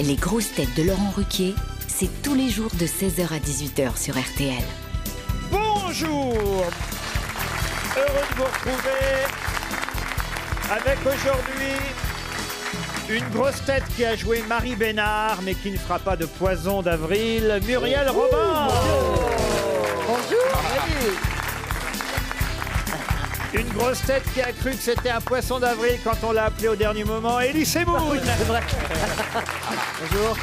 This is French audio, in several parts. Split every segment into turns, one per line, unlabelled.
Les grosses têtes de Laurent Ruquier, c'est tous les jours de 16h à 18h sur RTL.
Bonjour Heureux de vous retrouver avec aujourd'hui une grosse tête qui a joué Marie Bénard mais qui ne fera pas de poison d'avril, Muriel Robin Une grosse tête qui a cru que c'était un poisson d'avril quand on l'a appelé au dernier moment, Elie Semoun Bonjour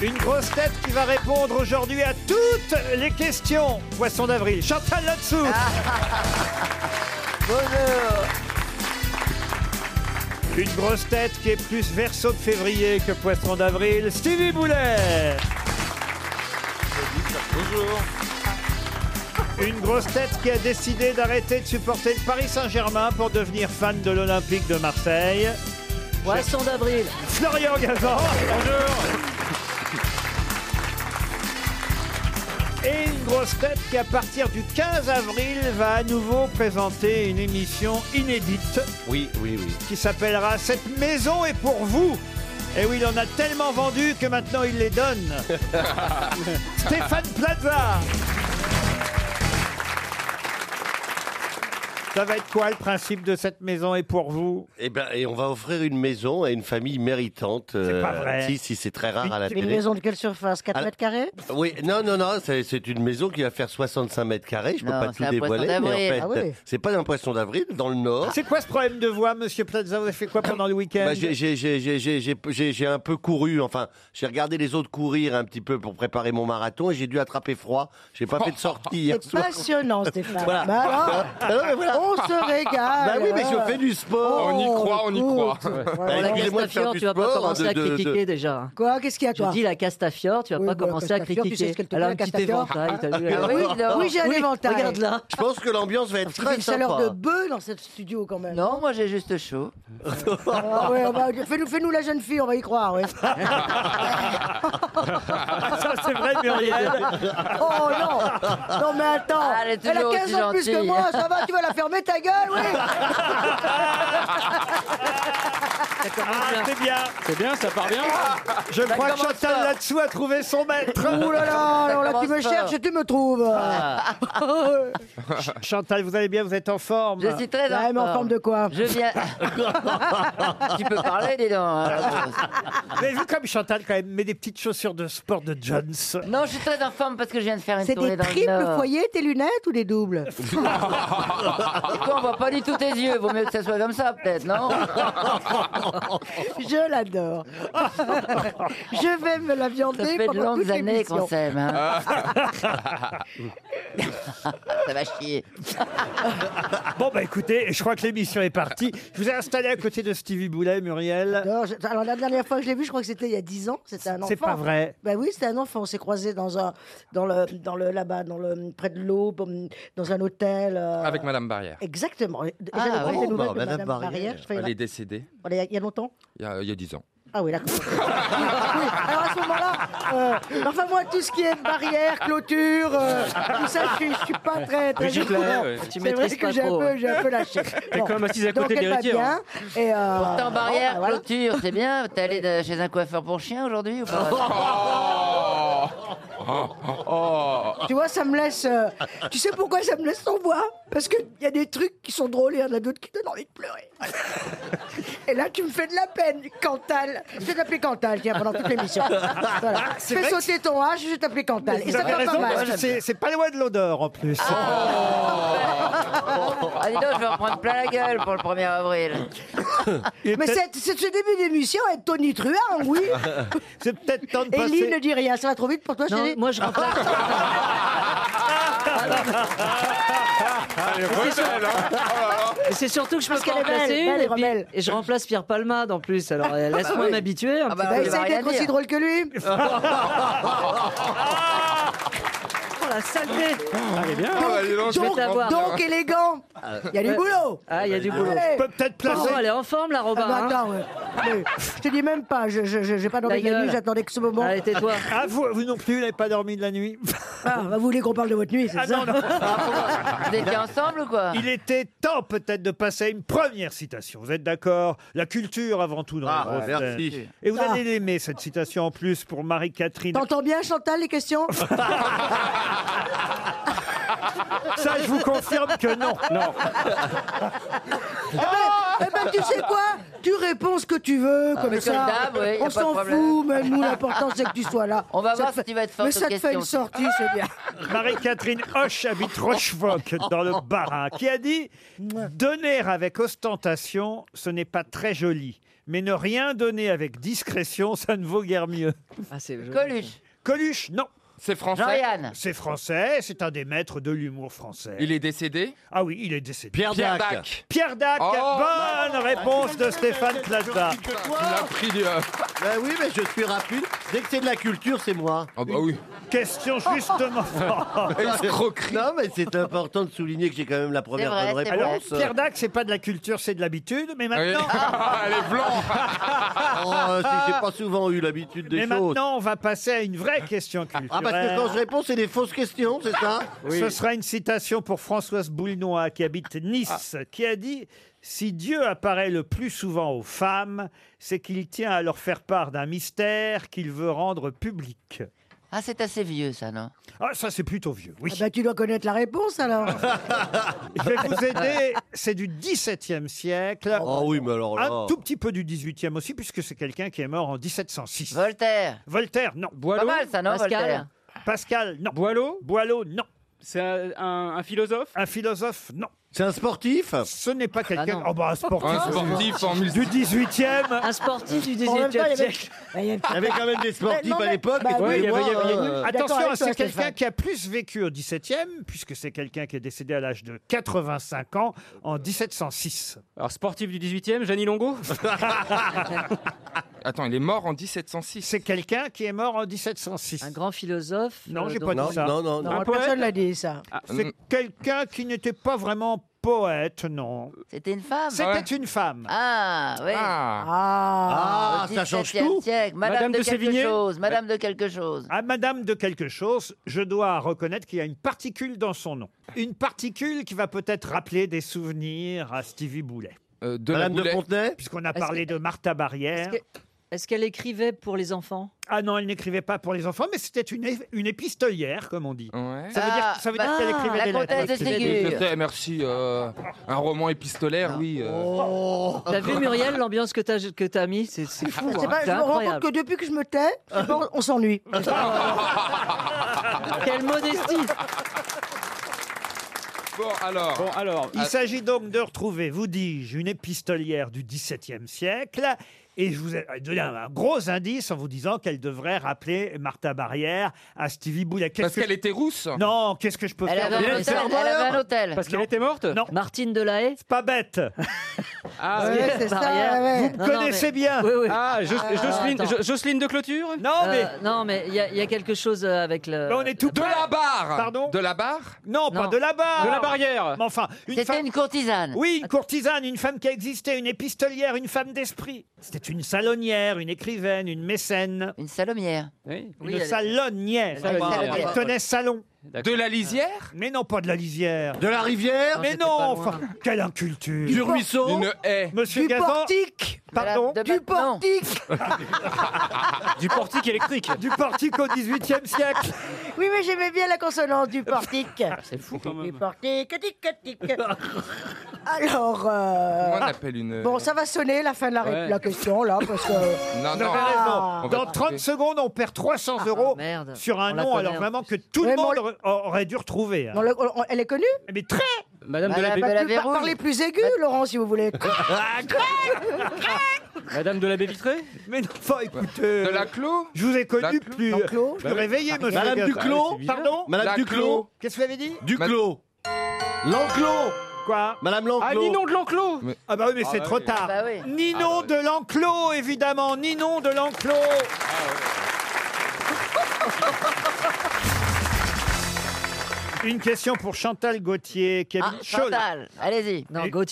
Une grosse tête qui va répondre aujourd'hui à toutes les questions, poisson d'avril, Chantal là-dessous Une grosse tête qui est plus verso de février que poisson d'avril, Stevie Boulet. Bonjour. Une grosse tête qui a décidé d'arrêter de supporter le Paris Saint-Germain pour devenir fan de l'Olympique de Marseille.
Poisson d'avril.
Florian Gazan. Bonjour. Et une grosse tête qui, à partir du 15 avril, va à nouveau présenter une émission inédite
Oui, oui, oui.
qui s'appellera Cette maison est pour vous. Et oui, il en a tellement vendu que maintenant il les donne. Stéphane Plaza. Ça va être quoi le principe de cette maison est pour vous
Et, ben, et on va offrir une maison à une famille méritante. euh,
pas vrai.
Si, si, c'est très rare à la
Une
télé.
maison de quelle surface 4
Alors-
mètres carrés
Oui, non, non, non, c'est c'est une maison qui va faire 65 mètres carrés. Je peux
Non,
pas tout
c'est un poisson
dévoiler, mais en
d'avril.
fait,
Ah oui.
c'est pas un poisson d'avril dans le Nord.
C'est quoi ce problème de voix, monsieur Plaza Vous avez fait quoi pendant le week-end
Bah, j'ai- j'ai- j'ai- j'ai- j'ai- j'ai- J'ai j'ai un peu couru, enfin, j'ai regardé les autres courir un petit peu pour préparer mon marathon et j'ai dû attraper froid. J'ai
Oh,
pas fait de sortie hier
C'est
soir.
passionnant, Stéphane.
Voilà.
Bah alors,
Ah non, mais voilà.
on se régale.
Bah oui, mais
hein.
je fais du sport.
Oh,
On y croit, on y croit.
écoute.
Bah,
Voilà.
la
excusez-moi de faire
Castafiore,
du
tu vas pas
sport,
commencer
de-
à
de- de-
critiquer déjà.
Quoi Qu'est-ce qu'il y a,
Je
toi
dis la Castafiore, tu vas
Oui,
pas
bah,
commencer à
Castafiore, tu sais
critiquer.
ce qu'elle te
Elle a
fait,
un
la
petit
Castafiore
éventail, t'as vu, elle a-
Ah oui, oui, j'ai un éventail.
Regarde là.
Je pense que l'ambiance va être
Tu fais
très
une chaleur
sympa.
de bœuf dans ce studio quand même.
Non, moi j'ai juste chaud.
Ah ouais, on va- Fais-nous fais-nous la jeune fille, on va y croire. ouais.
Ça, c'est vrai, Muriel.
Oh non Non mais attends
Ah, Elle est
a
toujours
15 ans de plus
aussi
que
gentille.
moi, ça va, tu vas la fermer ta gueule, oui
Ah, c'est bien.
C'est bien, ça part bien.
Je crois que
commence
Chantal
fort.
là-dessous a trouvé son maître.
Ouh là là, alors là tu me
commence fort.
cherches et tu me trouves
Ah,
Chantal, vous allez bien, vous êtes en forme.
je suis très
Ouais, mais en forme de quoi
Je viens. tu peux parler, dis donc. hein.
Vous avez vu comme Chantal quand même met des petites chaussures de sport de Jones.
Non, je suis très en forme parce que je viens de faire une
C'est
tournée
des
dans le
triples
Nord.
foyers, tes lunettes ou des doubles
Et toi, on voit pas du tout tes yeux. Vaut mieux que ça soit comme ça, peut-être, non
Je l'adore Je vais me la
Ça
viander
fait de
pendant toute
longues années
l'émission.
qu'on s'aime. hein. ça va chier.
Bon bah écoutez, je crois que l'émission est partie. Je vous ai installé à côté de Stevie Boulet, Muriel.
J'adore. Je- Alors la dernière fois que je l'ai vu, je crois que c'était il y a 10 ans, c'était un enfant.
C'est pas vrai.
Ben oui, c'était un enfant. On s'est croisés dans un, dans le, dans le là-bas, dans le près de l'aube, dans un hôtel. euh,
Avec Madame Barrière. ben,
Exactement. Et
Ah,
J'avais
oui.
pas des nouvelles
Bah,
de
Madame
Madame
Barrière.
Barrière. Je fais
Elle
la-
est décédée
Voilà, Il y a- il y a longtemps
il y a, il y a 10 ans.
Ah oui, d'accord. Oui, Alors à ce moment-là, euh, enfin moi, tout ce qui est barrière, clôture, euh, tout ça, je suis, je suis pas très, très
Brigitte
au courant.
Lahaye, ouais. Tu
C'est vrai
maîtrises
que
pas
j'ai un,
trop,
peu-
ouais.
j'ai un peu lâché. T'es
quand même assise à côté hein. de
Donc,
l'héritier,
elle va bien. Et, euh,
Pourtant, barrière,
bon, ben, voilà.
clôture, c'est bien. T'es allé de- chez un coiffeur pour chien aujourd'hui ou pas
Oh.
Oh.
Tu vois, ça me laisse. euh, tu sais pourquoi ça me laisse sans voix Parce qu'il y a des trucs qui sont drôles et il y en a d'autres qui donnent envie de pleurer. Et là, tu me fais de la peine, Cantal. Je vais t'appeler Cantal, tiens, pendant toute l'émission. Voilà.
Ah, c'est
Fais
vrai que
sauter ton H, je vais t'appeler
Bah,
Cantal. Et
Vous
ça
avez
fait pas
raison, parce
mal.
que c'est c'est pas loin de l'odeur en plus.
Ah, dis donc, je vais en prendre plein la gueule pour le 1er avril.
Il est
Mais
peut-être-
c'est c'est- ce début d'émission est Tony Truant, oui.
c'est peut-être temps de
Ellie ne
passer.
dit rien, ça va trop vite pour toi,
Non,
chérie.
moi je remplace. Ah,
Elle est rebelle, hein
C'est surtout que je peux
Parce
pas en
qu'elle est
placer une
belle, belle
et,
et
puis-
rebelle.
et je remplace Pierre Palmade en plus. Alors euh,
bah
laisse-moi
oui.
m'habituer un
Ah
petit
bah,
peu.
essaye d'être aussi drôle que lui.
Oh la saleté
Ah,
Eh
Allez bien.
je vais
donc,
t'avoir.
donc élégant. Il y a du
Ouais.
boulot.
Ah, il y a du
Ah
boulot.
ouais.
peut peut-être placer.
Pardon, elle est en forme la Robin.
Ah bah,
hein.
attends, ouais. Mais je te dis même pas, je je- je- j'ai pas dormi
Ta
de la nuit,
gueule.
j'attendais que ce moment.
Allez, tais-toi.
Ah, vous, vous non plus, vous n'avez pas dormi de la nuit
Ah, bah, vous voulez qu'on parle de votre nuit, c'est
Ah
ça
non, non.
Ah, Vous étiez ensemble ou quoi
Il était temps peut-être de passer à une première citation. Vous êtes d'accord La culture avant tout dans les
Ah,
grosses têtes.
merci.
Et vous
Ah.
allez l'aimer, cette citation en plus, pour Marie-Catherine.
T'entends bien, Chantal, les questions
Ça, je vous confirme que non. Non.
Eh ben, tu sais quoi Tu réponds ce que tu veux, comme
mais comme
ça.
d'hab, ouais, y a pas
On
de
s'en
problème.
fout, mais nous, l'important, c'est que tu sois là.
On va
Ça
voir
te
si
fait-
tu vas être forte
Mais ça
aux
te fait
questions.
une sortie, c'est bien.
Marie-Catherine Hoche habite Rochefort dans le Barin, qui a dit « Donner avec ostentation, ce n'est pas très joli. Mais ne rien donner avec discrétion, ça ne vaut guère mieux.
Ah, c'est joli.
Coluche, »
Coluche, non.
C'est français.
Jean-Yann,
C'est français, c'est un des maîtres de l'humour français.
Il est décédé.
Ah oui, il est décédé.
Pierre,
Pierre
Dac.
Dac.
Pierre Dac,
Oh, bah,
bonne réponse de Stéphane Plata.
Il a pris du.
Ben oui, mais je suis rapide. Dès que c'est de la culture, c'est moi.
Ah bah oui.
Question justement.
Escroquerie.
Non, mais c'est important de souligner que j'ai quand même la première
vrai,
bonne
c'est
réponse.
Alors, Pierre Dac, c'est pas de la culture, c'est de l'habitude, mais
Oui.
maintenant.
Elle est blanche.
Oh, c'est- j'ai pas souvent eu l'habitude des
Mais
choses.
maintenant, on va passer à une vraie question culturelle.
Ah, parce que quand je réponds, c'est des fausses questions, c'est ça
Ce sera une citation pour Françoise Boulnois, qui habite Nice,
Ah.
qui a dit Si Dieu apparaît le plus souvent aux femmes, c'est qu'il tient à leur faire part d'un mystère qu'il veut rendre public.
ah c'est assez vieux ça non
Ah, ça, c'est plutôt vieux, oui.
Ah bah, tu dois connaître la réponse, alors.
Je vais vous aider. C'est du XVIIe siècle.
Oh oui, mais alors là.
Un tout petit peu du XVIIIe aussi, puisque c'est quelqu'un qui est mort en 1706.
Voltaire,
Voltaire, non.
pas mal ça non Voltaire
Pascal.
Pascal, non.
Boileau
Boileau, non.
C'est un, un- un philosophe
Un philosophe, non.
C'est un sportif
Ce n'est pas quelqu'un.
Ah non.
oh, bah, un sportif.
Un sportif en
Du
multi.
18e.
Un sportif du
En même temps, il y
18e
avait-
siècle.
Il y avait-
Il y avait quand même des sportifs
non,
à
mais-
l'époque.
bah oui,
il y avait- il y avait-
excusez-moi, euh,
d'accord
Attention, hein,
avec toi,
c'est quelqu'un
Stéphane.
qui a plus vécu au 17e, puisque c'est quelqu'un qui est décédé à l'âge de 85 ans en 1706.
Alors sportif du 18e, Jeannie Longo
Attends, il est mort en 1706.
C'est quelqu'un qui est mort en 1706.
Un grand philosophe.
Euh, Non, j'ai
donc-
pas dit
Non,
ça. Ah,
non, non, non.
euh, Non,
Un
personne
poète
l'a dit, Mm. ça.
C'est quelqu'un qui n'était pas vraiment poète, non.
C'était une femme
C'était
ouais.
une femme.
Ah oui
Ah.
Ah,
Ah,
Au
ça change
17e
tout
siècle. Madame,
Madame
de,
de
quelque
Sévigné
chose, Madame de quelque chose.
À Euh, ah, Madame de quelque chose, je dois reconnaître qu'il y a une particule dans son nom. Une particule qui va peut-être rappeler des souvenirs à Stevie Boulet.
Euh, de la
Madame de
Boulet.
Fontenay
Puisqu'on a
Est-ce
parlé de Martha Barrière.
Est-ce que- Est-ce qu'elle écrivait pour les enfants
Ah non, elle n'écrivait pas pour les enfants, mais c'était une, é- une épistolière, comme on dit.
Ouais.
Ça veut
Ah,
dire, ça veut dire
bah,
qu'elle écrivait
la
des
comtesse
lettres.
de
Oui, je
Ségur.
sais, merci. euh, un roman épistolaire, oui. euh.
T'as vu Muriel l'ambiance que t'as que t'as mis C'est c'est fou.
Oh. c'est
hein.
pas, je
C'est
me rends compte
incroyable.
que depuis que je me tais, c'est bon, on s'ennuie.
Oh.
Quelle modestie
Bon, alors.
Bon alors,
Il s'agit donc de retrouver, vous dis-je, une épistolière du XVIIe siècle. Et je vous ai euh, donné un, un gros indice en vous disant qu'elle devrait rappeler Martha Barrière à Stevie Boulet. Qu'est-ce
Parce
que
qu'elle était rousse.
je- Non, qu'est-ce que je peux
Elle
faire
avait, un
de-
hôtel, elle avait un hôtel.
parce qu'elle était morte
Non.
Martine Delahaye
Pas bête. Euh,
Ah,
Ouais, c'est ça, ouais, ouais.
Vous
Non, non,
connaissez
mais-
bien.
Oui, oui.
Ah, Jo- Jocelyne,
attends.
Jo- Jocelyne de clôture
Non,
Euh,
mais
non, mais il y, a- il y a quelque chose euh, avec le.
mais on est tout
De
près.
la barre.
Pardon
De la barre.
Non, pas
Non.
de la barre.
De la barrière
Mais Enfin, une
C'était
femme.
une courtisane.
Oui, une courtisane, une femme qui a existé, une épistolière, une femme d'esprit. C'était une salonnière, une écrivaine, une mécène,
Une salomière.
Oui,
une
elle-
salonnière.
elle-
Elle
elle-
tenait salon.
De la lisière.
Mais non, pas de la lisière.
De la rivière
Mais
j'étais
non,
pas loin.
enfin, quelle inculture.
Du ruisseau
Une haie.
Monsieur
Du
Gazan,
portique
pardon,
De la- de
Du
Ba- non.
portique
du portique électrique.
du portique au XVIIIe siècle.
Oui, mais j'aimais bien la consonance du portique.
C'est fou quand
Du
même.
portique, tic, tic, tic. Alors, euh,
Comment on appelle une.
bon, ça va sonner la fin de la, ré-
Ouais.
la question, là, parce que...
Non,
Vous
non.
avez
Ah.
raison.
On va
Dans
trouver.
30 secondes, on perd 300 euros
merde.
sur un
On la
nom,
connaît,
alors
en
vraiment que tout le
Oui, mais on
monde aurait- aurait dû retrouver. hein.
On le- on- elle est connue
Mais très
Madame,
Madame-
de
Bah,
la
la
Plus- par-
verrouille.
Parlez plus aigu, Laurent, si vous voulez.
Ah,
Madame de la baie vitrée
Mais non, enfin, écoutez, euh,
De la clos.
Je vous ai connu
Duclos
plus, euh,
Duclos
Bah
plus réveillé,
Ah,
monsieur.
Madame
Gazan.
Duclos
Pardon
Madame
La
Duclos
Qu'est-ce que vous avez dit
Duclos L'enclos
Quoi
Madame Lanclos.
Ah, Ninon de Lanclos Ah bah oui, mais
Ah
c'est
bah
trop
oui.
tard.
Ah bah oui. Ah,
Ninon de Lanclos, évidemment. Ninon de Lanclos. Une question pour Chantal Gauthier qui habite Chaulnes.
Ah, Chantal, allez-y.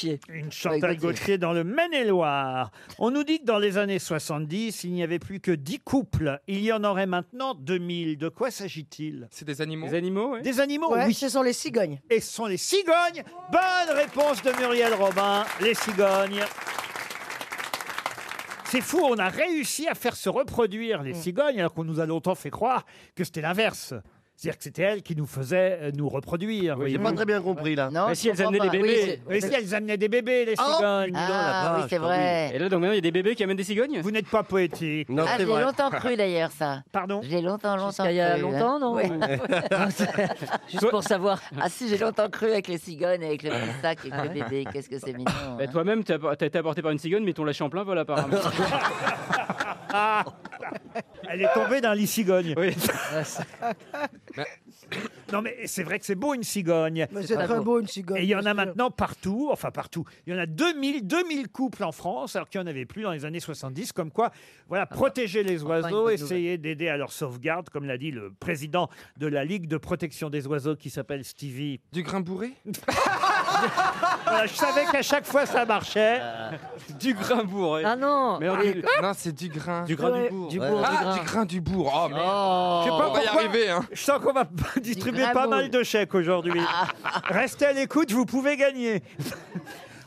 Et- Une Chantal
Oui, Gauthier.
Gauthier dans le Maine-et-Loire. On nous dit que dans les années 70, il n'y avait plus que 10 couples. Il y en aurait maintenant 2000. De quoi s'agit-il
C'est des animaux
Des animaux, Des animaux,
Ouais,
oui.
Ce sont les cigognes.
Et ce sont les cigognes. Bonne réponse de Muriel Robin, les cigognes. C'est fou, on a réussi à faire se reproduire
Mm.
les cigognes alors qu'on nous a longtemps fait croire que c'était l'inverse. C'est-à-dire que c'était elles qui nous faisaient euh, nous reproduire.
J'ai
voyez-vous.
pas très bien compris là.
Non,
Mais
je
si elles
comprends
amenaient
pas.
des
Oui,
bébés.
c'est-
Mais si elles amenaient des bébés, les
Oh
cigognes
Ah oui, c'est vrai.
Et là, donc maintenant, il y a des bébés qui amènent des cigognes
Vous n'êtes pas poétique.
Non,
Ah,
c'est
j'ai
vrai.
longtemps cru d'ailleurs ça.
Pardon
J'ai longtemps, longtemps
Jusqu'à il y a
cru, hein.
longtemps, non
Ouais.
Juste pour savoir.
Ah si, j'ai longtemps cru avec les cigognes, avec le petit sac, avec le bébé. Qu'est-ce que c'est mignon. hein.
Ah Bah, Toi-même, t'as t'as été aborté par une cigogne, mais t'on lâché en plein vol apparemment.
Elle est tombée d'un lit cigogne.
Oui.
Non, mais c'est vrai que c'est beau une cigogne.
Mais
Ah,
c'est très beau, une cigogne.
Et il y en
bien
a
sûr.
maintenant partout, enfin partout. Il y en a 2000, 2000 couples en France, alors qu'il n'y en avait plus dans les années 70. Comme quoi,
Ah
voilà,
bah,
protéger les oiseaux,
bonne
essayer d'aider à leur sauvegarde, comme l'a dit le président de la Ligue de protection des oiseaux qui s'appelle Stevie.
Du grain bourré
Voilà, je savais qu'à chaque fois ça marchait.
Euh. du grain bourré.
Ah non
Mais on dit-
Non, c'est du grain.
du grain
Ouais.
du bourg.
Du
Ouais.
bourg, du
Ah,
grain.
du grain du bourg. Oh, merde.
Je sais pas
on va y
pourquoi.
arriver, hein.
Je sens qu'on va distribuer
grain
pas
boule.
mal de chèques aujourd'hui. Restez à l'écoute, vous pouvez gagner.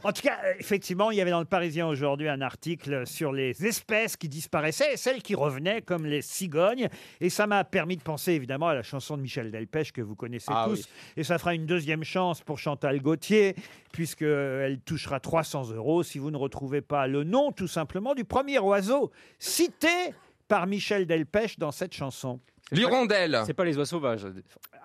En tout cas, euh, effectivement, il y avait dans le Parisien aujourd'hui un article sur les espèces qui disparaissaient et celles qui revenaient, comme les cigognes. Et ça m'a permis de penser évidemment à la chanson de Michel Delpech que vous connaissez
Ah
tous.
oui.
Et ça fera une deuxième chance pour Chantal Gauthier, puisqu'elle touchera 300 euros si vous ne retrouvez pas le nom, tout simplement, du premier oiseau cité par Michel Delpech dans cette chanson.
L'hirondelle.
C'est pas les oies sauvages.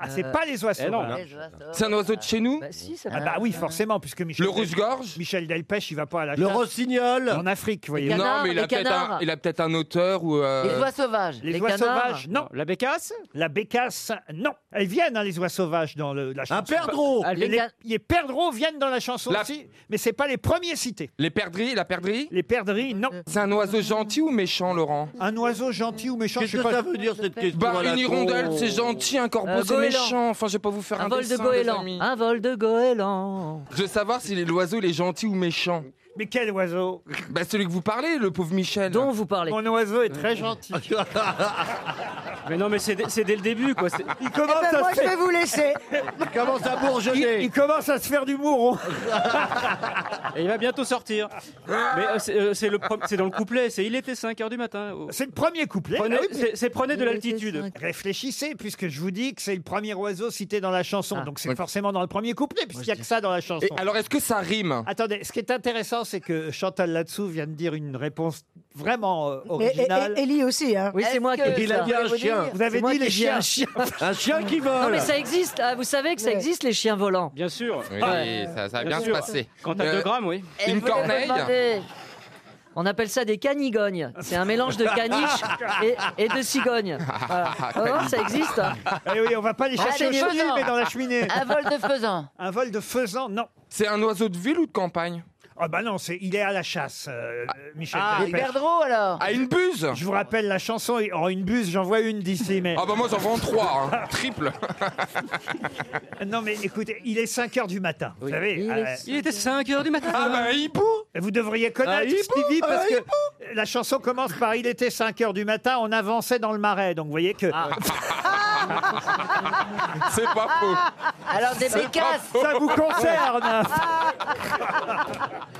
Ah, c'est pas les oiseaux.
eh non,
hein.
non.
Ouais, je vois ça.
C'est un oiseau de chez nous
Bah si, ça
Ah bah oui, forcément, puisque Michel,
Le
Del-
rouge-gorge
Michel Delpech, il va pas à la
Le
chasse
rossignol.
en Afrique, vous voyez.
Les canards,
Non, mais il a
les
peut-être
canards.
un, il a peut-être un auteur ou. euh,
Les oies sauvages.
Les,
les
oies
canards.
sauvages, non.
La bécasse
La bécasse, non. Elles viennent, hein, les oies sauvages, dans le, la
Un
chanson.
perdreau.
Ah,
Les,
les
les,
can-
les perdreaux viennent dans la chanson
La-
aussi, mais c'est pas les premiers cités.
Les perdrix, la perdrix
Les perdrix, non.
C'est un oiseau gentil ou méchant, Laurent
Un oiseau gentil ou méchant, je
Qu'est-ce
sais
que
pas.
ça veut dire cette question
Bah,
à la
une hirondelle,
con
c'est gentil, hein. un corbeau,
Euh,
c'est
goéland.
méchant. Enfin, je vais pas vous faire un,
Un vol de
dessin, les
goéland.
amis.
Un vol de goéland.
Je veux savoir si l'oiseau, il est gentil ou méchant.
Mais quel oiseau
Bah, celui que vous parlez, le pauvre Michel.
Dont vous parlez.
Mon oiseau est très gentil.
Mais non, mais c'est dès- c'est dès le début quoi. c'est-
Il
Eh
commence,
ben,
à
moi,
se
je vais
faire,
vous laisser.
Il commence à
il,
bourgeonner.
il commence à se faire du mouron.
Et il va bientôt sortir. Mais euh, c'est euh, c'est le pro- c'est dans le couplet, c'est il était 5h du matin. Oh.
C'est le premier couplet.
Prenez-
Ah oui,
c'est- c'est prenez de
Il était
l'altitude.
cinq.
Réfléchissez, puisque je vous dis que c'est le premier oiseau cité dans la chanson,
Ah.
donc c'est
Ouais.
forcément dans le premier couplet, puisqu'il n'y a que ça dans la chanson.
Et alors, hein. est-ce que ça rime
Attendez, ce qui est intéressant, c'est que Chantal là-dessous vient de dire une réponse vraiment euh,
Et- et-
originale.
et- Ellie aussi, hein.
Oui, c'est
Est-ce
moi qui
que-
ai dit
Il a
ça.
dit un chien.
vous avez
c'est moi
dit
qui
les
ai dit
chiens.
un chien.
Un chien qui vole.
Non mais ça existe. Ah, vous savez que ça existe les chiens volants.
Bien sûr.
Oui, ça, ça va
Bien
bien se
sûr.
passer.
Quand t'as
Euh,
2 grammes, oui.
Eh,
Une
vous l'avez
corneille
demandé.
On appelle ça des canigognes. C'est un mélange de caniche et, et de cigogne. Voilà. Faut voir, ça existe. hein.
Eh oui, on va pas les
Ah,
chercher au
les
chenil,
faisans.
mais dans la cheminée.
Un vol de faisan.
Un vol de faisan, non.
C'est un oiseau de ville ou de campagne
Ah bah non, c'est il est à la chasse, euh, Michel.
Ah,
Les
Delpech.
perdreaux alors.
Ah, une buse
Je vous rappelle la chanson. et- En une buse, j'en vois une d'ici, mais
Ah, bah, moi, j'en vends trois, hein. triple.
non, mais écoutez, il est 5 heures du matin. Vous savez,
Il
euh,
est-
Il était 5h du matin.
Ah, bah, un hibou
vous devriez
Ah,
connaître
hibou,
Stevie parce que la chanson commence par il était 5 heures du matin, on avançait dans le marais, donc vous voyez que
Ah. C'est pas faux.
Alors des bécasses.
ça vous concerne.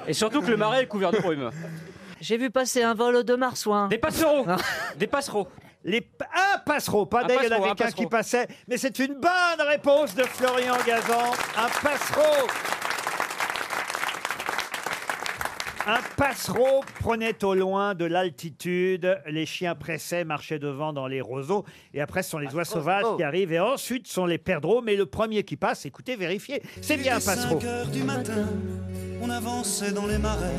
Et surtout que le marais est couvert de brume.
J'ai vu passer un vol de marsouin.
Des passereaux. Des passereaux.
Les pa- un passereau, pas
Un
d'ailleurs, il y en
passereau,
avait
un
qu'un
passereau.
qui passait, mais c'est une bonne réponse de Florian Gazan. Un passereau. Un passereau prenait au loin de l'altitude, les chiens pressaient, marchaient devant dans les roseaux, et après ce sont les oies sauvages qui arrivent, et ensuite ce sont les perdreaux, mais le premier qui passe, écoutez, vérifiez, c'est bien un passereau.
5 heures du matin, on avançait dans les marais,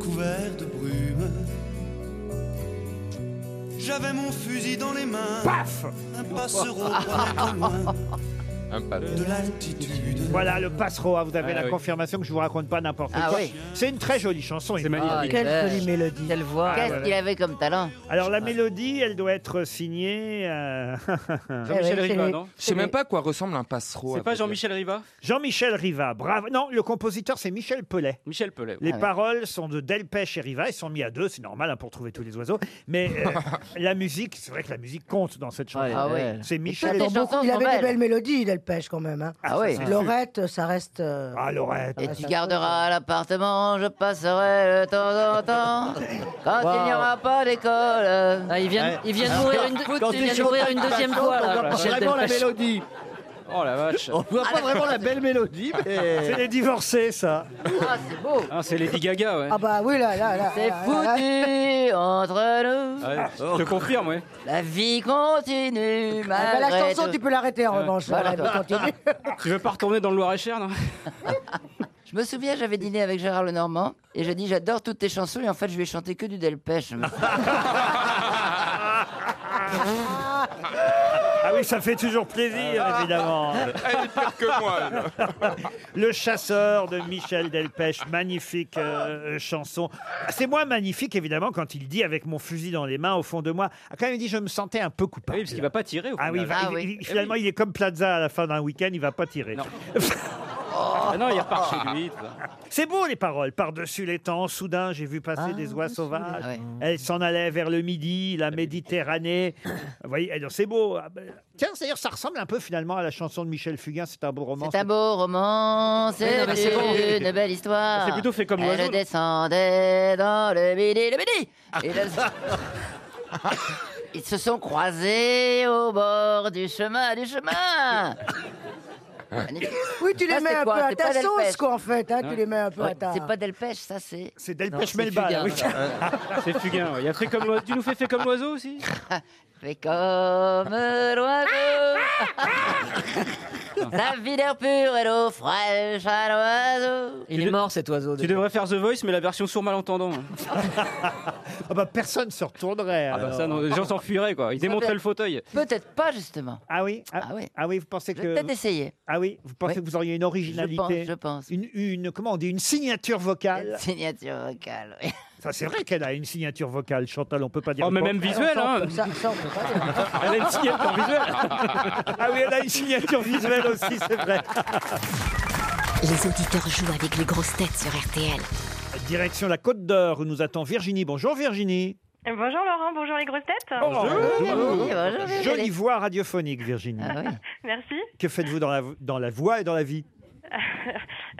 couverts de brume. J'avais mon fusil dans les mains,
Paf
un passereau prenait au loin
Un pas.
de l'altitude.
Voilà le passeroa, vous avez
Ah
la
oui.
confirmation que je vous raconte pas n'importe
Ah
quoi.
oui. Ah,
C'est une très jolie chanson. C'est
mélodie. Quelle voix.
Ah,
Qu'est-ce
ouais.
qu'il Ah. avait comme talent
Alors la mélodie, elle doit être signée. euh,
Eh
Jean-Michel Riva, non
Je sais même pas à quoi ressemble un passereau.
C'est
à
pas
vrai dire.
Jean-Michel Riva
Jean-Michel Riva, Ah, bravo. Non, le compositeur, c'est Michel Pelé.
Michel Pelé.
Ah
Les paroles sont de Delpech et Riva, ils sont mis à deux, c'est normal hein, pour trouver tous les oiseaux. Mais euh, la musique, c'est vrai que la musique compte dans cette chanson.
Ah ouais.
C'est
Il
Michel.
avait beaucoup- il avait des belles mélodies, il pêche quand même. hein.
Ah oui.
Lorette, ça reste. euh,
Ah, Lorette.
Et tu garderas l'appartement, je passerai de temps en temps. Quand il n'y aura pas d'école.
Ah, il vient, il vient de mourir une, deux-
Quand
il
tu
vient de
chantes
mourir
ta
une deuxième
chanson,
fois.
on
là,
voit pas
Michel
vraiment la
Delpech.
mélodie.
Oh la vache.
On voit pas vraiment la belle mélodie, mais.
C'est les divorcés, ça.
Ah, c'est beau.
Ah, c'est Lady Gaga, ouais.
Ah bah oui, là, là, là.
C'est foutu entre nous.
Ouais, Je te confirme, ouais.
La vie continue
Ah bah,
malgré
la chanson,
tout.
tu peux l'arrêter en revanche.
Voilà, Bah,
voilà,
toi.
continue.
Euh, Tu veux pas retourner dans le Loir-et-Cher, non
Je me souviens, j'avais dîné avec Gérard Lenormand et j'ai dit j'adore toutes tes chansons et en fait je lui ai chanté que du Delpech.
Ah oui, ça fait toujours plaisir,
Ah.
évidemment.
Elle est pire que moi. elle.
Le chasseur de Michel Delpech, magnifique euh, euh, chanson. C'est moins magnifique, évidemment, quand il dit avec mon fusil dans les mains au fond de moi. Ah, Quand même, il dit je me sentais un peu coupable.
Oui, parce qu'il va pas tirer au
Ah oui, il va-
final.
il-
Eh
il- finalement, il est comme Plaza à la fin d'un week-end, il va pas tirer.
Ah non, il repart chez lui. tout ça.
C'est beau les paroles. Par-dessus les temps, soudain, j'ai vu
Ah,
passer des oies sauvages. Elles s'en allaient vers le midi, la Méditerranée. Vous voyez, alors, c'est beau. Ah ben, Tiens, d'ailleurs, ça ressemble un peu finalement à la chanson de Michel Fugain. C'est un beau roman.
C'est un beau roman, c'est
non, mais c'est
une,
bon.
belle histoire.
C'est plutôt fait comme l'oiseau, Ah.
Elle
là.
descendait dans le midi, le midi. Et là- Ils se sont croisés au bord du chemin, du chemin. Magnifique.
Oui, tu les
Ça,
mets
c'est
un
quoi
peu à
C'est
ta
pas Delpech.
sauce, quoi, en fait. hein, Tu
Ouais.
les mets un peu à
Ouais,
ta.
C'est pas Delpech, ça c'est.
C'est
Non,
Delpech
c'est
Melba.
Fugain.
oui.
C'est Fugain. ouais. Il a fait comme l'oiseau. Tu nous fais fait comme l'oiseau aussi
Fais comme l'oiseau. La vie d'air pur et l'eau fraîche à l'oiseau.
Il est mort cet oiseau.
Tu
déjà.
devrais faire The Voice, mais la version sourd malentendant. hein.
Ah bah, personne se retournerait.
Ah bah
alors.
ça, non, les gens s'enfuiraient quoi. Ils démonteraient le fauteuil.
Peut-être pas justement.
Ah oui ah,
Ah oui.
ah oui, vous pensez
Je
que.
vais peut-être essayer.
Ah oui, vous pensez
Oui.
que vous auriez une
Je
originalité
pense, je pense.
Une, une- comment on dit, une signature vocale.
Signature vocale. oui.
Ça, c'est vrai qu'elle a une signature vocale, Chantal, on peut pas dire.
Oh, mais
le
même visuel,
Ah
hein.
Ça, ça, on peut pas dire.
Elle a une signature visuelle.
contraire. Ah oui, elle a une signature visuelle aussi, c'est vrai.
Les auditeurs jouent avec les grosses têtes sur RTL.
Direction la Côte d'Or où nous attend Virginie. Bonjour Virginie.
Bonjour Laurent, bonjour les grosses têtes.
Oui, bonjour, les
Jolie
télés.
voix radiophonique Virginie.
Ah oui.
Merci.
Que faites-vous dans la, dans la voix et dans la vie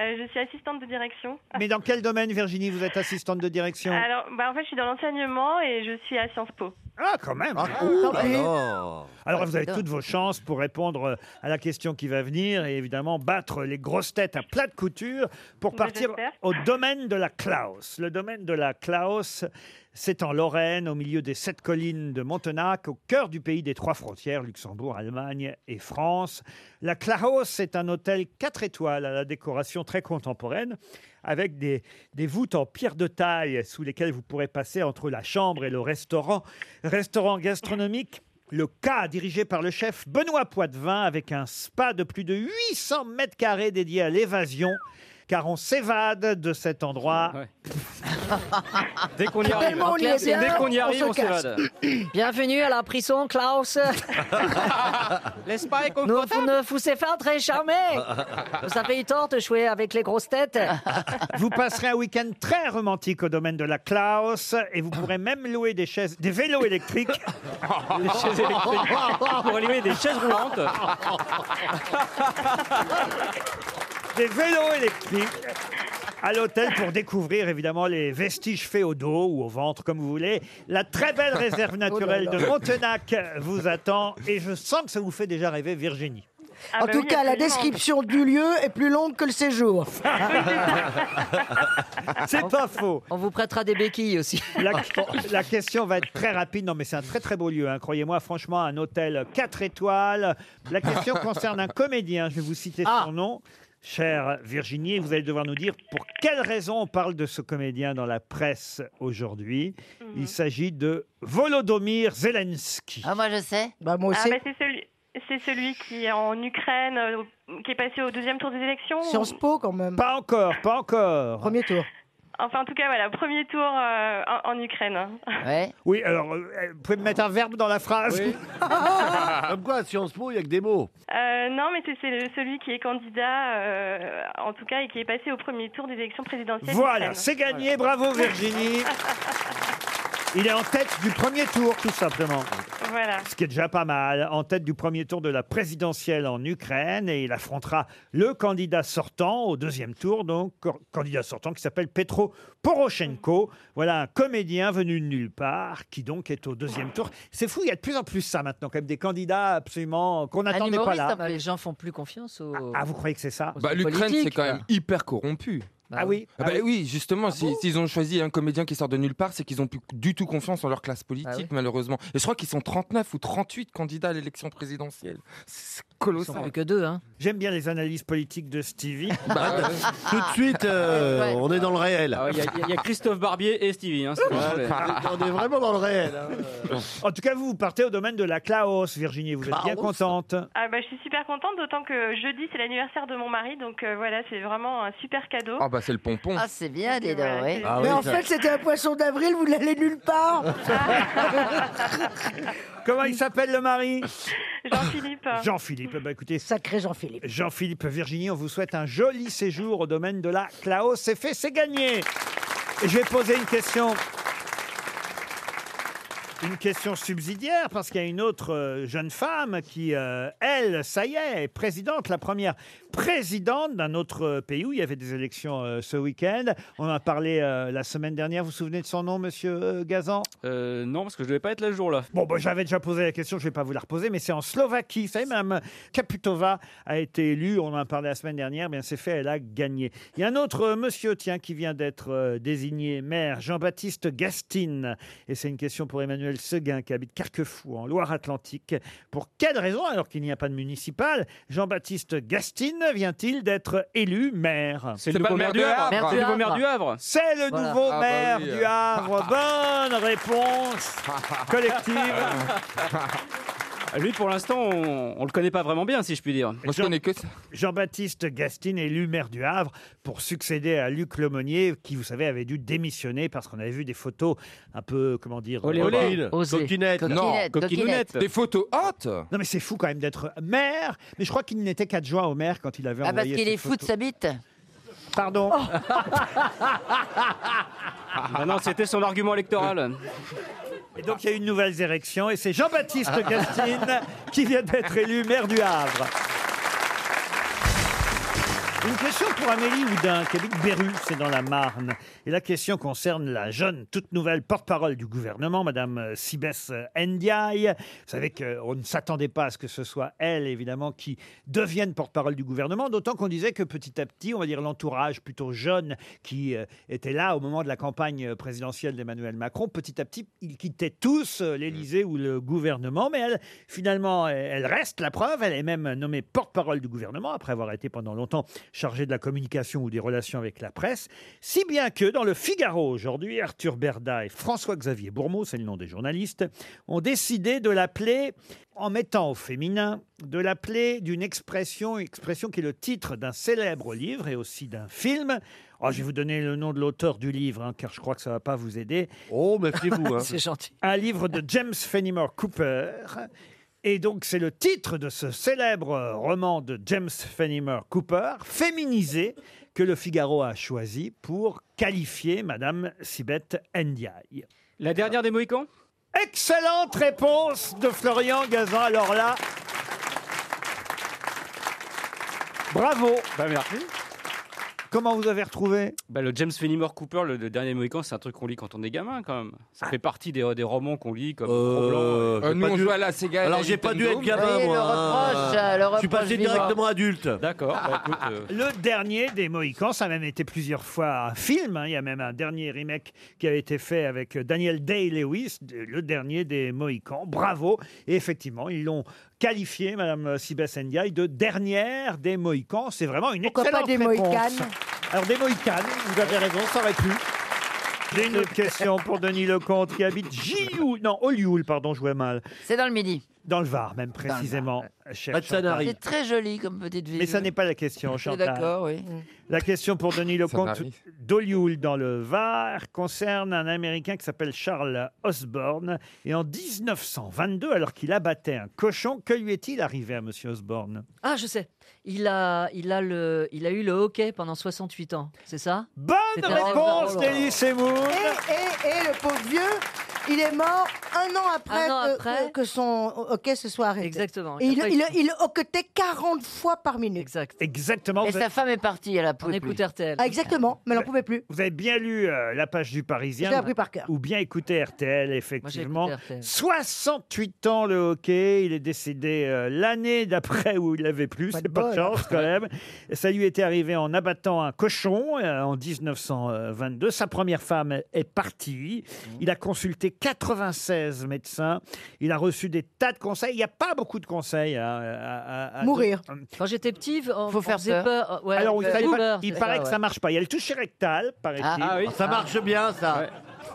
Euh, je suis assistante de direction.
Mais dans quel domaine Virginie vous êtes assistante de direction
Alors, bah, en fait, je suis dans l'enseignement et je suis à Sciences Po.
Ah quand même.
Tant pis.
Ah,
Alors vous avez toutes vos chances pour répondre euh, à la question qui va venir et évidemment battre les grosses têtes à plat de couture pour
Mais
partir
j'espère.
au domaine de la Klaus. Le domaine de la Klaus, c'est en Lorraine, au milieu des sept collines de Montenac, au cœur du pays des trois frontières, Luxembourg, Allemagne et France. La Klaus est un hôtel quatre étoiles à la décoration très contemporaine avec des, des voûtes en pierre de taille sous lesquelles vous pourrez passer entre la chambre et le restaurant. Restaurant gastronomique le cas dirigé par le chef Benoît Poitvin avec un spa de plus de 800 mètres carrés dédié à l'évasion. Car on s'évade de cet endroit.
Ouais. Dès qu'on y arrive. hein.
Tellement on y est bien,
Dès qu'on y
on
arrive,
se
on
casse.
s'évade.
Bienvenue à la prison, Klaus.
Laisse pas et
Nous vous ne vous savez pas très charmé. Vous avez eu tort de jouer avec les grosses têtes.
Vous passerez un week-end très romantique au domaine de la Klaus et vous pourrez même louer des chaises, des vélos électriques.
des chaises électriques. Pour allumer des chaises roulantes.
des vélos électriques à l'hôtel pour découvrir évidemment les vestiges féodaux ou au ventre comme vous voulez. La très belle réserve naturelle de Montenac vous attend et je sens que ça vous fait déjà rêver Virginie.
Ah
En
bah
tout
oui,
cas, la
absolument.
description du lieu est plus longue que le séjour.
C'est pas faux.
On vous prêtera des béquilles aussi.
La, la question va être très rapide. Non, mais c'est un très très beau lieu. hein. Croyez-moi, franchement, un hôtel 4 étoiles. La question concerne un comédien. Je vais vous citer
Ah.
son nom. Cher Virginie, vous allez devoir nous dire pour quelle raison on parle de ce comédien dans la presse aujourd'hui.
Mhm.
Il s'agit de Volodomir Zelensky.
Ah, moi je sais.
Bah, moi
Ah,
aussi.
bah, c'est celui. c'est celui qui est en Ukraine, euh, qui est passé au deuxième tour des élections.
Sciences Po quand même.
Pas encore, pas encore.
Premier tour.
Enfin, en tout cas, voilà, premier tour euh, en, en Ukraine.
Oui, alors, euh, euh, vous pouvez me mettre un verbe dans la phrase
Comme quoi, à Sciences Po, il n'y a que des mots.
Euh, non, mais c'est c'est le- celui qui est candidat, euh, en tout cas, et qui est passé au premier tour des élections présidentielles.
Voilà,
d'Ukraine.
c'est gagné. Bravo Virginie. Il est en tête du premier tour, tout simplement.
Voilà.
Ce qui est déjà pas mal, en tête du premier tour de la présidentielle en Ukraine, et il affrontera le candidat sortant au deuxième tour, donc cor- candidat sortant qui s'appelle Petro Poroshenko. Voilà un comédien venu de nulle part, qui donc est au deuxième tour. C'est fou, il y a de plus en plus ça maintenant, quand même des candidats absolument qu'on n'attendait pas là.
Les gens font plus confiance aux.
Ah, vous croyez que c'est ça
aux
Bah,
hommes
L'Ukraine, c'est
politiques,
quand même
quoi.
hyper corrompu.
Ah oui.
Ah bah oui, justement, si- s'ils ont choisi un comédien qui sort de nulle part, c'est qu'ils n'ont plus du tout confiance en leur classe politique,
Ah oui.
malheureusement. Et je crois qu'ils sont 39 ou 38 candidats à l'élection présidentielle. C'est colossal.
Ils sont plus
que deux, hein.
J'aime bien les analyses politiques de Stevie.
Bah, ouais.
Tout de suite, euh,
Ouais.
on est dans le réel.
Ah ouais, Il y, a- il y a Christophe Barbier et Stevie. hein, c'est
Ouais, bah,
complet.
on est vraiment dans le réel. hein.
En tout cas, vous, vous partez au domaine de la Klaus, Virginie. Vous êtes bien
Klaus
contente.
Ah bah, je suis super contente, d'autant que jeudi, c'est l'anniversaire de mon mari, donc euh, voilà, c'est vraiment un super cadeau. euh,
Ah bah c'est le pompon.
Ah, c'est bien, dis donc,
Ouais,
Ah
oui.
Mais en fait, c'était un poisson d'avril, vous l'allez nulle part.
Comment il s'appelle le mari
Jean-Philippe.
Jean-Philippe. Bah, écoutez,
Sacré Jean-Philippe.
Jean-Philippe Virginie, on vous souhaite un joli séjour au domaine de la Klaus. C'est fait, c'est gagné. Et je vais poser une question. Une question subsidiaire, parce qu'il y a une autre euh, jeune femme qui, euh, elle, ça y est, est présidente, la première présidente d'un autre euh, pays où il y avait des élections euh, ce week-end. On en a parlé euh, la semaine dernière. Vous vous souvenez de son nom, monsieur euh, Gazan
Euh, non, parce que je devais pas être là le jour là.
Bon, bah, j'avais déjà posé la question, je ne vais pas vous la reposer, mais c'est en Slovaquie. Vous savez, Mme Kaputova a été élue, on en a parlé la semaine dernière, bien c'est fait, elle a gagné. Il y a un autre euh, monsieur, tiens, qui vient d'être euh, désigné maire, Jean-Baptiste Gastine. Et c'est une question pour Emmanuel Seguin, qui habite Carquefou, en Loire-Atlantique. Pour quelle raison, alors qu'il n'y a pas de municipal, Jean-Baptiste Gastine vient-il d'être élu maire
C'est le nouveau maire du Havre. C'est le nouveau maire du Havre.
C'est le
Voilà.
nouveau
Ah bah
maire
oui,
du
euh.
Havre. Bonne réponse collective.
Ah, Lui, pour l'instant, on, on le connaît pas vraiment bien, si je puis dire.
Moi, je connais que ça.
Jean-Baptiste Gastine élu maire du Havre pour succéder à Luc Lemonnier, qui, vous savez, avait dû démissionner parce qu'on avait vu des photos un peu, comment dire,
Olé, olé.
coquines.
Osé. Coquinette.
Non,
Coquinette, coquinette.
Des photos hautes.
Non, mais c'est fou quand même d'être maire. Mais je crois qu'il n'était qu'adjoint au maire quand il avait
Ah, parce
envoyé
qu'il
ces
est fou de
photos.
sa bite. Oh.
Pardon.
Ah non, c'était son argument électoral.
Et donc, il y a eu une nouvelle érection et c'est Jean-Baptiste Gastine qui vient d'être élu maire du Havre. Une question pour Amélie Houdin, qui habite Berru, c'est dans la Marne. Et la question concerne la jeune, toute nouvelle porte-parole du gouvernement, Madame euh, Sibès euh, Ndiaye. Vous savez qu'on ne s'attendait pas à ce que ce soit elle, évidemment, qui devienne porte-parole du gouvernement, d'autant qu'on disait que petit à petit, on va dire l'entourage plutôt jeune qui euh, était là au moment de la campagne euh, présidentielle d'Emmanuel Macron, petit à petit, ils quittaient tous euh, l'Élysée ou le gouvernement, mais elle, finalement, elle elle reste la preuve. Elle est même nommée porte-parole du gouvernement après avoir été pendant longtemps chargée de la communication ou des relations avec la presse. Si bien que dans le Figaro aujourd'hui, Arthur Berda et François-Xavier Bourmeau, c'est le nom des journalistes, ont décidé de l'appeler, en mettant au féminin, de l'appeler d'une expression, expression qui est le titre d'un célèbre livre et aussi d'un film. Oh, je vais vous donner le nom de l'auteur du livre, hein, car je crois que ça ne va pas vous aider.
Oh, méfiez-vous. hein.
gentil.
Un livre de James Fenimore Cooper. Et donc, c'est le titre de ce célèbre roman de James Fenimore Cooper, féminisé, que le Figaro a choisi pour qualifier Madame Sibeth Ndiaye.
La dernière des Mohicans
Excellente réponse de Florian Gazan. Alors là, bravo.
Bah merci.
Comment vous avez retrouvé
Bah, le James Fenimore Cooper, le, le dernier Mohican, c'est un truc qu'on lit quand on est gamin quand même. Ça fait partie des, des romans qu'on lit comme Gros Blanc.
Euh,
j'ai
nous,
pas
on
dû-
joue à la Sega. et
Alors,
la
j'ai pas dû
Nintendo,
être gamin,
Oui,
moi.
le
hein.
reproche, euh, le
Je suis passé
reproche vivant.
directement adulte.
D'accord.
Ah,
bah, écoute, euh,
Le dernier des Mohicans, ça a même été plusieurs fois un film. hein. Il y a même un dernier remake qui a été fait avec Daniel Day-Lewis, de- le dernier des Mohicans. Bravo. Et effectivement, ils l'ont qualifié, Madame Sibes Ndiaye, de dernière des Mohicans. C'est vraiment une
Pourquoi pas
excellente
des
réponse.
Mohicanes
Alors, des Mohicanes, vous avez raison, ça aurait pu. J'ai une autre question pour Denis Lecomte qui habite Gioul, non, Olioul, pardon, je jouais mal.
C'est dans le midi.
Dans le Var, même précisément. cher Chantal.
C'est très joli comme petite ville.
Mais ça n'est pas la
Je
question,
suis
Chantal.
d'accord, oui. Mm.
La question pour Denis Lecomte
m'arrive.
d'Olioul dans le Var concerne un Américain qui s'appelle Charles Osborne. Et en 1922, alors qu'il abattait un cochon, que lui est-il arrivé à Monsieur Osborne
Ah, je sais. Il a, il, a le, il a eu le hockey pendant 68 ans, c'est ça
Bonne réponse, Nelly Semoun
Et, et- et le pauvre vieux, il est mort un an après,
Un an
que,
après.
que- que son hockey se soit arrêté.
Exactement.
Et il,
Après,
il, il hoquetait 40 fois par minute.
Exact.
Exactement.
Et
vous
sa
êtes-
femme
est partie, elle a
On écoute RTL.
Ah, exactement, mais elle n'en pouvait plus.
Vous avez bien lu euh, la page du Parisien.
Je l'ai appris par cœur.
Ou bien écouté RTL, effectivement.
écouté RTL.
68 ans le hockey. Il est décédé euh, l'année d'après où il avait plus. C'est pas de
bol.
chance quand même. Ça lui était arrivé en abattant un cochon euh, en 1922. Sa première femme est partie. Il a consulté 96 médecins. Il a reçu des tas de conseils. Il n'y a pas beaucoup de conseils hein, à, à- à- à-
Quand j'étais petit, on,
Faut
on
faire
faisait
peur.
peur. Oh, Ouais,
Ah, euh, Alors,
on
il,
faisait
fallait pas-
peur,
il
c'est
paraît
ça,
que
Euh,
ouais.
ça marche pas. Il y a le toucher rectal, paraît-il. Ah,
Ah, oui. Ça marche
bien, ça.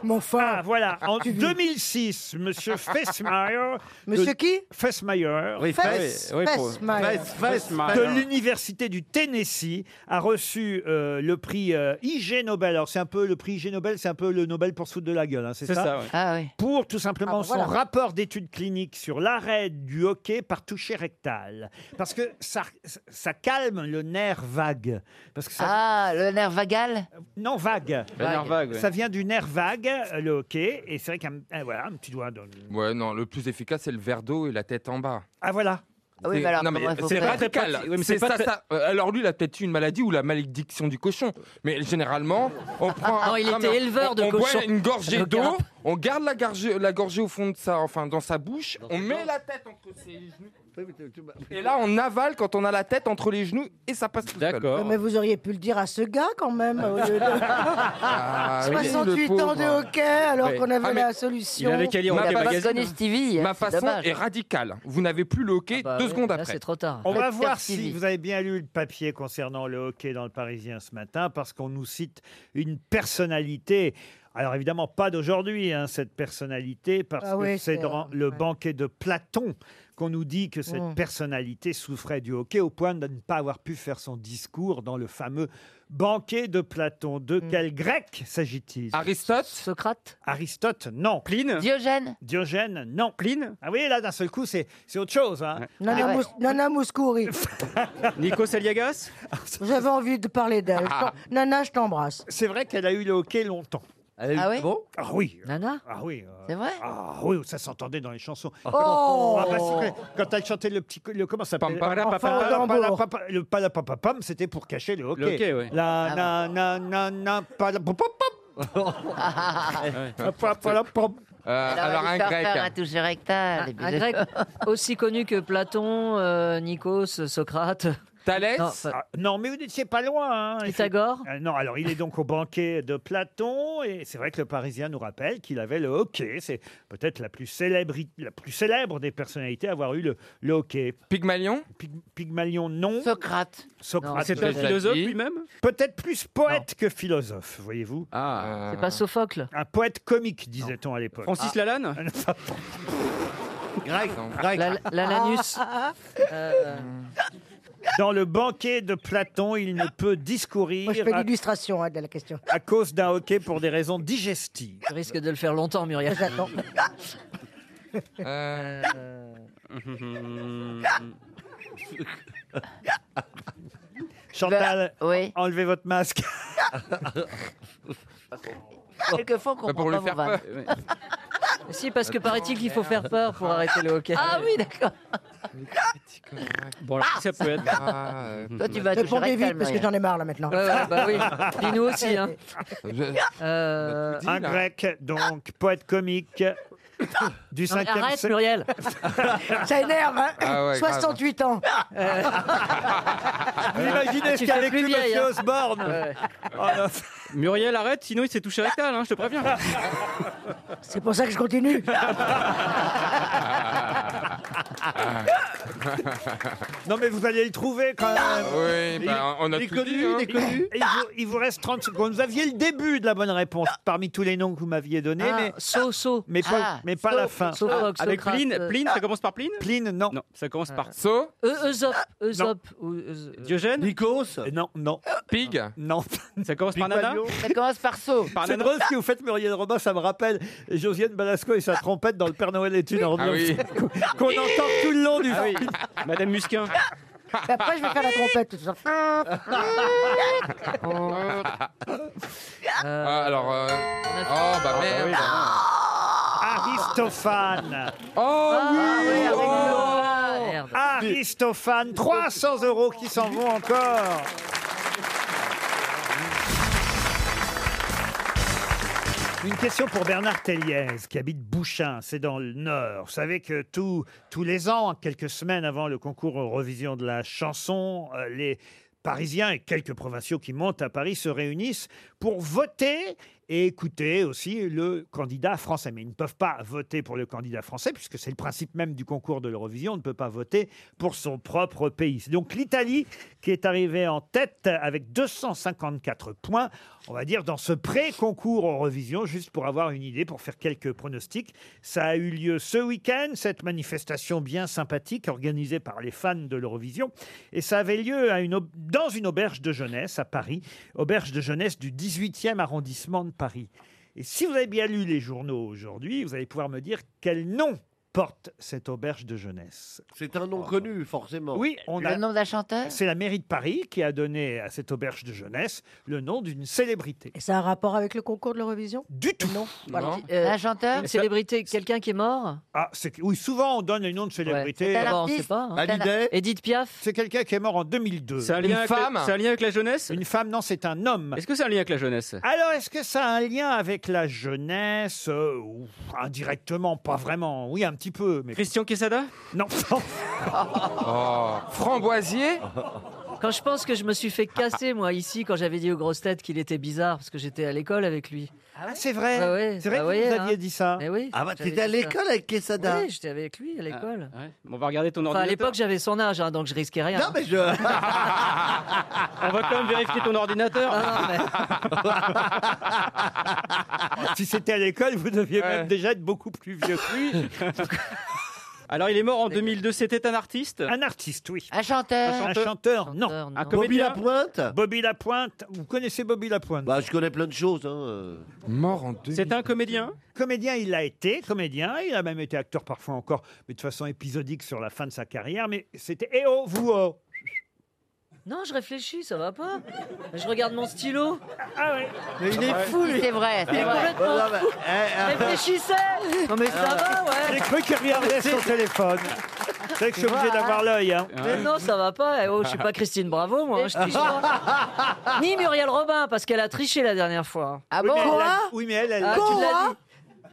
Mon Ah, frère.
voilà. En 2006, Monsieur Fessmeyer.
Monsieur
qui Fessmeyer.
Oui, Fess- oui, oui, pour- Fessmeyer. Fess- Fessmeyer.
De l'université du Tennessee a reçu euh, le prix euh, IG Nobel. Alors c'est un peu le prix IG Nobel, c'est un peu le Nobel pour se foutre de la gueule, hein, c'est
C'est
ça,
ça, ouais.
Pour tout simplement
Ah, bah,
son
voilà.
rapport d'études cliniques sur l'arrêt du hockey par toucher rectal, parce que ça, ça calme le nerf vague. Parce que ça, Euh,
Ah, le nerf vagal
non, vague.
Le nerf vague, ouais.
Ça vient du nerf vague, euh, le hockey. Et c'est vrai qu'un euh, voilà, un petit doigt. dans le-
Ouais, non, le plus efficace, c'est le verre d'eau et la tête en bas.
Ah voilà.
Ah oui,
C'est-
mais alors,
non, mais
comment il faut
c'est
faire
radical.
Oui, mais
C'est
c'est pas
ça,
très-
ça. Euh, Alors lui, il a peut-être eu une maladie ou la malédiction du cochon. Mais généralement, on prend.
Non, il
mais
était
on-
éleveur
on-
de
on boit
cochons.
une
Ça
gorgée
n'a aucun
d'eau,
rapport.
on garde la gorgée, la gorgée au fond de sa, enfin dans sa bouche, on met la tête entre ses genoux. Et là, on avale quand on a la tête entre les genoux et ça passe tout seul.
Ouais, Mais vous auriez pu le dire à ce gars quand même. au lieu de-
Ah, oui, le
68 ans
pauvre.
de hockey alors
Ouais.
qu'on avait
Ah, mais
la solution.
Ma
Il a
façon-
pas connu Stevie. hein,
Ma
c'est
façon
dommage.
est radicale. Vous n'avez plus le hockey deux
bah oui,
secondes
là,
après.
c'est trop On va voir si vous avez bien lu le papier concernant le hockey dans le Parisien ce matin, parce qu'on nous cite une personnalité. Alors évidemment, pas d'aujourd'hui, hein, cette personnalité, parce
Ah
que
oui,
c'est
c'est-
dans le banquet de Platon qu'on nous dit que cette
Mm.
personnalité souffrait du hockey au point de ne pas avoir pu faire son discours dans le fameux banquet de Platon. De quel grec s'agit-il
Aristote
Socrate
Aristote, non.
Pline
Diogène
Diogène, non.
Pline
Ah oui, là, d'un seul coup, c'est c'est autre chose. Hein.
Nana, Mous- Nana Mouskouri.
Nico Saliagas
J'avais envie de parler d'elle. Je t'en- Nana, je t'embrasse.
C'est vrai qu'elle a eu le hockey longtemps.
Ah oui
bon Ah oui.
Nana
Ah oui. euh,
C'est vrai
Ah oui, ça s'entendait dans les chansons.
Oh
Ah bah, c'est vrai, Quand elle chantait le petit... co- Le, comment ça s'appelle
Pam, para, pa, Enfant pa, au
Pam, para,
tambour.
pa, pa, Le palapapapam, c'était pour cacher le hockey.
Le hockey, oui.
La
Ah
na na na na palapapapam. Pa, pa, pa, la, pam.
Euh, alors, un grec.
toucher rectal.
Un grec aussi connu que Platon, euh, Nikos, Socrate.
Thalès
Non, ça-
Ah, Non, mais vous n'étiez pas loin. hein,
Pythagore
effectivement. Euh, Non, alors il est donc au banquet de Platon, et c'est vrai que le Parisien nous rappelle qu'il avait le hockey. C'est peut-être la, plus célébri- la plus célèbre des personnalités à avoir eu le, le hockey.
Pygmalion
Pygm- Pygmalion, non.
Socrate.
Ah,
Socrate.
C'est un
peut-être.
philosophe lui-même
Peut-être plus poète que philosophe, voyez-vous.
Ah.
C'est pas Sophocle Ah.
Un poète comique, disait-on à l'époque.
Francis Lalanne
Grec.
La- Lalanus. Euh,
Dans le banquet de Platon, il ne peut discourir
Moi, je fais
à,
l'illustration hein, de la question.
à cause d'un hockey pour des raisons digestives.
Tu risques de le faire longtemps, Muriel.
J'attends.
Euh. Chantal,
Bah, oui.
enlevez votre masque.
Quelquefois,
Bah,
on comprend
pour
pas
lui faire
mon van.
peur.
si, parce que paraît-il qu'il faut faire peur pour arrêter le hockey.
Ah oui, d'accord.
Bon, alors, qui ça peut être
Ah, euh, Toi, tu vas
Répondez vite parce que j'en ai marre là maintenant.
Ouais, ouais, bah oui. Dis-nous aussi. Hein. Euh,
Un grec, donc, poète comique du
Non, mais
5e
arrête,
siècle.
Muriel.
Ça énerve, hein
Ah ouais,
68 ans.
Euh.
Vous
Ah,
imaginez ce
Tu
qu'a
fais
vécu
plus vieille,
Monsieur
hein.
Osborne Oh,
Muriel, arrête, sinon il s'est touché rectal, hein, je te préviens.
C'est pour ça que je continue.
Non, mais vous allez le trouver quand même.
Ah Oui, bah, on a tout dit, hein.
Et Il, vous, il vous reste 30 secondes. Vous aviez le début de la bonne réponse parmi tous les noms que vous m'aviez donnés.
Ah,
mais,
So, So.
mais pas,
Ah,
mais pas
So,
la fin.
Sophocle, Avec Socrate, Pline- euh. Pline, ça commence par Pline
Pline, non.
Non, ça commence par
So.
Eusop.
Ah.
Eusop.
Diogène
Nikos
Euh, Non, non.
Pig
Non.
Ça commence par Nana
Ça commence par saut.
C'est drôle si vous faites Muriel Robin, ça me rappelle Josiane Balasco et sa trompette dans Le Père Noël est une
Ah
ordure.
oui.
Qu'on entend tout le long du
Ah
film.
Madame Musquin.
Bah, Après, je vais faire la trompette. tout ça.
Ah, alors. euh, Oh, bah merde.
Ah.
Aristophane.
Oh
Ah,
oui,
merde.
Aristophane, 300 euros qui s'en vont encore. Une question pour Bernard Telliez, qui habite Bouchain, c'est dans le Nord. Vous savez que tous- tous les ans, quelques semaines avant le concours Eurovision de la chanson, euh, les Parisiens et quelques provinciaux qui montent à Paris se réunissent pour voter et écouter aussi le candidat français. Mais ils ne peuvent pas voter pour le candidat français, puisque c'est le principe même du concours de l'Eurovision, on ne peut pas voter pour son propre pays. C'est donc l'Italie qui est arrivée en tête avec 254 points, on va dire, dans ce pré-concours Eurovision, juste pour avoir une idée, pour faire quelques pronostics. Ça a eu lieu ce week-end, cette manifestation bien sympathique organisée par les fans de l'Eurovision. Et ça avait lieu à une au- dans une auberge de jeunesse à Paris, auberge de jeunesse du 18e arrondissement de Paris. Et si vous avez bien lu les journaux aujourd'hui, vous allez pouvoir me dire quel nom porte cette auberge de jeunesse.
C'est un nom connu, forcément.
Oui, on
Le
a-
nom d'un chanteur
C'est la mairie de Paris qui a donné à cette auberge de jeunesse le nom d'une célébrité.
Et ça a un rapport avec le concours de l'Eurovision
Du tout.
Non. Euh,
Non.
Un
chanteur
Une célébrité, quelqu'un Euh, qui est mort
Ah, c'est- oui, souvent on donne les noms de célébrités.
C'est un Bon, on artiste. sait pas, hein.
Hallyday.
Edith Piaf.
C'est quelqu'un qui est mort en 2002.
C'est un lien avec la- c'est un lien avec la jeunesse
Une femme, non, c'est un homme. Ah,
Est-ce que c'est un lien avec la jeunesse
Alors, est-ce que ça a un lien avec la jeunesse euh, ou Indirectement, pas vraiment. Oui, un petit peu. Mais...
Christian Quesada
Non.
Ah
Oh. Framboisier
Quand je pense que je me suis fait casser, moi, ici, quand j'avais dit aux grosses têtes qu'il était bizarre, parce que j'étais à l'école avec lui.
Ah, c'est vrai
Ah ouais,
C'est vrai
bah
que
ouais,
vous
hein.
aviez dit ça.
Eh oui,
Ah bah,
j'avais
t'étais à
dit ça.
l'école avec Quesada.
Oui, j'étais avec lui à l'école.
Ah, On va regarder ton
Enfin, à
ordinateur.
l'époque, j'avais son âge, hein, donc je risquais rien.
Non, mais je- On va quand même vérifier ton ordinateur.
si c'était à l'école, vous deviez même déjà être beaucoup plus vieux que lui.
Alors, il est mort en 2002. C'était un artiste
Un artiste, oui.
Un chanteur
Un chanteur, non. Un
Bobby Lapointe
Bobby Lapointe, vous connaissez Bobby Lapointe
Bah, je connais plein de choses. Hein.
Mort en
C'est un comédien
Comédien, il a été comédien, il a même été acteur parfois encore, mais de façon épisodique sur la fin de sa carrière. Mais c'était Eh oh, vous oh
Non, je réfléchis, ça va pas. Je regarde mon stylo.
Ah ouais.
Mais il est Ouais. fou, lui.
C'est vrai,
Il
c'est
est
vrai.
complètement
Non, mais-
fou.
eh, eh.
Réfléchissez. Non mais ça va, ouais.
J'ai cru qu'il regardait son téléphone. C'est vrai que je suis obligé d'avoir l'œil. hein.
Mais non, ça va pas. Eh oh, je suis pas Christine Bravo, moi. hein, Je triche pas. Ni Muriel Robin, parce qu'elle a triché la dernière fois.
Ah
Oui,
bon
mais elle l'a- Oui, mais elle, elle l'a
Ah, tu
dit.
l'as dit.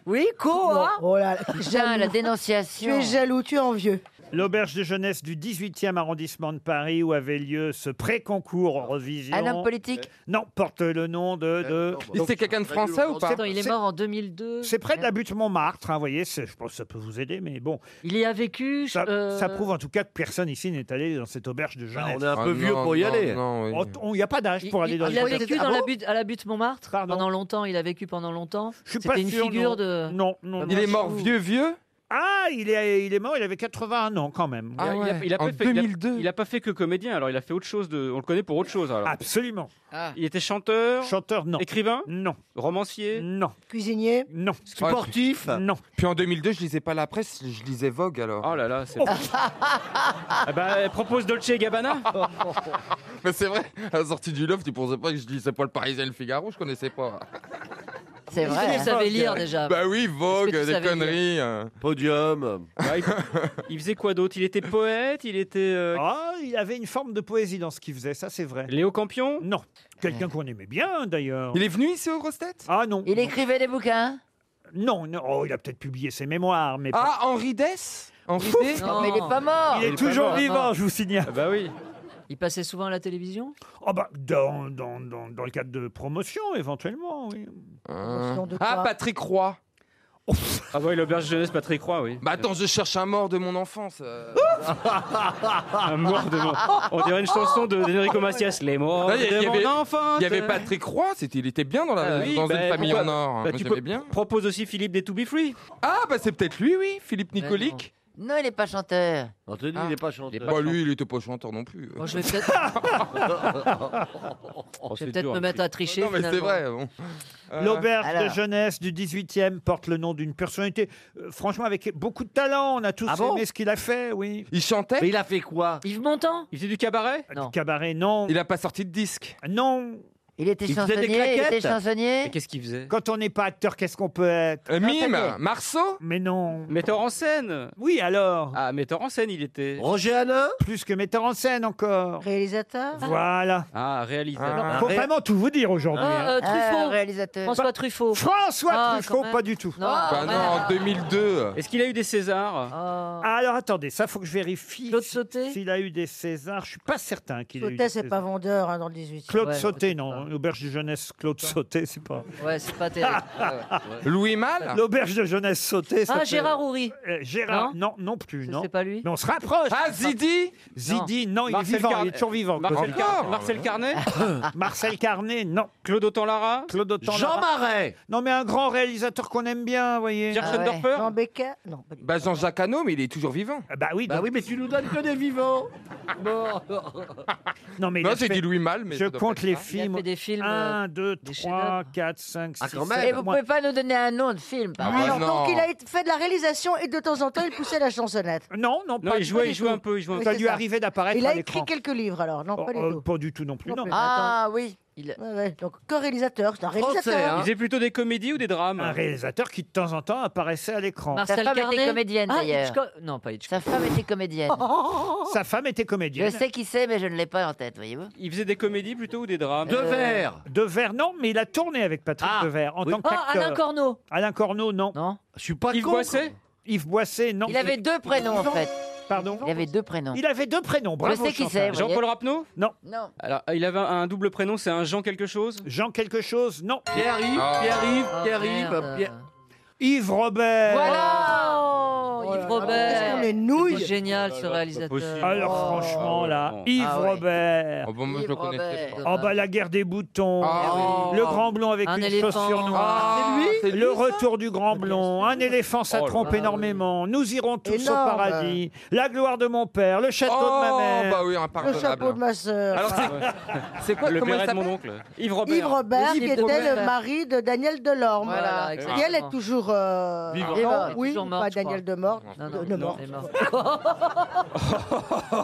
Oui, quoi
Oh là là.
Putain, la
jaloux. Tu
dénonciation.
es jaloux, tu es envieux.
L'auberge de jeunesse du 18e arrondissement de Paris où avait lieu ce pré-concours Eurovision.
Un homme politique
Non, porte le nom de.
Euh,
de...
bah,
C'est quelqu'un de français ou pas
Attends, il est
c'est-
mort en 2002.
C'est près de la butte Montmartre, hein, vous voyez, c'est- je pense que ça peut vous aider, mais bon,
Il y a vécu.
ça,
euh,
ça prouve en tout cas que personne ici n'est allé dans cette auberge de
Bah,
jeunesse.
on est un peu vieux pour y aller.
Ah, Non, oui.
Il n'y a pas d'âge
Il,
pour aller
il-
dans
il a
les
vécu
Ah
dans
bon
la butte, à la butte Montmartre
Pardon
pendant longtemps. Il a vécu pendant longtemps.
Je suis
C'était
pas
une
sûr,
figure
non.
de.
Non, non,
Il
non.
est mort vieux, vieux
Ah, il est, il est mort, il avait 81 ans quand même.
Ah
Il a- il a-
ouais,
il a pas
en
fait- il a-
2002.
Il a pas fait que comédien, alors il a fait autre chose. De... On le connaît pour autre chose. Alors.
Absolument.
Il était chanteur,
Chanteur, non.
écrivain,
Non,
romancier.
non,
Cuisinier
non,
Sportif
non.
Puis en 2002, je lisais pas la presse, je lisais Vogue alors.
Oh là là, c'est.
Eh
Ah
ben,
bah, elle propose Dolce et Gabbana
Mais c'est vrai, à la sortie du loft, tu pensais pas que je lisais pas le Parisien et le Figaro, je connaissais pas.
C'est
Est-ce que
vrai.
tu savais lire déjà
Bah oui, Vogue,
Est-ce que tu
des
savais
conneries. euh.
Podium.
Bah, il... il faisait quoi d'autre Il était poète, il était. euh,
Ah, il avait une forme de poésie dans ce qu'il faisait, ça c'est vrai.
Léo Campion
Non, quelqu'un qu'on aimait bien d'ailleurs.
Il est venu ici aux grosses têtes
Ah non,
Il écrivait des bouquins
non, non. Oh, il a peut-être publié ses mémoires, mais pas-
Ah, Henri Dess Henri Dess
Non.
Mais il est pas mort
il est
il est
toujours
pas mort.
vivant, je vous signale.
Ah bah oui.
Il passait souvent à la télévision.
Oh bah, dans, dans, dans, dans le cadre de promotion, éventuellement, oui.
Ah,
de quoi
Ah, Patrick Roy.
Ah ouais, l'auberge jeunesse Patrick Roy, oui.
Bah attends, je cherche un mort de mon enfance. euh.
Un mort de mon- On dirait une chanson de d'Enrico Macias. Les morts
Non, il y- il
de
y avait-
mon enfance.
Il y avait Patrick Roy, c'était, il était bien dans, la,
Ah oui,
dans
bah,
une famille
pourquoi-
en or. hein.
bah,
Moi,
tu
j'aimais
peux-
bien.
Propose aussi Philippe des To Be Free.
Ah, bah c'est peut-être lui, oui, Philippe Nicolic.
Non, il n'est pas chanteur.
Anthony,
Ah.
il n'est pas chanteur.
Bah lui, il était pas chanteur non plus.
Moi, je vais peut-être.
Je
Oh,
vais peut-être
hein,
me mettre à tricher,
Non, mais c'est
finalement.
vrai. bon. Euh,
L'auberge de
alors.
jeunesse du 18e porte le nom d'une personnalité, euh, franchement, avec beaucoup de talent. On a tous
Ah bon
aimé ce qu'il a fait, oui.
Il chantait
Mais il a fait quoi
Yves Montand Ah,
Il faisait du cabaret
Non.
Du cabaret, non. Ah,
Il a pas sorti de disque.
Non.
Il était
Il faisait des
chansonnier, il
claquettes.
était chansonnier.
Qu'est-ce qu'il faisait
Quand on n'est pas acteur, qu'est-ce qu'on peut être
Euh, mime,
t'inquiète.
Marceau
Mais non.
Metteur en scène.
Oui, alors
Ah, metteur en scène, il était.
Roger Hanin
Plus que metteur en scène encore.
Réalisateur
Voilà.
Ah, réalisateur.
Faut vraiment tout vous dire aujourd'hui.
Ah,
hein.
euh, Truffaut.
Ah, réalisateur.
François Truffaut.
François
Ah, quand
Truffaut,
même.
pas du tout.
Non.
Bah non, en 2002.
Est-ce qu'il a eu des Césars
Ah.
Ah, alors attendez, ça faut que je vérifie.
Claude Sauté
S'il a eu des Césars, je suis pas certain qu'il ait eu.
Sauté,
des
c'est
Césars.
pas vendeur hein, dans le 18
Claude
Ouais,
Sauté,
peut-être
non. L'auberge de jeunesse, Claude Sauté, c'est pas.
Ouais, c'est pas terrible. Ouais,
Ah
ouais.
Louis Mal
L'auberge de jeunesse Sauté. ça
Ah,
peut-
Gérard Houry.
Euh, Gérard, non, non, plus,
C'est
non.
c'est pas lui
Mais on se rapproche.
Ah, Zidi
Zidi, non, il est
Marcel
vivant,
Car-
il est toujours vivant.
Marcel,
Claude.
Car- Marcel Carnet
Marcel Carnet, non.
Claude Autant-Lara
Claude Autant.
Jean Marais
Non, mais un grand réalisateur qu'on aime bien, vous voyez.
Pierre
Ah ouais.
Schoendoerfer
Non, Becca Non, pas du tout.
Bah Jean-Jacques Hano, mais il est toujours vivant.
Ah Bah oui,
Bah
donc-
oui, mais tu nous donnes que des vivants. Bon.
non, mais il
Non,
a
j'ai
fait-
dit Louis Mal, mais
Je
ça doit
compte
pas
les
être ça.
Il a
films.
fait des films. euh,
1, 2,
des
3
chefs-d'œuvre.
4, 5, 6,
Ah, quand
7.
même.
Et vous pouvez pas nous donner un nom de film, par
Ah,
exemple
bah
Alors,
non.
donc, il a été- fait de la réalisation et de temps en temps, il poussait la chansonnette.
Non, non,
Non,
pas
il
du
jouait,
tout.
il jouait un peu. Il jouait un
Oui,
peu.
Ça
c'est
lui
ça.
arrivait d'apparaître
Il
à
a
l'écran.
écrit quelques livres, alors. Non,
Oh,
pas du
euh,
tout.
pas du tout non plus.
Non
Non.
plus.
Ah oui. Il-
Ouais, ouais. Donc, co-réalisateur, c'est un réalisateur.
Français,
Il
hein.
faisait plutôt des comédies ou des drames
Un réalisateur qui de temps en temps apparaissait à l'écran.
Sa
Marcel
femme était
Carnet.
comédienne,
Ah,
d'ailleurs.
Hitchcock- Non, pas Hitchcock.
Sa femme était comédienne.
Sa femme était
Oh. Je
comédienne.
sais qui c'est, mais je ne l'ai pas en tête, voyez-vous.
Il faisait des comédies plutôt ou des drames
De verre.
Devers, non, mais il a tourné avec Patrick
Ah,
Devers en
oui.
tant
Ah, Alain
qu'acteur.
Corneau.
Alain Corneau, non.
Non
Je suis pas
Yves
con.
Boisset
Yves Boisset, non.
Il avait deux prénoms, en fait.
Pardon
Il avait deux prénoms.
Il avait deux prénoms. Oh, Bravo,
sais qui
Chantal.
c'est, moi.
Jean-Paul Rapneau
Non.
Alors, il avait un double prénom, c'est un Jean quelque chose
Jean quelque chose, non.
Pierre-Yves,
Ah.
Pierre-Yves,
Oh,
Pierre-Yves.
merde.
Pierre-
Yves Robert.
Voilà
Oh, Yves
Qu'est-ce
Robert.
qu'on est
C'est
nouilles
génial ce
possible.
réalisateur.
Alors
Oh.
franchement là,
Ah ouais.
Yves
Ah ouais.
Robert.
Oh, bon, moi, je le
Yves
connaissais
Robert.
pas.
Oh bah la guerre des boutons.
Ah
Le grand blond avec
Un
une
éléphant.
chaussure noire.
Ah, c'est lui
Le retour du grand blond, un éléphant, ça
Oh là
trompe
là.
énormément. Nous irons tous
Énorme.
au paradis. La gloire de mon père, le château de ma
Oh,
mère. Ah,
bah oui,
Le chapeau de
impardonnable.
ma sœur.
Alors, c'est, c'est quoi
Le
Comment il
béret de
s'appelle
mon oncle. Yves Robert.
Yves Robert,
Le
qui
livre
était
de
le
Robert.
mari de Daniel Delorme.
Voilà,
Qui,
exactement.
elle est toujours. euh,
Vivante.
non,
Vivante,
oui,
toujours morte,
pas
je crois.
Daniel de mort.
Non,
de-
non, non,
de mort.
il est mort.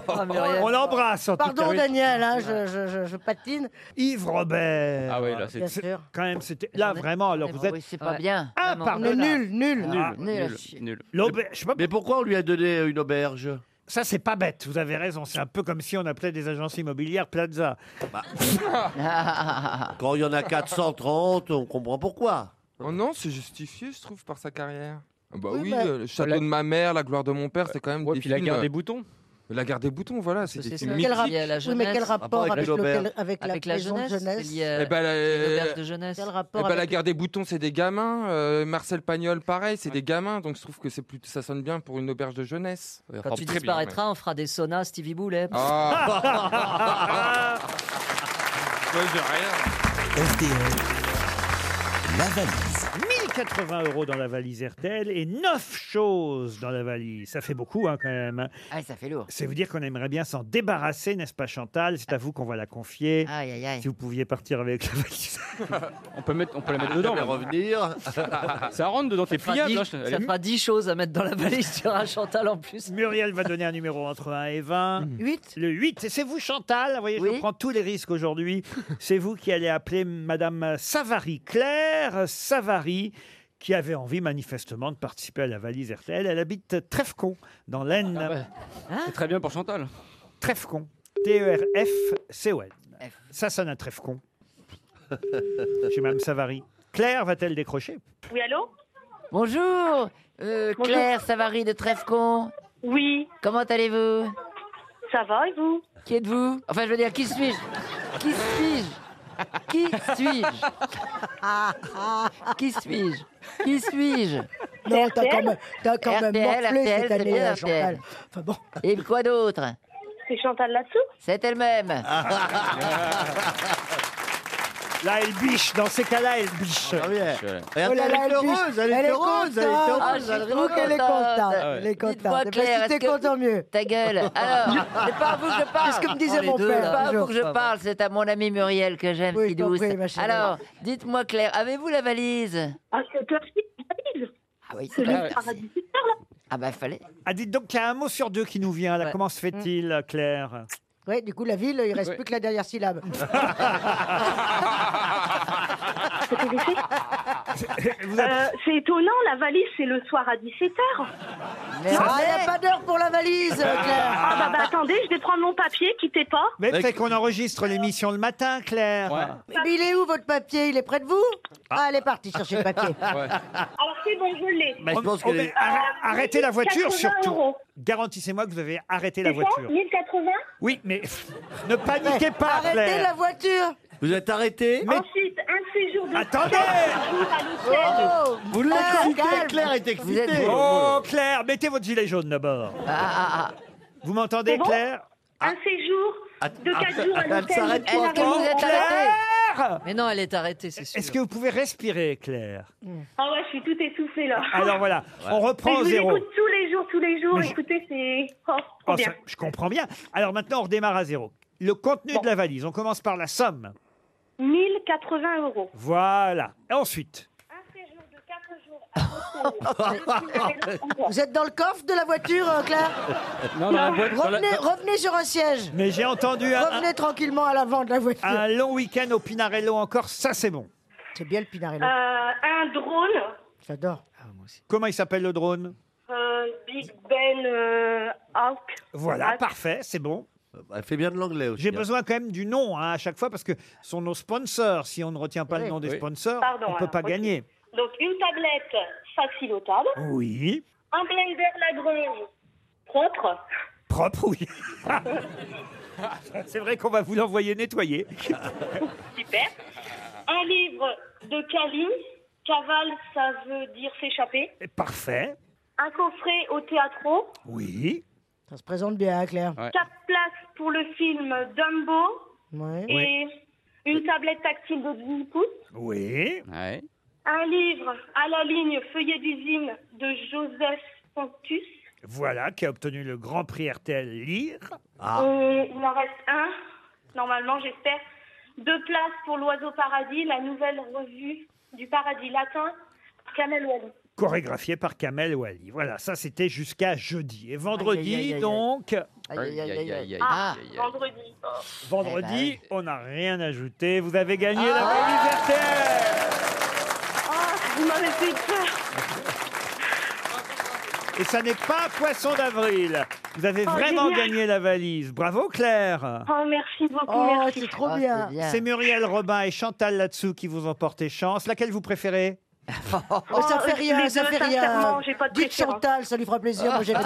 Ah, Muriel.
On l'embrasse en tout
Pardon,
cas.
Daniel, hein, je, je- je- je patine.
Yves Robert.
Ah oui, là, c'est.
Bien sûr.
Quand même, c'était là vraiment. Alors vous êtes
Oui, c'est pas
Ouais.
bien.
Ah,
Vraiment.
On
pardon.
est nul, nul.
Nul,
Ah,
nul à
nul,
chier.
nul.
L'auberge, je sais pas.
Mais pourquoi on lui a donné euh, une auberge
Ça c'est pas bête. Vous avez raison. C'est un peu comme si on appelait des agences immobilières Plaza.
Quand il y en a 430, on comprend pourquoi.
Oh non, c'est justifié, je trouve, par sa carrière. Ah Bah
Oui,
oui,
mais-
euh, le château de ma mère, la gloire de mon père, c'est quand même
Ouais,
des
puis la
films,
guerre
euh,
des boutons.
la guerre des boutons, voilà, c'est
C'est
des
ça.
films
Quel
mythiques.
rap-
Lié à la
Oui, mais quel
jeunesse.
Rapport
rapport
avec
avec, lequel-
l'auberge.
avec
Avec
la,
la
maison
jeunesse.
de jeunesse
c'est lié à-
Eh ben, la-
c'est l'auberge de jeunesse.
Quel
Eh
rapport
ben, la
avec-
guerre des boutons, c'est des gamins. euh, Marcel Pagnol, pareil, c'est des gamins. Donc je trouve que c'est plus, ça sonne bien pour une auberge de jeunesse.
Quand tu disparaîtras, on fera des saunas Stevie Boulet.
Ah, moi, Ah. j'ai rien.
RTL, la valise.
1080 euros dans la valise RTL et 9 choses dans la valise. Ça fait beaucoup hein, quand même.
Ah, ça fait lourd.
C'est vous dire qu'on aimerait bien s'en débarrasser, n'est-ce pas Chantal C'est à vous qu'on va la confier.
Aïe, aïe, aïe.
Si vous pouviez partir avec la valise.
On peut, mettre, on peut la mettre
Non,
dedans.
mais
même.
revenir.
Ça rentre dedans, t'es
Ça fera
pliable.
dix-
hein, je- elle
ça
est-
fera 10 choses à mettre dans la valise, tu auras Chantal en plus. Mm.
Muriel va donner un numéro entre 1 et 20.
8
Le 8, et c'est vous Chantal, vous voyez, je
Oui.
prends tous les risques aujourd'hui. C'est vous qui allez appeler Madame Savary, Claire Savary, qui avait envie manifestement de participer à la valise RTL. Elle habite Trèfcon, dans l'Aisne.
Ah ouais.
Hein
C'est très bien pour Chantal.
Trèfcon. E T-E-R-F-C-O-N.
F.
Ça sonne un Trèfcon. Chez Mme Savary. Claire va-t-elle décrocher
Oui, allô
Bonjour, euh,
Bonjour.
Claire Savary de Trèfcon.
Oui,
Comment allez-vous
ça va et vous
Qui êtes-vous Enfin, je veux dire, qui suis-je Qui suis-je Qui suis-je Qui suis-je Qui suis-je
Non, t'as quand même, t'as quand même
RTL,
morflé
RTL,
cette
c'est
année,
bien,
euh, Chantal.
RTL. Et quoi d'autre C'est Chantal Latsou C'est
Ah,
elle-même.
Là, elle biche. Dans ces cas-là, elle biche.
Oh là là, elle dit, elle est contente.
Ah,
Je trouve qu'elle est contente. Elle est
Dites-moi,
contente. Eh ben,
Claire,
si t'es
est-ce que-
content, mieux.
Ta gueule. Alors, c'est pas à vous que je parle.
C'est ce que me disait
On est
mon
Ah, deux,
père,
là. C'est pas à vous
toujours.
que je parle, c'est à mon ami Muriel que j'aime, si douce.
compris, ma chérie.
Alors, dites-moi, Claire, avez-vous la valise Ah, c'est toi valise Ah oui, c'est pas- Ah bah, fallait.
Ah, dites donc qu'il y a un mot sur deux qui nous vient. Là, comment se
Mm.
fait-il, Claire
Ouais, du coup, la ville, il reste
Oui.
plus que la dernière syllabe.
Euh, c'est étonnant, la valise, c'est le soir à 17h.
Mais Non, ouais. elle a pas d'heure pour la valise, Claire.
Ah bah, bah, attendez, je vais prendre mon papier, quittez pas.
Mais peut-être qu'on enregistre l'émission le matin, Claire. Ah.
Mais il est où votre papier Il est près de vous Ah, elle est partie chercher le papier. Bah,
Alors c'est bon, je l'ai.
Mais je pense que-
Euh,
Arrête- arrêtez la voiture
80
surtout.
euros.
Garantissez-moi que vous avez arrêté la
C'est ça
voiture.
1080
Oui, mais ne paniquez pas,
Arrêtez
Claire.
la voiture
Vous êtes arrêté
Ensuite, un séjour de
Attendez
quatre jours à l'hôtel.
Oh,
Vous l'avez excité, Claire est excitée.
Oh, Claire, mettez votre gilet jaune d'abord.
Ah,
Vous m'entendez,
C'est bon
Claire
Un séjour de
Ah.
4 jours à
Elle s'arrête
l'hôtel.
pas.
Est-ce que vous êtes
arrêtée
Claire
Mais non, elle est arrêtée, c'est sûr.
Est-ce que vous pouvez respirer, Claire
Ah ouais, je suis tout essoufflée là.
Alors voilà, on reprend
Mais je vous
zéro.
écoute tous les jours, tous les jours.
Mais je-
Écoutez, c'est oh, trop
Oh,
bien.
ça, je comprends bien. Alors maintenant, on redémarre à zéro. Le contenu de la valise, on commence par la somme.
1080 euros.
Voilà. Et ensuite,
Vous êtes dans le coffre de la voiture, euh, Claire
Non, dans la boîte- dans la-
Revenez, revenez sur un siège.
mais j'ai entendu un,
Revenez tranquillement à l'avant de la voiture.
un long week-end au Pinarello encore, ça c'est bon.
C'est bien le Pinarello.
Euh, un drone,
J'adore.
Ah,
Comment il s'appelle le drone
euh, Big Ben euh, Hawk.
Voilà,
Hawk.
parfait, c'est bon.
Euh, bah, Elle fait bien de l'anglais aussi.
J'ai
hein.
besoin quand même du nom hein, à chaque fois parce que ce sont nos sponsors. Si on ne retient pas le nom des sponsors,
Pardon,
on ne peut
alors,
pas
ok.
gagner. Oh.
Donc une tablette facile au table,
Oui,
un blender lagrange propre.
propre, oui. c'est vrai qu'on va vous l'envoyer nettoyer.
Super. Un livre de Cali. Cavale, ça veut dire s'échapper.
Parfait,
Un coffret au théâtre.
oui.
Ça se présente bien, hein, Claire.
Quatre places pour le film Dumbo.
Ouais.
Et une tablette tactile de 10 pouces.
Oui.
Un livre à la ligne Feuillet d'usine de Joseph Pontus.
Voilà, qui a obtenu le grand prix RTL Lire.
Ah.
Et Euh, il en reste un, normalement, j'espère. Deux places pour l'Oiseau Paradis, la nouvelle revue du paradis latin, Kamel Wally.
Chorégraphié par Kamel Wally. Voilà, ça c'était jusqu'à jeudi. Et vendredi,
Aïe, aïe, aïe, aïe.
donc,
Aïe, aïe, aïe, aïe.
Ah,
Ah, vendredi.
vendredi, on n'a rien ajouté. Vous avez gagné la
Eh ben Ah.
valise RTL.
Ah, vous m'avez fait peur.
Et ça n'est pas un poisson d'avril. Vous avez
Oh,
vraiment
génial.
gagné la valise. Bravo Claire.
Oh, merci beaucoup,
Oh,
merci.
c'est trop
Ah,
bien.
C'est Muriel Robin et Chantal là-dessous qui vous ont porté chance. Laquelle vous préférez
Oh, ça
Oh,
fait
je suis
rien,
les
ça
deux,
fait rien.
sincèrement, j'ai pas de hein.
Dites
préférence.
Chantal, ça lui fera plaisir. Moi, j'ai pas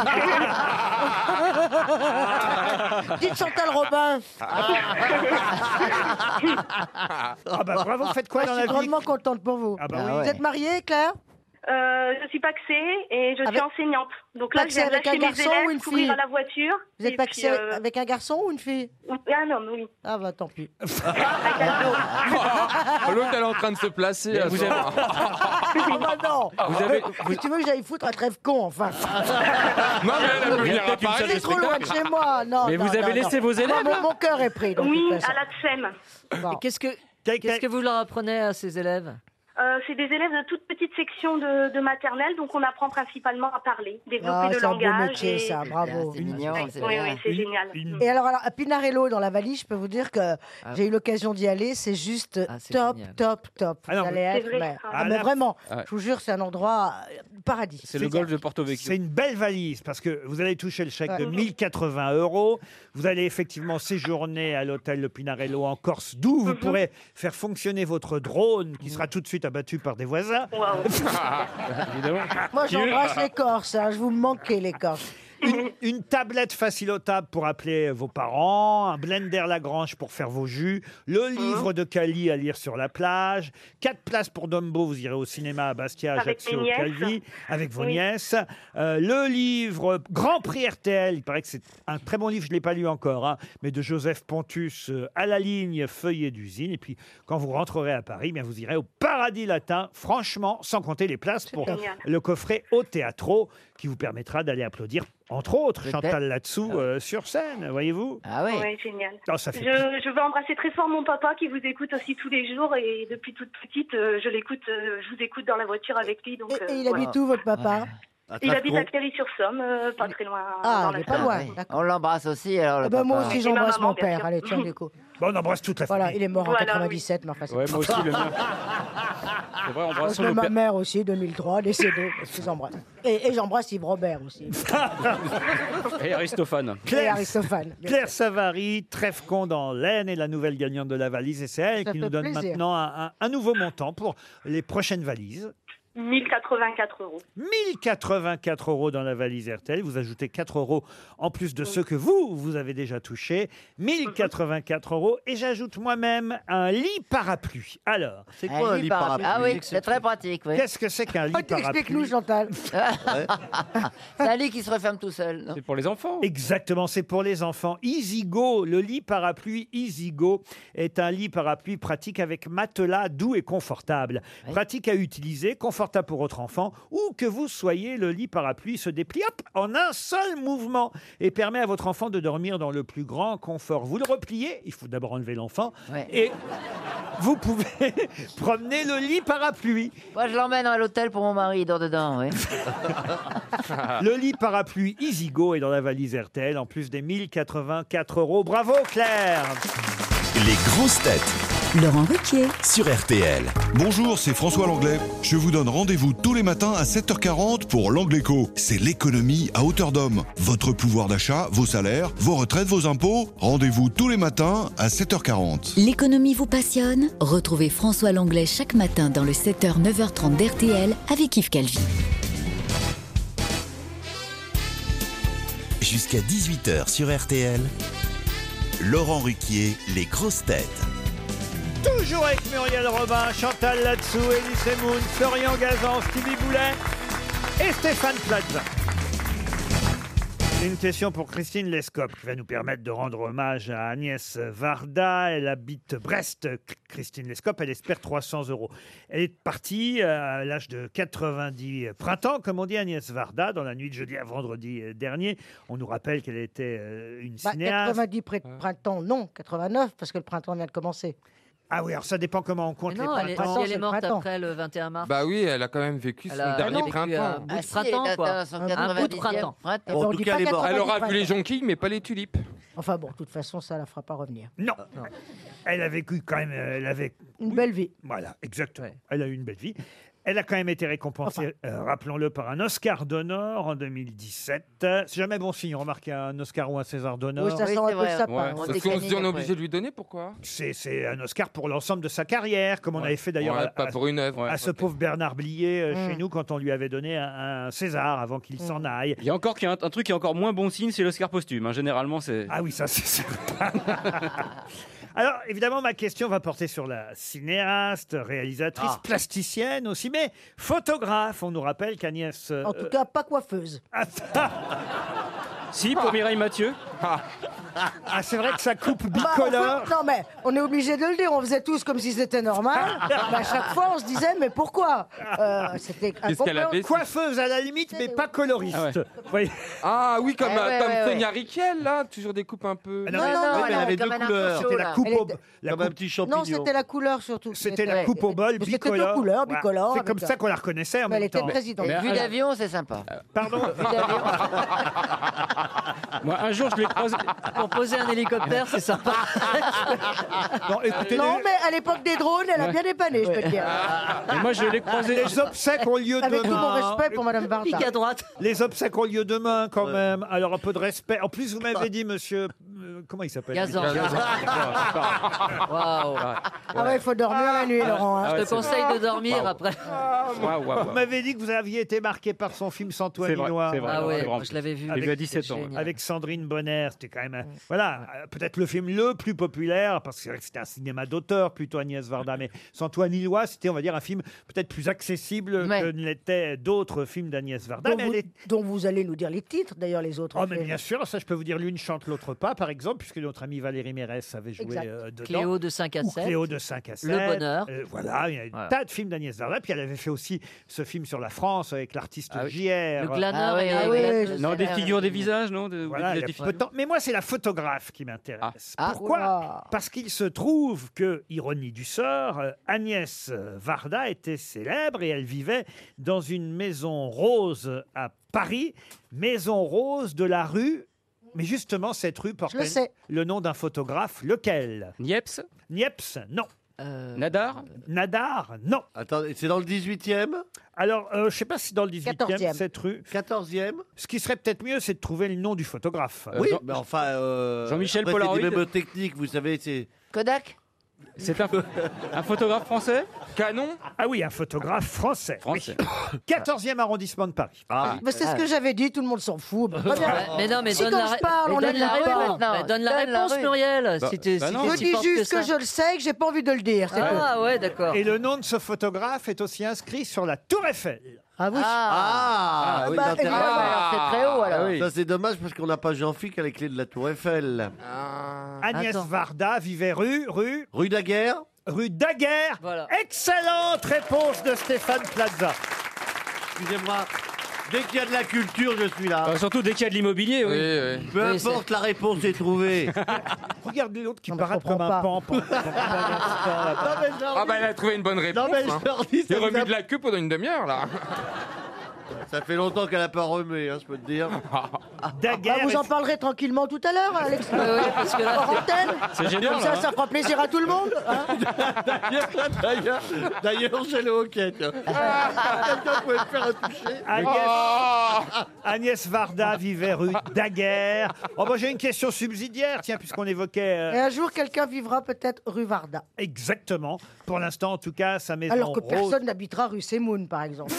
de- Dites Chantal Robin.
Ah bah bravo, faites quoi
Ah,
dans la
Je suis
vie
grandement contente pour vous. Ah,
bah
Ah,
oui.
Vous êtes mariée, Claire
Euh, je suis paxée et je suis
Avec-
enseignante. Donc là, je
Paxée
viens de
avec
lâcher
un
mes
garçon ou une
élèves, courir
fille
à la voiture.
Vous êtes
et
paxée
puis, euh,
avec un garçon ou une fille
et Un homme, oui.
Ah bah tant pis.
L'autre, elle est en train de se placer. à
vous
son-
avez-
Ah bah non
Vous avez-
Si tu veux que j'aille foutre un trêve con, enfin
Non, mais elle a pu
Il y a
venir à
peut-être une
Paris.
salle
Elle est trop loin de chez moi non,
Mais
non,
vous avez
non,
laissé
non.
vos élèves,
Ah, mon,
là
mon cœur est pris, donc, de
Oui,
toute façon.
à la TSEM.
Bon.
Qu'est-ce que,
Quel-
qu'est-ce que vous leur apprenez à ces élèves
Euh, c'est des élèves de toute petite section de, de maternelle, donc on apprend principalement à parler, développer
Ah,
le
c'est un beau
langage.
métier,
et-
ça, bravo.
Ah, C'est mignon, c'est
Oui,
bien.
oui, c'est génial.
Et alors, alors, à Pinarello, dans la valise, je peux vous dire que
Ah.
j'ai eu l'occasion d'y aller. C'est juste
c'est
top,
génial.
top, top. Vous
Ah non,
allez
mais-
être,
C'est vrai.
mais,
Ah,
ah,
là-
mais vraiment,
Ouais.
je vous jure, c'est un endroit euh, paradis.
C'est le golf de Porto Vecchio.
C'est une belle valise parce que vous allez toucher le chèque
Ouais.
de 1080 euros. Vous allez effectivement séjourner à l'hôtel Le Pinarello en Corse, d'où vous pourrez faire fonctionner votre drone qui sera tout de suite abattu par des voisins.
Waouh.
Ah, Évidemment.
Moi, j'embrasse les Corses. hein, je vous manquais, les Corses.
Une, une tablette facile au table pour appeler vos parents, un blender Lagrange pour faire vos jus,
Hein.
le livre de Cali à lire sur la plage, quatre places pour Dumbo, vous irez au cinéma à Bastia,
Avec
Ajaccio,
mes nièces.
Calvi, avec vos
Oui.
nièces, Euh, le livre Grand Prix RTL, il paraît que c'est un très bon livre, je ne l'ai pas lu encore, hein, mais de Joseph Pontus euh, à la ligne feuillet d'usine, et puis quand vous rentrerez à Paris, eh bien, vous irez au Paradis Latin, franchement, sans compter les places pour
génial.
le coffret au théâtre qui vous permettra d'aller applaudir, entre autres, Chantal là-dessous
Ah
sur scène, voyez-vous
Ah
Ouais, génial.
Non, ça fait
je, je veux embrasser très fort mon papa qui vous écoute aussi tous les jours et depuis toute petite, euh, je l'écoute, euh, je vous écoute dans la voiture avec lui. Donc, euh,
Et il
voilà.
habite où, votre papa
Ah,
Il habite à Cléry-sur-Somme, euh, pas très loin.
Ah,
dans
il
la
est pas
Somme.
loin.
On l'embrasse aussi, alors, le
Ah bah, moi
papa.
aussi,
Et ma
j'embrasse
maman,
mon
bien
père.
sûr.
Allez, tiens, les coups.
on embrasse toute la
Voilà, il est mort en
Voilà,
97, mais enfin, c'est
Ouais, moi aussi, le mien. C'est vrai,
Parce
embrassons
que
le
ma
père.
mère aussi, 2003, décédée. Je les embrasse. Et, et j'embrasse Yves Robert aussi.
Et Aristophane.
Et Aristophane. bien
Claire Savary, Trèfcon dans l'Aisne est la nouvelle gagnante de la valise. Et c'est elle
Ça
qui
fait
nous donne
plaisir.
maintenant un, un- un nouveau montant pour les prochaines valises.
1084 euros.
1084 euros dans la valise RTL. Vous ajoutez 4 euros en plus de ceux que vous, vous avez déjà touchés. 1084 euros. Et j'ajoute moi-même un lit parapluie. Alors.
C'est
Un lit parapluie. Ah oui, c'est très pratique. oui.
Qu'est-ce que c'est qu'un lit
Ah,
parapluie
Explique-nous, Chantal.
C'est un lit qui se referme tout seul. non
C'est pour les enfants.
Hein Exactement, c'est pour les enfants. EasyGo, le lit parapluie EasyGo est un lit parapluie pratique avec matelas doux et confortable. Pratique à utiliser, confortable pour votre enfant, où que vous soyez, le lit parapluie se déplie hop, en un seul mouvement et permet à votre enfant de dormir dans le plus grand confort. Vous le repliez, il faut d'abord enlever l'enfant,
Ouais.
et vous pouvez promener le lit parapluie.
Moi, je l'emmène à l'hôtel pour mon mari, il dort dedans. Oui. Ah.
Le lit parapluie EasyGo est dans la valise RTL, en plus des 1084 euros. Bravo Claire
Les grosses têtes. Laurent Ruquier. Sur RTL.
Bonjour, c'est François Langlais. Je vous donne rendez-vous tous les matins à 7h40 pour l'Angléco. C'est l'économie à hauteur d'homme. Votre pouvoir d'achat, vos salaires, vos retraites, vos impôts. Rendez-vous tous les matins à 7h40.
L'économie vous passionne Retrouvez François Langlais chaque matin dans le 7h, 9h30 d'RTL avec Yves Calvi.
Jusqu'à 18h sur RTL. Laurent Ruquier, les grosses têtes.
Toujours avec Muriel Robin, Chantal Latsou, Elie Semoun, Florian Gazan, Stevie Boulet et Stéphane Plaza. Une question pour Christine Lescope qui va nous permettre de rendre hommage à Agnès Varda. Elle habite Brest. Christine Lescope, elle espère 300 euros. Elle est partie euh, à l'âge de 90 printemps, comme on dit Agnès Varda, dans la nuit de jeudi à vendredi euh, dernier. On nous rappelle qu'elle était euh, une
Bah,
cinéaste.
90 print- printemps, non, 89, parce que le printemps vient de commencer.
Ah oui, alors ça dépend comment on compte
Mais
les
non,
Elle est,
printemps.
si elle est morte
printemps.
après le 21 mars.
Bah oui, elle a quand même vécu son
Elle a-
dernier
elle a vécu un
printemps.
bout de
si,
printemps,
elle est
quoi.
atteinte à
Un bout de
90e
printemps.
printemps.
Bon, en
on
tout
dit
cas,
pas
elle est morte. Elle
90
aura vu les
printemps.
jonquilles, mais pas les tulipes.
Enfin bon, de toute façon, ça la fera pas revenir.
Non. Elle a vécu quand même. euh, Elle avait.
Une belle vie.
Voilà, exactement. Elle a eu une belle vie. Elle a quand même été récompensée, euh, rappelons-le, par un Oscar d'honneur en 2017. Euh, C'est jamais bon signe, remarquez, un Oscar ou un César d'honneur.
Oui, ça
Oui,
sent
c'est
un peu le
vrai,
sapin. hein,
Ouais.
on
Sauf qu'on se dit, on
décanique
est
après.
obligé de lui donner, pourquoi
C'est- C'est un Oscar pour l'ensemble de sa carrière, comme on avait fait d'ailleurs
Ouais,
à-
pas
à-
pour une œuvre.
à ce pauvre Bernard Blier euh,
Mm.
chez nous quand on lui avait donné un, un César avant qu'il s'en aille.
Il y a encore qu'il y a un, un truc qui est encore moins bon signe, c'est l'Oscar posthume. hein. Généralement, c'est.
Ah oui, ça c'est sûr. Alors évidemment, ma question va porter sur la cinéaste, réalisatrice,
Ah.
plasticienne aussi, mais photographe. On nous rappelle qu'Agnès... euh,
En tout cas, pas coiffeuse.
Si, pour Mireille Mathieu.
Ah, c'est vrai que ça coupe
Bah, on
bicolore.
fait- non mais on est obligé de le dire, on faisait tous comme si c'était normal. mais à chaque fois on se disait mais pourquoi Euh, C'était un
Qu'est-ce qu'elle
complot.
avait
Coiffeuse à la limite, mais pas coloriste.
Ah ouais.
Vous voyez
Ah oui, comme,
Eh
euh,
ouais,
comme
ouais,
Sonia Rykiel, là, toujours des coupes un peu.
Elle
Non,
avait-
non, non,
elle
non,
avait
comme
deux
un
couleurs.
artichaut,
C'était la
là.
coupe
Elle
au,
était-
la
Comme un
coupe-
petit
Non,
champignon.
c'était la couleur surtout.
c'était la coupe au bol
C'était
bicolore.
deux couleurs,
Voilà.
bicolore.
C'est
avec
comme
un-
ça qu'on la reconnaissait en
Mais elle
même
était
temps.
très identique.
Vue d'avion, c'est sympa.
euh, Pardon
Moi, un jour, je l'ai croisée.
Pour poser un hélicoptère, c'est sympa.
Non, écoutez,
Ah,
Non,
les-
mais à l'époque des drones, elle a bien dépanné, je peux te dire.
Mais moi, je l'ai croisée.
Ah. les obsèques ont lieu
Avec tout mon
demain.
respect pour Madame Varda.
Pique à droite.
Les obsèques ont lieu demain quand même. Alors un peu de respect. En plus, vous m'avez dit, monsieur euh, comment il s'appelle
Gazan. Waouh.
Ah ouais, il faut dormir la nuit, Laurent.
Ah
hein.
Je te conseille de dormir après.
Waouh, waouh, waouh.
Vous m'avez dit que vous aviez été marqué par son film Santo
C'est vrai,
Noir.
c'est vrai, Ah ouais, c'est vrai. moi, je l'avais vu. J'ai vu à 17 ans, ouais.
Avec Sandrine Bonner, c'était quand même. un- Voilà, euh, peut-être le film le plus populaire, parce que c'est vrai que c'était un cinéma d'auteur plutôt Agnès Varda, mais Santo Noir, c'était, on va dire, un film peut-être plus accessible que ne l'étaient d'autres films d'Agnès Varda.
dont,
mais
vous,
Bah, elle est-
dont vous allez nous dire les titres, d'ailleurs, les autres.
Oh, mais
films.
bien sûr, ça je peux vous dire, l'une chante, l'autre pas, par exemple, puisque notre amie Valérie Mérès avait joué
Exact.
euh, dedans.
Cléo de 5 à
Ou
7.
Cléo de 5 à 7.
Le Bonheur.
Euh, voilà, il y a un
Voilà.
tas de films d'Agnès Varda. Puis elle avait fait aussi ce film sur la France avec l'artiste
Ah oui.
JR.
Le glaneur Ah oui, et- ah oui, et- oui, Non, des c'est- figures, des visages, euh, non Des-
Voilà,
des
il y a
visages
peu de temps. Mais moi, c'est la photographe qui m'intéresse.
Ah.
Pourquoi Parce qu'il se trouve que, ironie du sort, euh, Agnès euh, Varda était célèbre et elle vivait dans une maison rose à Paris, maison rose de la rue. Mais justement, cette rue porte
le sais.
le nom d'un photographe, lequel Niepce Niepce, non.
Euh,
Nadar Nadar, non.
Attendez, c'est dans le 18e
Alors, euh, je ne sais pas si dans le 18e,
14e.
cette rue.
14e
Ce qui serait peut-être mieux, c'est de trouver le nom du photographe.
Oui, mais enfin. euh,
Jean-Michel
après, C'est
Polaroid.
des meubles techniques, vous savez, c'est.
Kodak
C'est un, un photographe français
Canon Ah oui, un photographe français. Français. 14e arrondissement de Paris.
Ah,
Mais bah, c'est ce que j'avais dit, tout le monde s'en fout. Bah, très bien.
Mais non, mais
si
donne
quand
la,
je parle,
mais
on
donne
est
la
d'accord.
réponse, mais donne la réponse, Muriel.
Bah,
si tu,
bah
si
non.
tu
Je
t'y
dis
portes
juste
ça.
que, je le sais et que j'ai pas envie de le dire. c'est
Ah
tout.
ouais, d'accord.
Et le nom de ce photographe est aussi inscrit sur la Tour Eiffel.
Ah oui.
Ah, oui,
bah,
l'intérieur.
évidemment.
Ah oui. Ça, c'est dommage parce qu'on n'a pas Jean-Philippe qui a les clés de la Tour Eiffel.
Ah. Agnès Varda vivait rue, rue.
Rue Daguerre
Rue Daguerre. Excellente réponse de Stéphane Plaza.
Excusez-moi. Dès qu'il y a de la culture, je suis là.
Euh, Surtout dès qu'il y a de l'immobilier, oui.
Peu importe, la réponse est trouvée.
Regardez l'autre qui parade comme un pampon.
Ah bah elle a trouvé une bonne réponse.
mais je
hein.
leur dis, ça
Il
vous
remue
a-
de la queue pendant une demi-heure là.
Ça fait longtemps qu'elle a pas remué, hein, je peux te dire.
Bah, vous en parlerez tranquillement tout à l'heure, Alex.
parce que là,
Hors
c'est-
antenne.
C'est génial,
Comme Ah. ça,
hein.
ça fera plaisir à tout le monde. hein.
D'ailleurs, d'ailleurs, bah, d'ailleurs, j'ai le hockey. tiens. Quelqu'un pouvait me faire un toucher.
Agnès, Agnès Varda vivait rue Daguerre. Oh, bah, j'ai une question subsidiaire, tiens, puisqu'on évoquait. euh,
Et un jour, quelqu'un vivra peut-être rue Varda.
Exactement. Pour l'instant, en tout cas, sa maison
Alors que
rose-
personne n'habitera rue Semoun, par exemple.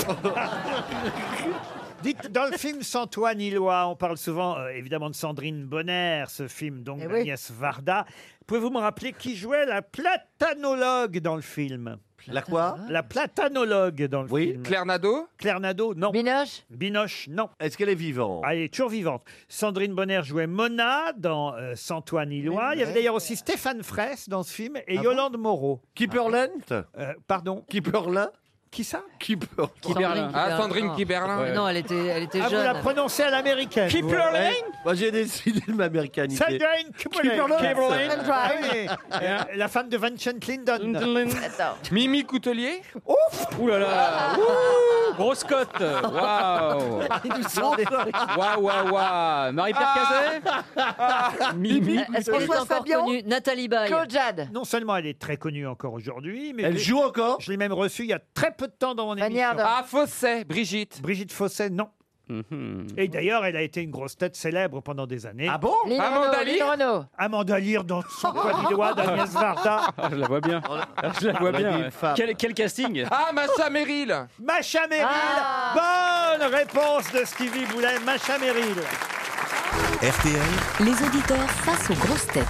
Dites, dans le film Santoine Illois, on parle souvent euh, évidemment de Sandrine Bonner, ce film
Eh
donc d'Agnès Varda. Pouvez-vous me rappeler qui jouait la platanologue dans le film
La quoi
La platanologue dans le film.
Claire Nadeau
Claire Nadeau, non.
Binoche
Binoche, non. Ah,
Est-ce qu'elle est vivante
Elle est toujours vivante. Sandrine Bonner jouait Mona dans euh, Santoine Illois. Il y avait d'ailleurs aussi Stéphane Fraisse dans ce film
Ah
et Yolande Moreau.
Kipperland
Euh, Pardon
Kipperland
Qui ça
Kipperland.
Kiberlin.
Ah,
Sandrine Kiberlin.
Ouais.
Non, elle était, elle était
Ah, vous
jeune.
la prononcez à l'américaine. vous.
Ouais. Moi, j'ai décidé de m'américanité.
Sandrine
Kimberlin.
Kimberlin.
Kimberlin.
Ah oui. Euh, La femme de Vincent Clinton.
Attends.
Mimi Coutelier
Ouf
Ouh là
Ah.
là Ouh Grosse cote Waouh Waouh, waouh, waouh Marie-Pierre
Ah.
Cazet Ah, Mimi
Est-ce qu'elle est
Coutelier.
encore connue Nathalie Baye.
Jade.
Non seulement elle est très connue encore aujourd'hui, mais
Elle
je l'ai-
joue encore
Je l'ai même reçue il y a très peu de temps dans mon émission.
Ah Fosset, Brigitte. Mm-hmm.
Brigitte Fosset, non. Et d'ailleurs, elle a été une grosse tête célèbre pendant des années.
Ah bon
Lynn Renaud,
Amanda Lear
Lynn Renaud.
Amanda Lear dans son poids d'Agnès Varda.
Ah, Je la vois bien. Je la vois
On a dit
bien.
une
ouais.
femme.
Quel, quel casting
Ah Macha Merrill.
Macha Merrill Bonne réponse de Stevie Boulet, Macha Merrill
RTL,
Les auditeurs face aux grosses têtes.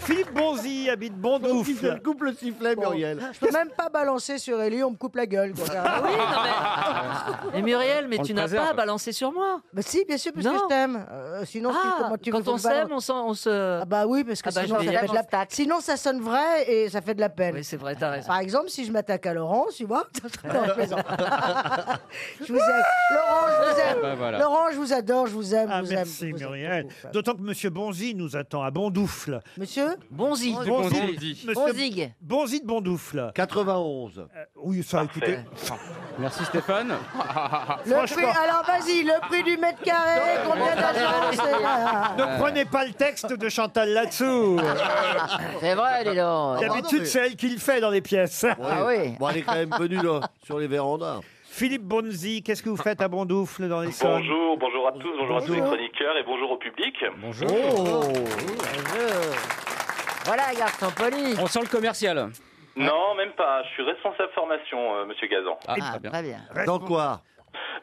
Philippe Bonzi habite Bondoufle.
coupe le sifflet, Muriel.
Je peux même pas balancer sur Ellie, on me coupe la gueule. quoi.
Ah Oui, non, mais... mais Muriel, mais
On
tu
le
n'as
préserve.
pas balancé sur moi.
Bah si, bien sûr, parce que
Non.
je t'aime. Euh, sinon, si-
Ah,
comment tu veux
quand
qu'on
on
te
s'aime,
balance
on, s'en- on se.
Ah bah oui, parce que
Ah bah,
sinon,
je
ça
vais y
fait de la-
aller.
sinon, ça sonne vrai et ça fait de la peine.
Oui, c'est vrai, t'as raison.
Par exemple, si je m'attaque à Laurent, tu vois Non, je plaisante. je vous aime. Laurent, je vous aime.
bah voilà.
Laurent, je vous adore, je vous aime. je
Ah,
vous
merci
aime. je vous aime.
Muriel. D'autant que Monsieur Bonzi nous attend à Bondoufle.
Monsieur
Bonzi.
Bonzi. Monsieur
Bonzig.
Bonzi de Bondoufle. Euh,
91.
Oui, ça, écoutez.
Merci Stéphane.
Oh,
Le prix, alors vas-y, le prix du mètre carré, combien d'argent c'est-
Ah,
Euh.
Ne prenez pas le texte de Chantal là-dessous.
C'est vrai, dis donc.
D'habitude, c'est elle qui le fait dans les pièces.
Ah oui. Bon, elle est quand même venue là, sur les vérandas.
Philippe Bonzi, qu'est-ce que vous faites à Bondoufle dans les
Bonjour, bonjour à tous, bonjour, à tous les chroniqueurs et bonjour au public. Oh. Bonjour.
Voilà, garçon poli.
On sent le commercial.
Non, même pas. Je suis responsable formation, euh, Monsieur Gazan.
Ah, très bien.
Dans quoi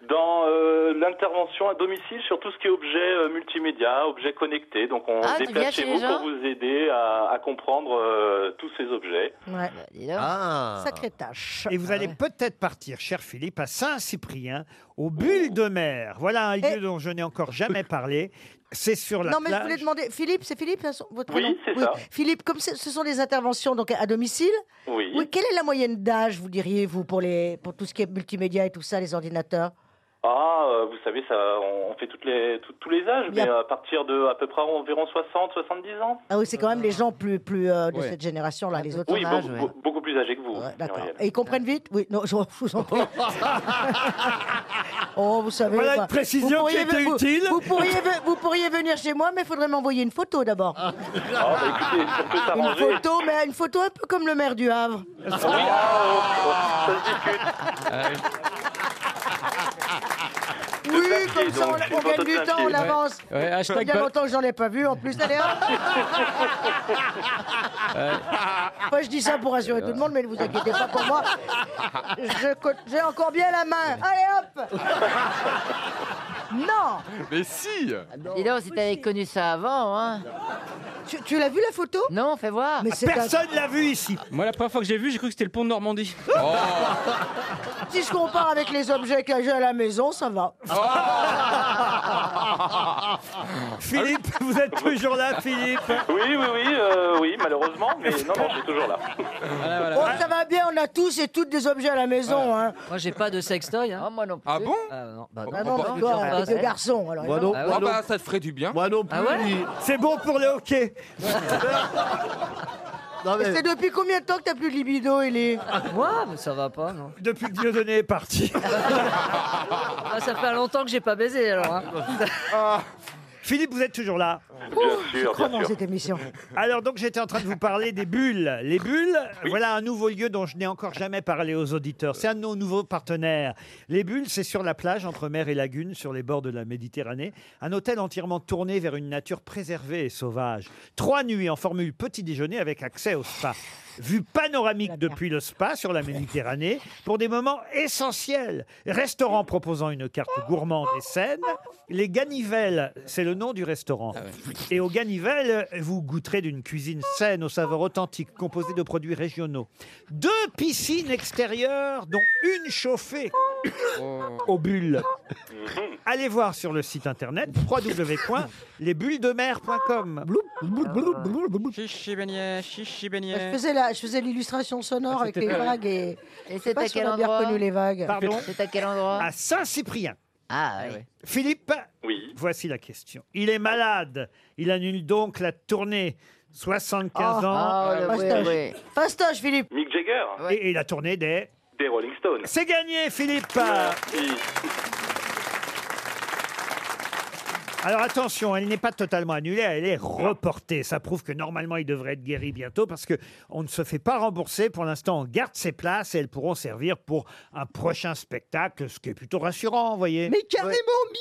Dans euh, l'intervention à domicile sur tout ce qui est objet euh, multimédia, objet connecté. Donc on
Ah, tu
se
viens
déplace chez
chez les
vous
gens
pour vous aider à, à comprendre euh, tous ces objets.
Ouais.
Ah.
Sacrée tâche. Ah
Et vous allez peut-être partir, cher Philippe, à Saint-Cyprien, aux Bulles de mer. Voilà un lieu dont je n'ai encore jamais parlé. C'est sur la
Non, mais je voulais
plage.
demander, Philippe, c'est Philippe là, son- votre
Oui,
prénom
c'est ça.
Philippe, comme c'est- ce sont des interventions donc à domicile,
Oui.
quelle est la moyenne d'âge, vous diriez, vous, pour, les, pour tout ce qui est multimédia et tout ça, les ordinateurs
Ah, euh, vous savez, ça, on, on fait toutes les, tout- tous les âges, mais à partir de à peu près environ 60, 70 ans.
Ah oui, c'est quand même les gens plus, plus euh, de
Ouais.
cette génération-là, les autres
Oui,
âge.
beaucoup, be- beaucoup plus âgés que vous. Muriel.
Et ils comprennent vite Oui, non, je je vous en prie. oh, vous savez.
Voilà une
quoi.
précision
Vous pourriez
qui était
ve- vous-
utile.
Vous pourriez, ve- vous pourriez venir chez moi, mais il faudrait m'envoyer une photo d'abord.
Ah, bah, écoutez, ça peut
Une
s'arranger.
photo, mais une photo un peu comme le maire du Havre. Oui,
papier,
comme ça,
donc,
on,
une
on
photo
gagne
de
du temps,
papier.
on
Ouais.
avance.
Ouais,
Ça fait
hashtag
bien
ba-
longtemps que j'en ai pas vu, en plus, allez, hop. Moi, je dis ça pour rassurer tout le monde, mais ne vous inquiétez pas pour moi. Je co- J'ai encore bien la main. Allez, hop Non
Mais si
Dis donc, si t'avais connu ça avant, hein.
Tu, l'as vu la photo
Non, fais voir.
Ah,
l'a vu ici.
Moi, la première fois que j'ai vu, j'ai cru que c'était le pont de Normandie.
Si je compare avec les objets que j'ai à la maison, ça va.
Philippe, vous êtes toujours là, Philippe
Oui, oui, oui, euh, oui, malheureusement, mais non, non, je suis toujours là.
Bon, Oh, ça va bien, on a tous et toutes des objets à la maison. Hein.
Moi, j'ai pas de sextoy. Hein.
moi non plus.
Ah bon non, bah non.
Ah non,
Bah,
mais
tu
toi,
en
t'es
fasses,
que
hein.
garçon, alors,
Moi non,
évidemment.
moi non.
ça te ferait du bien.
Moi non plus.
Ah ouais
C'est bon pour le hockey.
Et C'est depuis combien de temps que t'as plus de libido, il est
Ah, Moi, mais ça va pas, non.
Depuis que Dieudonné est parti.
Ah, ça fait longtemps que j'ai pas baisé, alors. hein.
Ah. Philippe, vous êtes toujours là
Bien sûr, bien sûr.
émission
Alors donc j'étais en train de vous parler des bulles. Les bulles, voilà un nouveau lieu dont je n'ai encore jamais parlé aux auditeurs. C'est un de nos nouveaux partenaires. Les bulles, c'est sur la plage entre mer et lagune, sur les bords de la Méditerranée. Un hôtel entièrement tourné vers une nature préservée et sauvage. Trois nuits en formule petit déjeuner avec accès au spa. Vue panoramique depuis le spa sur la Méditerranée pour des moments essentiels. Restaurant proposant une carte gourmande et saine. Les Ganivelles, c'est le nom du restaurant. Et aux Ganivelles, vous goûterez d'une cuisine saine aux saveurs authentiques composée de produits régionaux. Deux piscines extérieures, dont une chauffée aux bulles. Allez voir sur le site internet www.lesbullesdemer.com.
Chichi beignet, chichi beignet.
Je faisais, la, je faisais l'illustration sonore
Ah,
avec
c'était
les
pas-
vagues et.
Et
Je sais
c'est
pas
à
si on
quel
a bien
endroit
reconnu les vagues.
Pardon
C'est à quel endroit
À Saint-Cyprien.
Ah oui.
Philippe, voici la question. Il est malade. Il annule donc la tournée. 75
Oh,
ans.
oh, le Fastoche. oui, Fastoche, Philippe.
Mick Jagger,
Et, et la tournée des...
des Rolling Stones.
C'est gagné, Philippe
Merci.
Alors attention, elle n'est pas totalement annulée, elle est reportée. Ça prouve que normalement il devrait être guéri bientôt parce que on ne se fait pas rembourser. Pour l'instant, on garde ses places et elles pourront servir pour un prochain spectacle, ce qui est plutôt rassurant, vous voyez.
Mais carrément,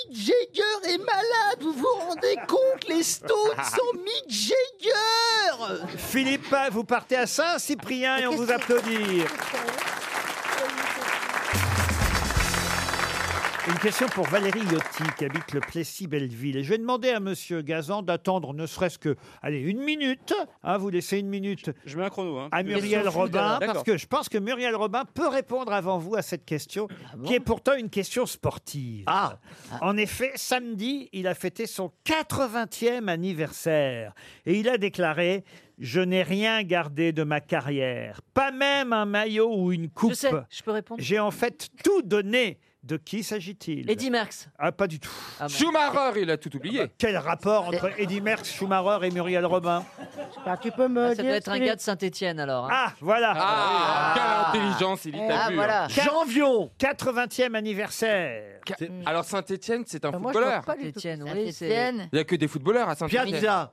Mick Jagger est malade. Vous vous rendez compte Les Stones sont Mick Jagger.
Philippe, vous partez à Saint-Cyprien et on vous applaudit. Une question pour Valérie Yotti qui habite le Plessis-Belleville. Et je vais demander à Monsieur Gazan d'attendre ne serait-ce que, allez, une minute. Hein, vous laissez une minute.
Je mets un chrono. hein.
à Muriel
Question food,
Robin,
alors.
parce
D'accord.
que je pense que Muriel Robin peut répondre avant vous à cette question,
Ah
qui est pourtant une question sportive. Ah. En effet, samedi, il a fêté son 80e anniversaire et il a déclaré Je n'ai rien gardé de ma carrière, pas même un maillot ou une coupe.
Je sais, je peux répondre.
J'ai en fait tout donné. De qui s'agit-il
Eddie Merckx.
Ah, pas du tout.
merde.
Schumacher, il a tout oublié. quel rapport entre Eddie Merckx, Schumacher et Muriel Robin
Tu peux
Ah,
me
ça
dire
doit être un
Philippe
gars de Saint-Etienne, alors. hein.
Ah, voilà. Ah,
Ah, quelle intelligence, il y t'a vu, hein.
Jean Vion 80e anniversaire.
C'est- Mm. Alors Saint-Étienne, c'est
Bah,
un
moi, je
footballeur.
vois pas
du tout. Saint-Étienne, oui, c'est-
Il n'y a que des footballeurs à Saint-Étienne.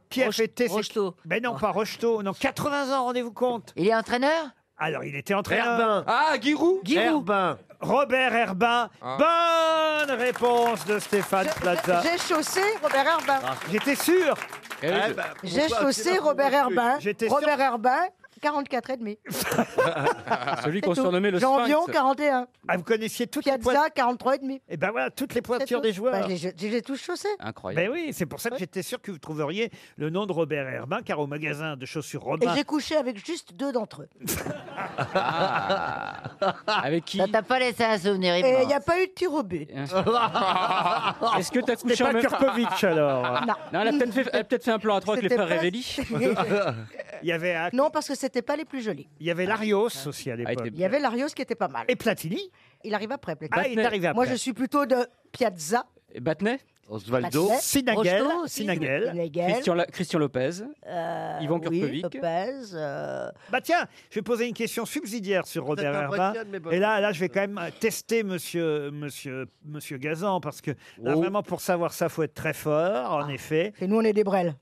Qui a fêté ses... Mais non, pas Rocheteau. Non, 80 ans, rendez-vous compte.
Il est entraîneur
Alors, il était entraîneur.
Herbin.
Ah, Giroud
Giroud. Herbin.
Robert Herbin.
Ah.
Bonne réponse de Stéphane Plaza.
J'ai chaussé Robert Herbin.
J'étais sûr.
Eh
Eh ben,
Ah, bah, J'ai chaussé Robert Herbin.
J'étais sûr.
Robert Herbin, 44,5.
Celui
C'est
qu'on
tout.
surnommait le Sphinx.
Janvion, 41.
Ah, vous connaissiez toutes
les pointures 43,5.
Et ben voilà, toutes les pointures
tout.
des joueurs.
Bah, je les- je- je les ai tous chaussés.
Ben oui, c'est pour ça que j'étais sûr que vous trouveriez le nom de Robert Herbin, car au magasin de chaussures
Et
Robin.
j'ai couché avec juste deux d'entre eux.
Avec qui
Ça t'a pas laissé un souvenir
Et
immense.
il n'y Eh, a pas eu de tir au but.
Hein Est-ce que t'as
C'était
couché en
pas
même
Kurkovitch, alors.
elle
Non.
a peut-être fait, elle a peut-être fait un plan à trois avec les
C'était
frères
pas-
Révéli.
Il y avait, un-
Non, parce que c'était pas les plus jolis.
il y avait Larios
Ah,
aussi à l'époque.
Il y avait Larios qui était pas mal.
Et Platini
Il arrive après, Platini.
Ah, il est arrivé
Moi,
après.
je suis plutôt de Piazza.
Et Battenet
Osvaldo. Battenet.
Sinagel,
Rocheteau aussi.
Sinagel.
Sinagel.
Christian, La- Christian Lopez.
Euh,
Yvan
oui,
Kurkovic.
Lopez, euh,
Bah tiens, je vais poser une question subsidiaire sur Robert
Ça
Herbin.
t'impressionne, mais bon.
Et là, là, je vais quand même tester Monsieur, Monsieur, Monsieur Gazan parce que là, vraiment pour savoir ça, faut être très fort,
Ah,
en effet.
Et nous, on est des brels.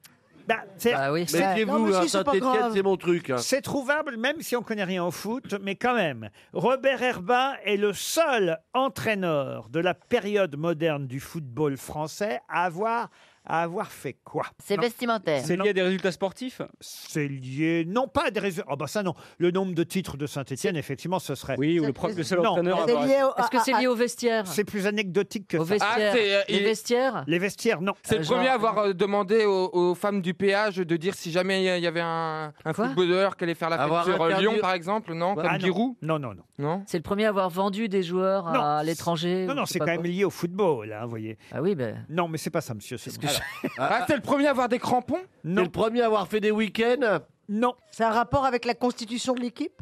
Bah, c'est-
oui.
c'est-
Méfiez-vous, Non, mais si, hein, c'est pas Saint-Étienne, grave. c'est
mon truc, hein.
C'est trouvable, même si on connaît rien au foot, mais quand même. Robert Herbin est le seul entraîneur de la période moderne du football français à avoir, à avoir fait quoi
C'est
Non.
vestimentaire.
C'est lié à des résultats sportifs
C'est lié, non pas à des résultats. Ah bah ça non, le nombre de titres de Saint-Etienne, effectivement, ce serait. Oui,
ou le pro- le seul entraîneur à
C'est lié au- Est-ce que c'est lié au vestiaire
C'est plus anecdotique que
Au vestiaire.
Ah,
c'est, euh,
Les
il-
vestiaires
Les vestiaires, non.
C'est le premier à avoir euh, demandé aux, aux femmes du péage de dire si jamais il y- il y avait un, un
Quoi
footballeur qui allait faire la fête
Avoir
sur euh,
interdit-
Lyon, par exemple, non Comme
Ah non.
Giroud
Non, non, non.
C'est le premier à avoir vendu des joueurs à l'étranger.
Non,
ou
non,
je sais
c'est
pas
quand même
quoi.
lié au football, là, vous voyez.
Ah oui, ben.
Non, mais c'est pas ça, monsieur. C'est
que
moi.
Ah, c'est le premier à avoir des crampons
Non.
le premier à avoir fait des week-ends
Non.
C'est un rapport avec la constitution de l'équipe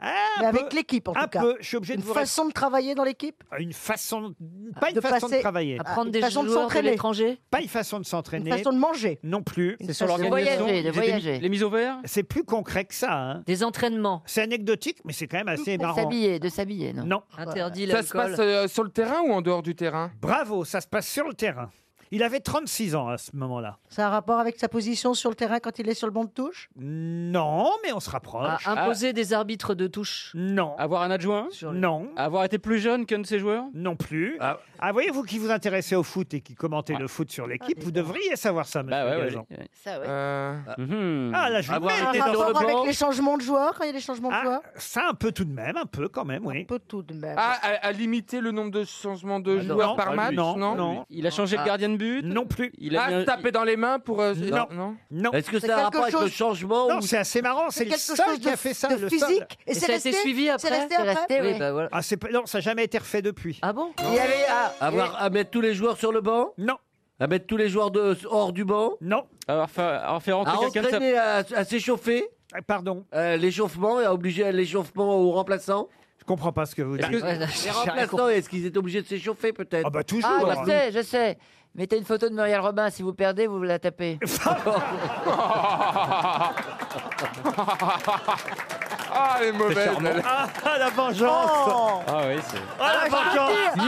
Un
Mais avec
peu,
l'équipe, en
un
tout cas.
peu, je suis obligé de
Une
vous
façon de travailler dans l'équipe Ah,
répondre. Ah, Une façon, pas une façon de
passer-
travailler.
à prendre Une des façon de joueurs de s'entraîner. l'étranger
Pas une façon de s'entraîner.
Une façon de manger
Non plus.
C'est sur façon- l'organisation. De voyager, de
J'ai des-
voyager.
Les mises au vert
C'est plus concret que ça. hein.
Des entraînements.
C'est anecdotique, mais c'est quand même assez
De
marrant.
s'habiller, de s'habiller, non
Non.
Interdit
Ça se
l'alcool.
passe euh, sur le terrain ou en dehors du terrain
Bravo, ça se passe sur le terrain. Il avait 36 ans à ce moment-là.
C'est un rapport avec sa position sur le terrain quand il est sur le banc de touche
Non, mais on se
À
rapproche.
imposer des arbitres de touche.
Non.
Avoir un adjoint
Non.
Avoir été plus jeune qu'un de ses joueurs
Non plus. Ah, voyez, vous qui vous intéressez au foot et qui commentez le foot sur
Ah,
l'équipe, vous devriez savoir ça, monsieur
ouais, ouais,
Gazan.
Ça, ouais.
Ah, là, je vous
Un
mets dans
rapport
le
avec
banc.
les changements de joueurs quand il y a des changements de joueurs
Ça, un peu tout de même, un peu quand même, oui.
Un peu tout de même.
Ah, à, à limiter le nombre de changements de
Ah, non,
joueurs par
pas
match
lui.
Non,
Non, lui.
Il a changé de
Ah.
gardien de but
Non plus.
Il a
ah,
mis un-
se taper dans les mains pour. euh,
Non. Non.
Est-ce que
C'est
ça a un
quelque
rapport avec le
chose-
changement
Non,
ou-
c'est assez marrant. C'est
C'est
le
quelque
seul
chose
qui
de,
a fait ça.
de
le seul.
physique. Et,
ça
c'est
a
resté,
été suivi après
C'est resté
C'est
après
resté, oui.
Oui.
bah voilà.
Ah, c'est pas- non, ça n'a jamais été refait depuis.
Ah bon
Il y avait- ah,
Avoir à mettre tous les joueurs sur le banc
bah, Non,
À mettre tous les joueurs de, hors du banc
non.
Avoir fait, avoir fait
À
rentrer quelqu'un de sa-
entraîner, euh, à, à s'échauffer
Ah, Pardon,
euh, L'échauffement et à obliger l'échauffement aux remplaçants
je comprends pas ce que vous dites.
Les remplaçants, est-ce qu'ils étaient obligés de s'échauffer peut-être
Ah bah toujours.
Ah,
hein.
je sais, je sais. Mettez une photo de Muriel Robin. Si vous perdez, vous la tapez.
Ah, elle est mauvaise. elle.
Ah, ah, la vengeance
Ah oui, c'est.
Ah, la vengeance
Alors, Ah, je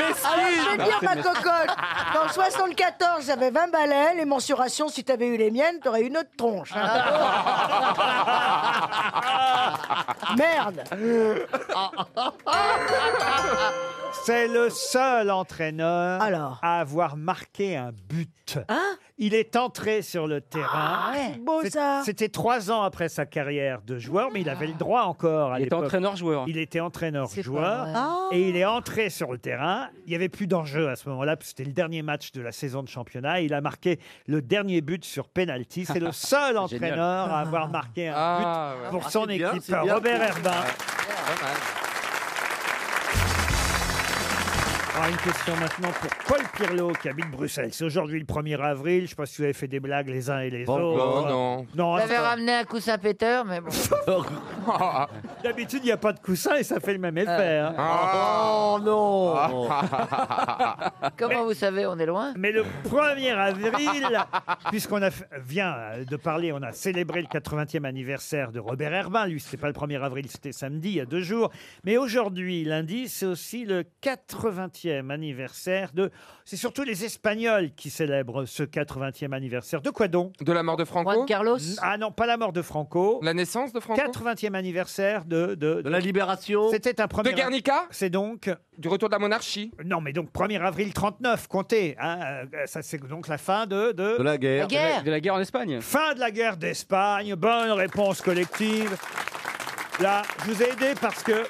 vais te dire, ma cocotte, dans 74, j'avais 20 balais, les mensurations, si t'avais eu les miennes, t'aurais eu une autre tronche. hein.
Ah,
Merde
Ah,
C'est le seul entraîneur
Alors Hein
à avoir marqué un but. Il est entré sur le terrain.
Ah, C'est beau,
C'est-
ça Ah.
C'était trois ans après sa carrière de joueur, mais il avait le droit encore à
Il était
l'époque.
entraîneur-joueur.
Il était entraîneur-joueur
vrai.
Ah.
et il est entré sur le terrain. Il n'y avait plus d'enjeu à ce moment-là, parce que c'était le dernier match de la saison de championnat. Il a marqué le dernier but sur penalty. C'est le seul entraîneur à avoir marqué un
Ah,
but
ouais.
pour son
c'est bien,
équipe,
c'est bien.
Robert Herbin. Ah, une question maintenant pour Paul Pirlo qui habite Bruxelles. C'est aujourd'hui le 1er avril. Je ne sais pas si vous avez fait des blagues les uns et les
Oh,
autres.
non.
Non,
J'avais
ça-
ramené un coup Saint-Péter, mais bon.
d'habitude, il n'y a pas de coussin et ça fait le même effet. hein.
Oh non
Comment vous savez, on est loin
Mais le 1er avril, puisqu'on a fait- vient euh, de parler, on a célébré le 80e anniversaire de Robert Herbin. Lui, c'était pas le 1er avril, c'était samedi, il y a deux jours. Mais aujourd'hui, lundi, c'est aussi le 80e 80e anniversaire de. C'est surtout les Espagnols qui célèbrent ce 80e anniversaire. De quoi donc
De la mort de Franco Juan
Carlos
Ah non, pas la mort de Franco.
La naissance de Franco
80e anniversaire de. De, la libération C'était un premier.
De Guernica
C'est donc.
Du retour de la monarchie
Non, mais donc 1er avril 39, comptez. hein, euh, ça, c'est donc la fin de. De,
De la guerre. La guerre.
de la guerre en Espagne. Fin de la guerre d'Espagne. Bonne réponse collective. Là, je vous ai aidé parce que.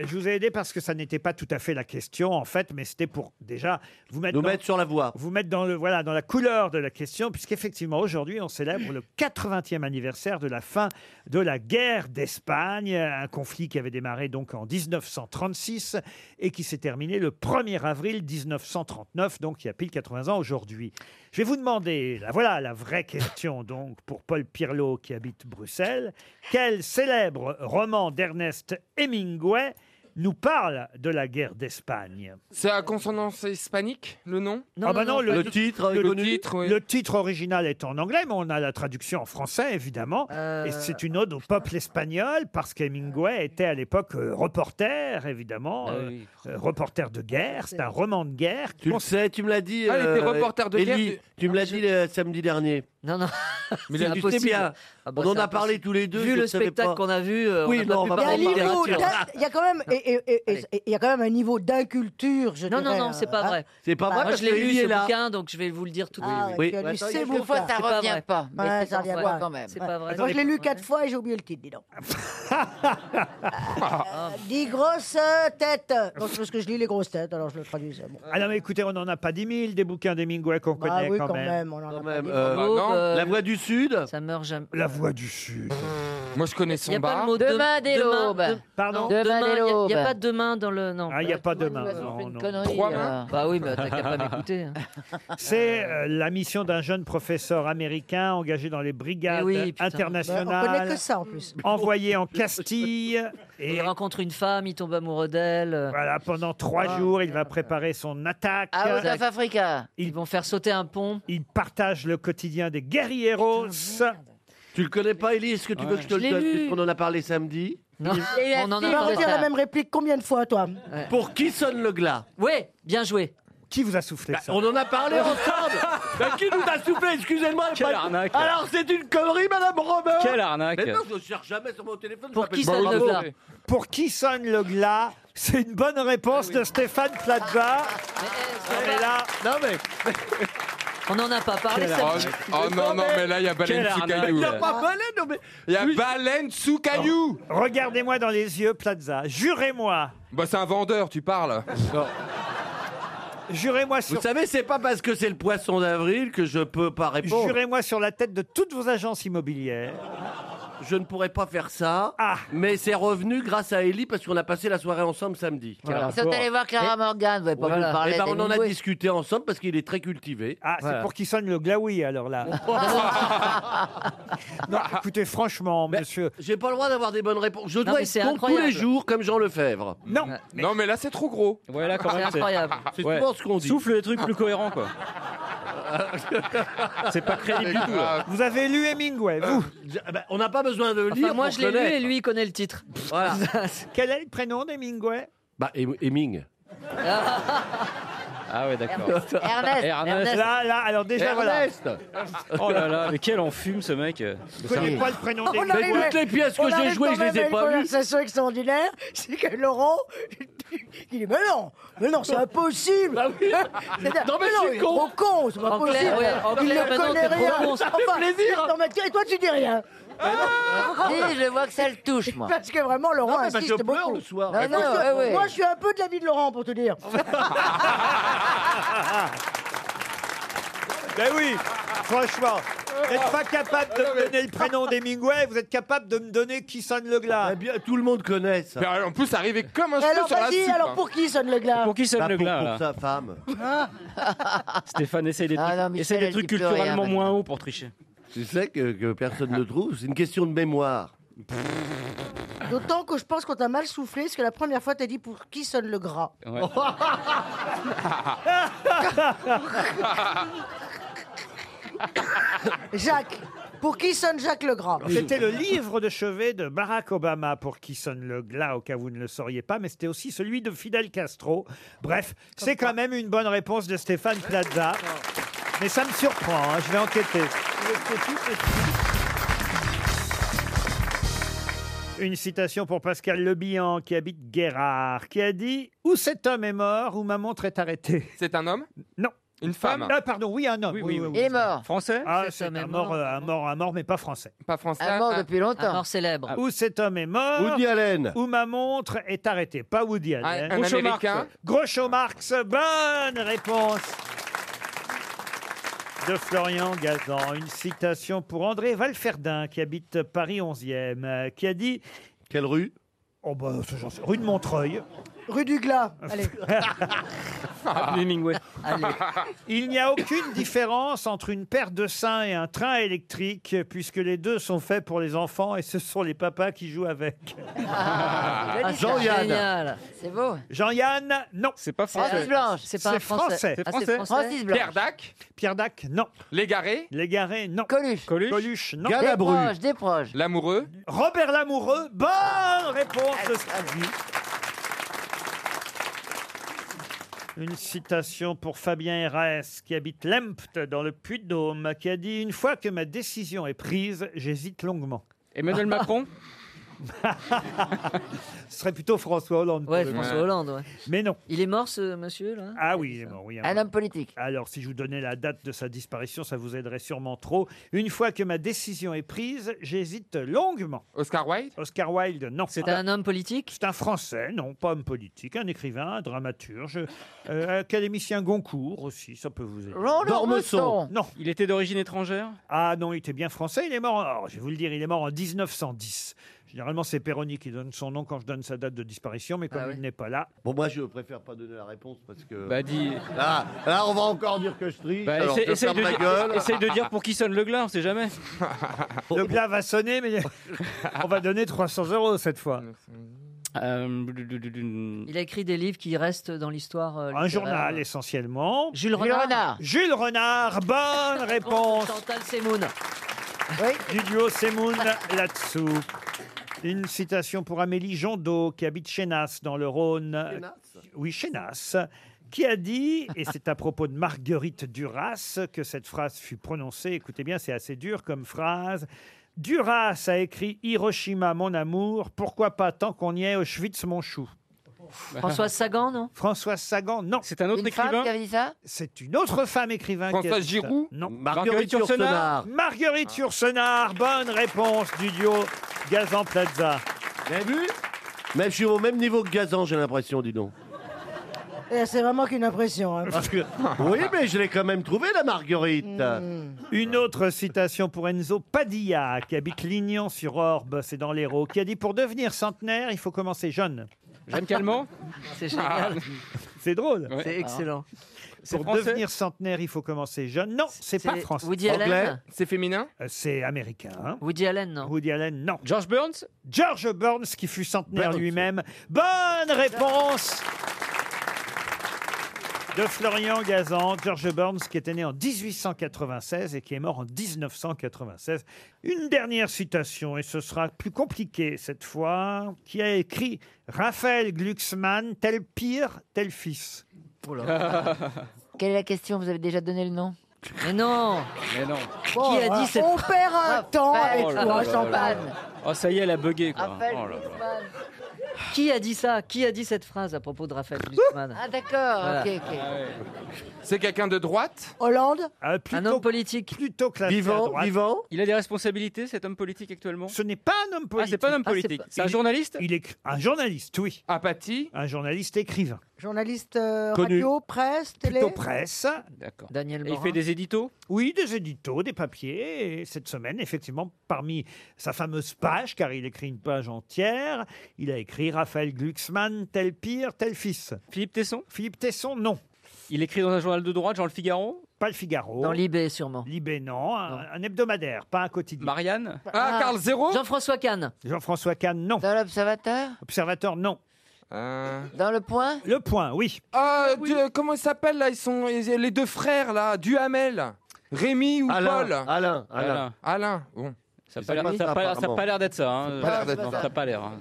Je vous ai aidé parce que ça n'était pas tout à fait la question, en fait, mais c'était pour déjà vous mettre,
Nous mettre sur la voie.
Vous mettre dans, le, voilà, dans la couleur de la question, puisqu'effectivement, aujourd'hui, on célèbre le 80e anniversaire de la fin de la guerre d'Espagne, un conflit qui avait démarré donc en 1936 et qui s'est terminé le 1er avril 1939, donc il y a pile 80 ans aujourd'hui. Je vais vous demander, là, voilà la vraie question donc pour Paul Pirlo qui habite Bruxelles, quel célèbre roman d'Ernest Hemingway nous parle de la guerre d'Espagne.
C'est à consonance hispanique, le nom
Ah bah non, le,
le,
le
titre, oui.
le titre original est en anglais, mais on a la traduction en français, évidemment. Et c'est une ode au peuple espagnol, parce qu'Hemingway était à l'époque euh, reporter, évidemment,
Ah
euh,
oui.
euh, reporter de guerre. C'est un roman de guerre.
Tu le sais, tu me l'as dit.
Ah, il était reporter de guerre Ah,
Élie,
du-
Tu me l'as dit le samedi dernier.
Non, non.
Mais
C'est
tu sais
impossible.
bien.
Ah bah,
on en
c'est
a
impossible.
parlé tous les deux.
Vu
je
le
ne savais
spectacle
pas.
qu'on a vu, euh,
oui,
on a
non,
pas
on
pu
va
parler
pas
de
parler
littérature.
là-dessus.
Ah,
Il y a quand même, et- et- et- et- il y a quand même un niveau d'inculture, je
Non, non,
dirais,
non,
euh,
c'est pas
hein.
vrai. Bah,
C'est pas vrai
Moi,
parce
je l'ai
que
lu
Lily
ce
est là.
bouquin, donc je vais vous le dire tout de
Ah,
suite.
ouais, Oui. tu as lu
Attends,
ces
quelques
bouquins.
fois, ça
C'est pas
revient
vrai.
pas. Mais
Ouais,
c'est
ça
pas
revient
vrai
pas.
quand même. C'est
Ouais.
pas vrai.
Moi, je l'ai lu quatre fois et j'ai oublié le titre, dis donc.
Ah.
Dix grosses têtes. Non, c'est parce que je lis les grosses têtes, alors je le traduis. c'est bon.
Ah non, mais écoutez, on n'en a pas 10 000 des bouquins d'Hemingway qu'on
Bah
connaît
oui,
quand,
quand
même.
même, on en a pas dit.
Euh,
L'aube,
non.
euh,
La voix du Sud.
Ça meurt jamais.
La voix du Sud.
Moi, je connais
Il n'y
son
a pas
bar.
le mot
Demain dès l'aube.
Pardon
Demain,
Demain dès
il n'y a,
l'aube.
pas demain dans le. Non.
Ah, il n'y a pas demain.
Trois mains. Bah oui, mais t'as qu'à pas m'écouter.
m'écouter.
hein.
C'est euh, la mission d'un jeune professeur américain engagé dans les brigades
Eh oui, putain.
internationales.
Bah, on connaît que ça, en plus.
Envoyé en Castille. Et...
Il rencontre une femme, il tombe amoureux d'elle.
Voilà, pendant trois
Ah.
jours, il va préparer son attaque.
Ah,
House of Africa. Ah, Ils vont faire sauter un pont.
Il partage le quotidien des guerrieros.
Tu le connais pas, Élie Est-ce que tu veux que je te le donne puisqu'on en a parlé samedi
Non. On en
Tu
a
vas
parlé.
redire la même réplique combien de fois, toi
Pour qui sonne le glas Bah,
Ouais, bien joué.
Qui vous a soufflé ça
On en a parlé ensemble Bah, Qui nous a soufflé Excusez-moi
Quelle
pas-
arnaque.
Alors c'est une connerie, Madame Robert
Quelle arnaque.
Mais non, je ne cherche jamais sur mon téléphone. je m'appelle
sonne
Bravo.
Pour qui sonne le glas C'est une bonne réponse
Ah
de Stéphane
Ah,
Plaza. Et là,
Non mais.
euh, On n'en a pas parlé.
Quelle
ça-
arnaque. Oh non, non, mais là, il y a baleine
Quelle
sous
arnaque.
caillou.
Il y a
là.
Ah,
Ah.
pas balai, non mais.
Il y a baleine sous caillou.
Oh. regardez-moi dans les yeux, Plaza. Jurez-moi.
Bah, c'est un vendeur, tu parles.
Jurez-moi
Vous
sur...
savez, c'est pas parce que c'est le poisson d'avril que je peux pas répondre.
Jurez-moi sur la tête de toutes vos agences immobilières.
Je ne pourrais pas faire ça,
Ah.
mais c'est revenu grâce à Ellie parce qu'on a passé la soirée ensemble samedi. Eh,
Ils sont allés voir Clara Morgan, vous pouvez pas
Voilà.
nous parler
Eh ben, on en a
d'Hemingway.
discuté ensemble parce qu'il est très cultivé.
Ah, c'est pour qui sonne le glaoui, alors là. non, écoutez, franchement, monsieur...
J'ai pas le droit d'avoir des bonnes réponses. Je
Non,
dois
mais
être
c'est
con tous
incroyable.
les jours comme Jean Lefebvre.
Non,
Non, mais là, c'est trop gros.
Voilà, quand
C'est
même.
incroyable.
C'est
Ouais.
souvent ce qu'on dit.
Souffle des trucs plus cohérents, quoi. C'est pas crédible du tout, là.
Vous avez lu Hemingway, vous
Je- eh ben, on n'a pas besoin de le
Enfin,
lire.
moi,
pour
je l'ai lu
connaître.
et lui, il connaît le titre.
Voilà.
Quel est le prénom d'Hemingway
Bah, Hem- Heming.
Ah ouais, d'accord.
Ernest,
Ernest.
Là, là, alors déjà, voilà.
Ernest
Oh là là, mais quel enfume ce mec. Euh,
Vous connaissez pas le prénom
Oh, On
d'Hemingway
arrive-
toutes les pièces que
on
j'ai
arrive
jouées,
quand
je les ai
même à une
pas vues.
conversation extraordinaire, c'est que Laurent, il dit Mais non, mais non, c'est impossible
Bah oui.
C'est-à-dire,
Non, mais je suis
il est
con.
trop con, c'est pas
En
possible
clair, ouais, en
Il
clair,
ne
maintenant,
connaît
t'es
rien
trop con, ça
fait plaisir. Ah
non, mais tu- Et toi, tu dis rien Bah
Si, je vois que ça le touche, moi.
Parce que vraiment, Laurent
Non, mais parce que
insiste
je pleure
beaucoup.
le soir. Bah
Non, non,
Moi, je-
ouais, ouais.
Moi, je suis un peu de l'avis de Laurent, pour te dire.
Ben oui, franchement. Vous n'êtes pas capable de me donner le prénom d'Hemingway, vous êtes capable de me donner qui sonne Eh le
Ah,
glas.
bien, tout le monde connaît ça.
Mais en plus, arrivé comme un
Et
cheveu
alors,
sur la
vas-y,
soupe. hein.
alors pour qui sonne le Hein glas
Pour qui sonne
Bah,
le
pour,
glas,
pour
là
sa femme.
Stéphane, essaye des trucs,
Ah non, Michel,
essaye des
elle
trucs
dit plus rien,
culturellement
maintenant.
moins hauts pour tricher.
Tu sais que, que personne ne trouve. C'est une question de mémoire.
D'autant que je pense qu'on t'a mal soufflé, parce que la première fois, t'as dit pour qui sonne le gras.
Ouais.
Jacques, Pour qui sonne Jacques Legrand
C'était le livre de chevet de Barack Obama pour qui sonne le glas, au cas où vous ne le sauriez pas, mais c'était aussi celui de Fidel Castro. Bref, c'est quand même une bonne réponse de Stéphane Plaza. Mais ça me surprend, hein, je vais enquêter. Une citation pour Pascal Lebihan, qui habite Guérard, qui a dit « Où cet homme est mort, où ma montre est arrêtée ».
C'est un homme
Non.
Une femme
Ah, pardon, oui, un homme.
Oui, oui, oui. Il est
mort. Français Ah,
Cet
c'est un
homme est
mort,
mort.
euh, un mort, un mort, mais pas français.
Pas français. Ah. Un mort depuis longtemps. Un mort célèbre.
Ah.
Où Ah, cet homme est mort.
Woody Allen.
Où ma montre est arrêtée. Pas Woody Allen.
Ah, un Groucho Américain. Marx.
Groucho Marx. Bonne réponse. De Florian Gazan. Une citation pour André Valferdin, qui habite Paris 11e, euh, qui a dit.
Quelle rue
Oh, bah, ça, j'en sais- rue de Montreuil.
Rue du Glas, allez.
Il n'y a aucune différence entre une paire de seins et un train électrique, puisque les deux sont faits pour les enfants et ce sont les papas qui jouent avec.
Ah, c'est
Jean-Yann.
génial. C'est beau.
Jean-Yann, non. C'est pas
français. Francis Blanche, c'est pas un français.
français.
Ah, c'est français. Francis Blanche. Pierre
Dac
Pierre Dac, non.
Légaré
Légaré, non.
Coluche.
Coluche, non.
Des proches, des proches.
L'amoureux
Robert Lamoureux, bonne réponse de Stevie. Une citation pour Fabien Herès, qui habite Lempt, dans le Puy-de-Dôme, qui a dit « Une fois que ma décision est prise, j'hésite longuement. »
Emmanuel Macron
Ce serait plutôt François Hollande. pour
Ouais,
le
François
coup.
Hollande, ouais.
Mais non.
Il est mort, ce monsieur, là
Ah oui, il est mort, oui.
Un homme
politique. Alors, si je vous donnais la date de sa disparition, ça vous aiderait sûrement trop. Une fois que ma décision est prise, j'hésite longuement.
Oscar Wilde
Oscar Wilde, non.
C'est un homme politique
C'est un Français, non, pas homme politique, un écrivain, un dramaturge, euh, académicien Goncourt aussi, ça peut vous aider.
Roland Dormeson. Besson.
Non.
Il était d'origine étrangère
Ah non, il était bien français, il est mort, en- alors, je vais vous le dire, il est mort en 1910. Généralement, c'est Perroni qui donne son nom quand je donne sa date de disparition, mais comme il n'est pas là...
Bon, moi, je préfère pas donner la réponse parce que.
Bah, dis-
Ah, là, on va encore dire que je triche.
Bah,
alors
essaye,
je
essaye
ferme
de
ma
dire-
gueule.
essaye de dire pour qui sonne le glas, on sait jamais.
Le glas va sonner, mais on va donner 300 euros cette fois.
Euh,
Il a écrit des livres qui restent dans l'histoire. euh,
Un
littéraire.
journal essentiellement.
Jules Renard.
Jules Renard, bonne réponse.
Chantal Semoun.
Du duo Semoun là-dessous. Une citation pour Amélie Jondot, qui habite Chénas, dans le Rhône. Oui, Chénas. Qui a dit, et c'est à propos de Marguerite Duras que cette phrase fut prononcée. Écoutez bien, c'est assez dur comme phrase. Duras a écrit Hiroshima, mon amour. Pourquoi pas tant qu'on y est, Auschwitz, mon chou.
Françoise Sagan, non
Bah. Françoise Sagan, non.
C'est un autre
Une femme écrivain qui avait dit ça
C'est une autre femme écrivain. qui a
Françoise
dit
Giroud
ça. Non.
Marguerite Marguerite Yourcenar. Yourcenar.
Marguerite Yourcenar. Bonne réponse du duo Gazan Plaza.
Vous avez vu Même je suis au même niveau que Gazan, j'ai l'impression, dis donc.
Eh, C'est vraiment qu'une impression. hein.
Parce que- oui, mais Eh ben, je l'ai quand même trouvé, la Marguerite.
Hmm. Une autre citation pour Enzo Padilla, qui habite Lignan-sur-Orbe, c'est dans l'Hérault, qui a dit Pour devenir centenaire, il faut commencer jeune.
Jeanne Calment
C'est génial.
Ah.
C'est drôle.
Ouais.
C'est excellent.
C'est
Pour
français
devenir centenaire, il faut commencer jeune. Non, c'est pas
c'est
français.
Woody Allen Anglais
C'est féminin
Euh, C'est américain. hein.
Woody Allen, non
Woody Allen, non.
George Burns
George Burns, qui fut centenaire
Burns.
lui-même. Bonne réponse de Florian Gazan, George Burns, qui était né en 1896 et qui est mort en 1996. Une dernière citation, et ce sera plus compliqué cette fois, qui a écrit Raphaël Glucksmann, tel pire, tel fils.
Oh
Quelle est la question Vous avez déjà donné le nom Oh, ah,
Mais non
Ah, Mais non.
Oh,
Bon,
Qui a dit
hein,
cette
On perd un temps avec
Oh là
toi,
là là
Champagne.
là. Oh, ça y est, elle a bugué, quoi.
Raphaël
Oh là là.
Glucksmann.
Qui a dit ça Qui a dit cette phrase à propos de Raphaël Glucksmann
Ah d'accord,
Voilà.
ok, ok.
Ah
C'est quelqu'un de droite
Hollande
Un homme politique.
Ah, Plutôt classé à droite.
Il a des responsabilités, cet homme politique actuellement
Ce n'est pas un homme
Ah,
politique.
c'est pas un homme politique. c'est un
Il-
journaliste
Il est un journaliste, oui.
Apathie
Un journaliste écrivain.
Journaliste euh,
Connu.
radio, presse, télé
Plutôt presse.
D'accord.
Daniel
Et il fait des éditos
Oui, des éditos, des papiers. Et cette semaine, effectivement, parmi sa fameuse page, car il écrit une page entière, il a écrit Raphaël Glucksmann, tel pire, tel fils.
Philippe Tesson
Philippe Tesson, non.
Il écrit dans un journal de droite, genre Le Figaro
Pas le Figaro.
Dans l'IB, sûrement.
Libé, non. Un, un hebdomadaire, pas un quotidien.
Marianne
Ah, Karl Zéro
Jean-François Kahn.
Jean-François Kahn, non.
Dans l'Observateur
Observateur, non.
Euh.
Dans le point
Le point, oui.
Ah, Dieu, comment ils s'appellent là Ils sont ils- les deux frères là, Duhamel. Rémi ou
Alain,
Paul
Alain, Alain.
Alain, bon.
Ça n'a pas l'air- ça a pas l'air- ça a pas l'air d'être ça. hein.
Ça a pas l'air d'être
Ça
ça.
a pas l'air. hein.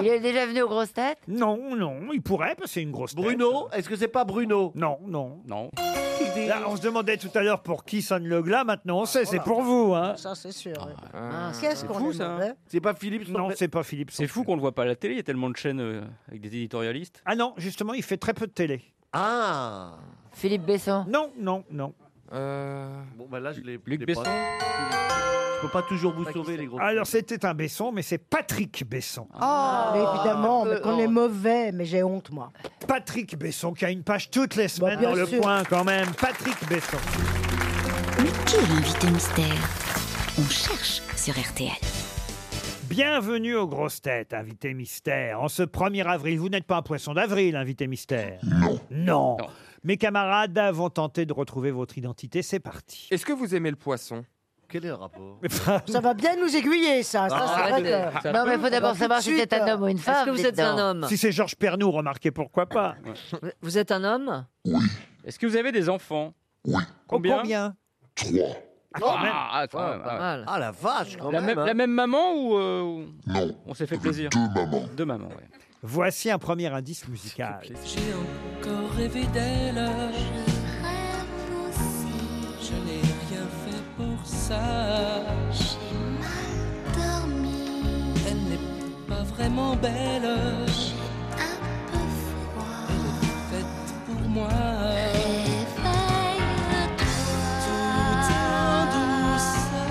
Il est déjà venu aux grosses têtes
Non, non, il pourrait, parce que c'est une grosse tête.
Bruno Est-ce que c'est pas Bruno
Non, non.
Non.
Là, on se demandait tout à l'heure pour qui sonne le glas, maintenant
Ah,
on sait, c'est
voilà.
pour vous. Hein.
Ça, c'est sûr. ouais.
Ah,
Qu'est-ce
c'est
qu'on
fou,
est
ça.
mauvais.
C'est pas Philippe
Non, c'est pas Philippe.
C'est fou qu'on le voit pas à la télé. Il y a tellement de chaînes euh, avec des éditorialistes.
Ah non, justement, il fait très peu de télé.
Ah
Philippe Besson
Non, non, non.
Bon, bah là, je l'ai.
Luc
je l'ai pas.
Besson
Je peux pas toujours vous sauver, les gros.
Alors c'était un Besson, mais c'est Patrick Besson.
Ah, mais évidemment, mais qu'on est mauvais, mais j'ai honte, moi.
oh.
Bah,
Patrick Besson qui a une page toutes les semaines
bien
dans le
sûr.
point quand même. Patrick Besson.
Mais qui est l'invité mystère On cherche sur RTL.
Bienvenue aux grosses têtes, invité mystère. En ce 1er avril, vous n'êtes pas un poisson d'avril, invité mystère. Non. Non. Mes camarades vont tenter de retrouver votre identité. C'est parti.
Est-ce que vous aimez le poisson
Quel est le rapport
Ça va bien nous aiguiller, ça. ça,
Ah,
c'est
ça
vrai que-
peut-
Non, mais il faut d'abord
Tout de
savoir si
suite.
c'est un homme ou une
Est-ce
femme.
que vous
dites
êtes un
donc.
homme
Si c'est Georges Pernou, remarquez pourquoi pas.
Vous êtes un homme
Est-ce que vous avez des enfants
Combien,
Combien
Trois.
Ah, ah, quand même, ah,
mal.
Ah la vache, quand
La
même.
même,
hein.
la même maman ou euh, ou-
Non.
on s'est fait plaisir
Deux mamans.
Deux mamans, ouais.
Voici un premier indice musical.
J'ai encore rêvé d'elle. Je n'ai rien fait pour ça. J'ai mal dormi. Elle n'est pas vraiment belle. J'ai un peu froid. Elle est faite pour moi. Tout en douceur.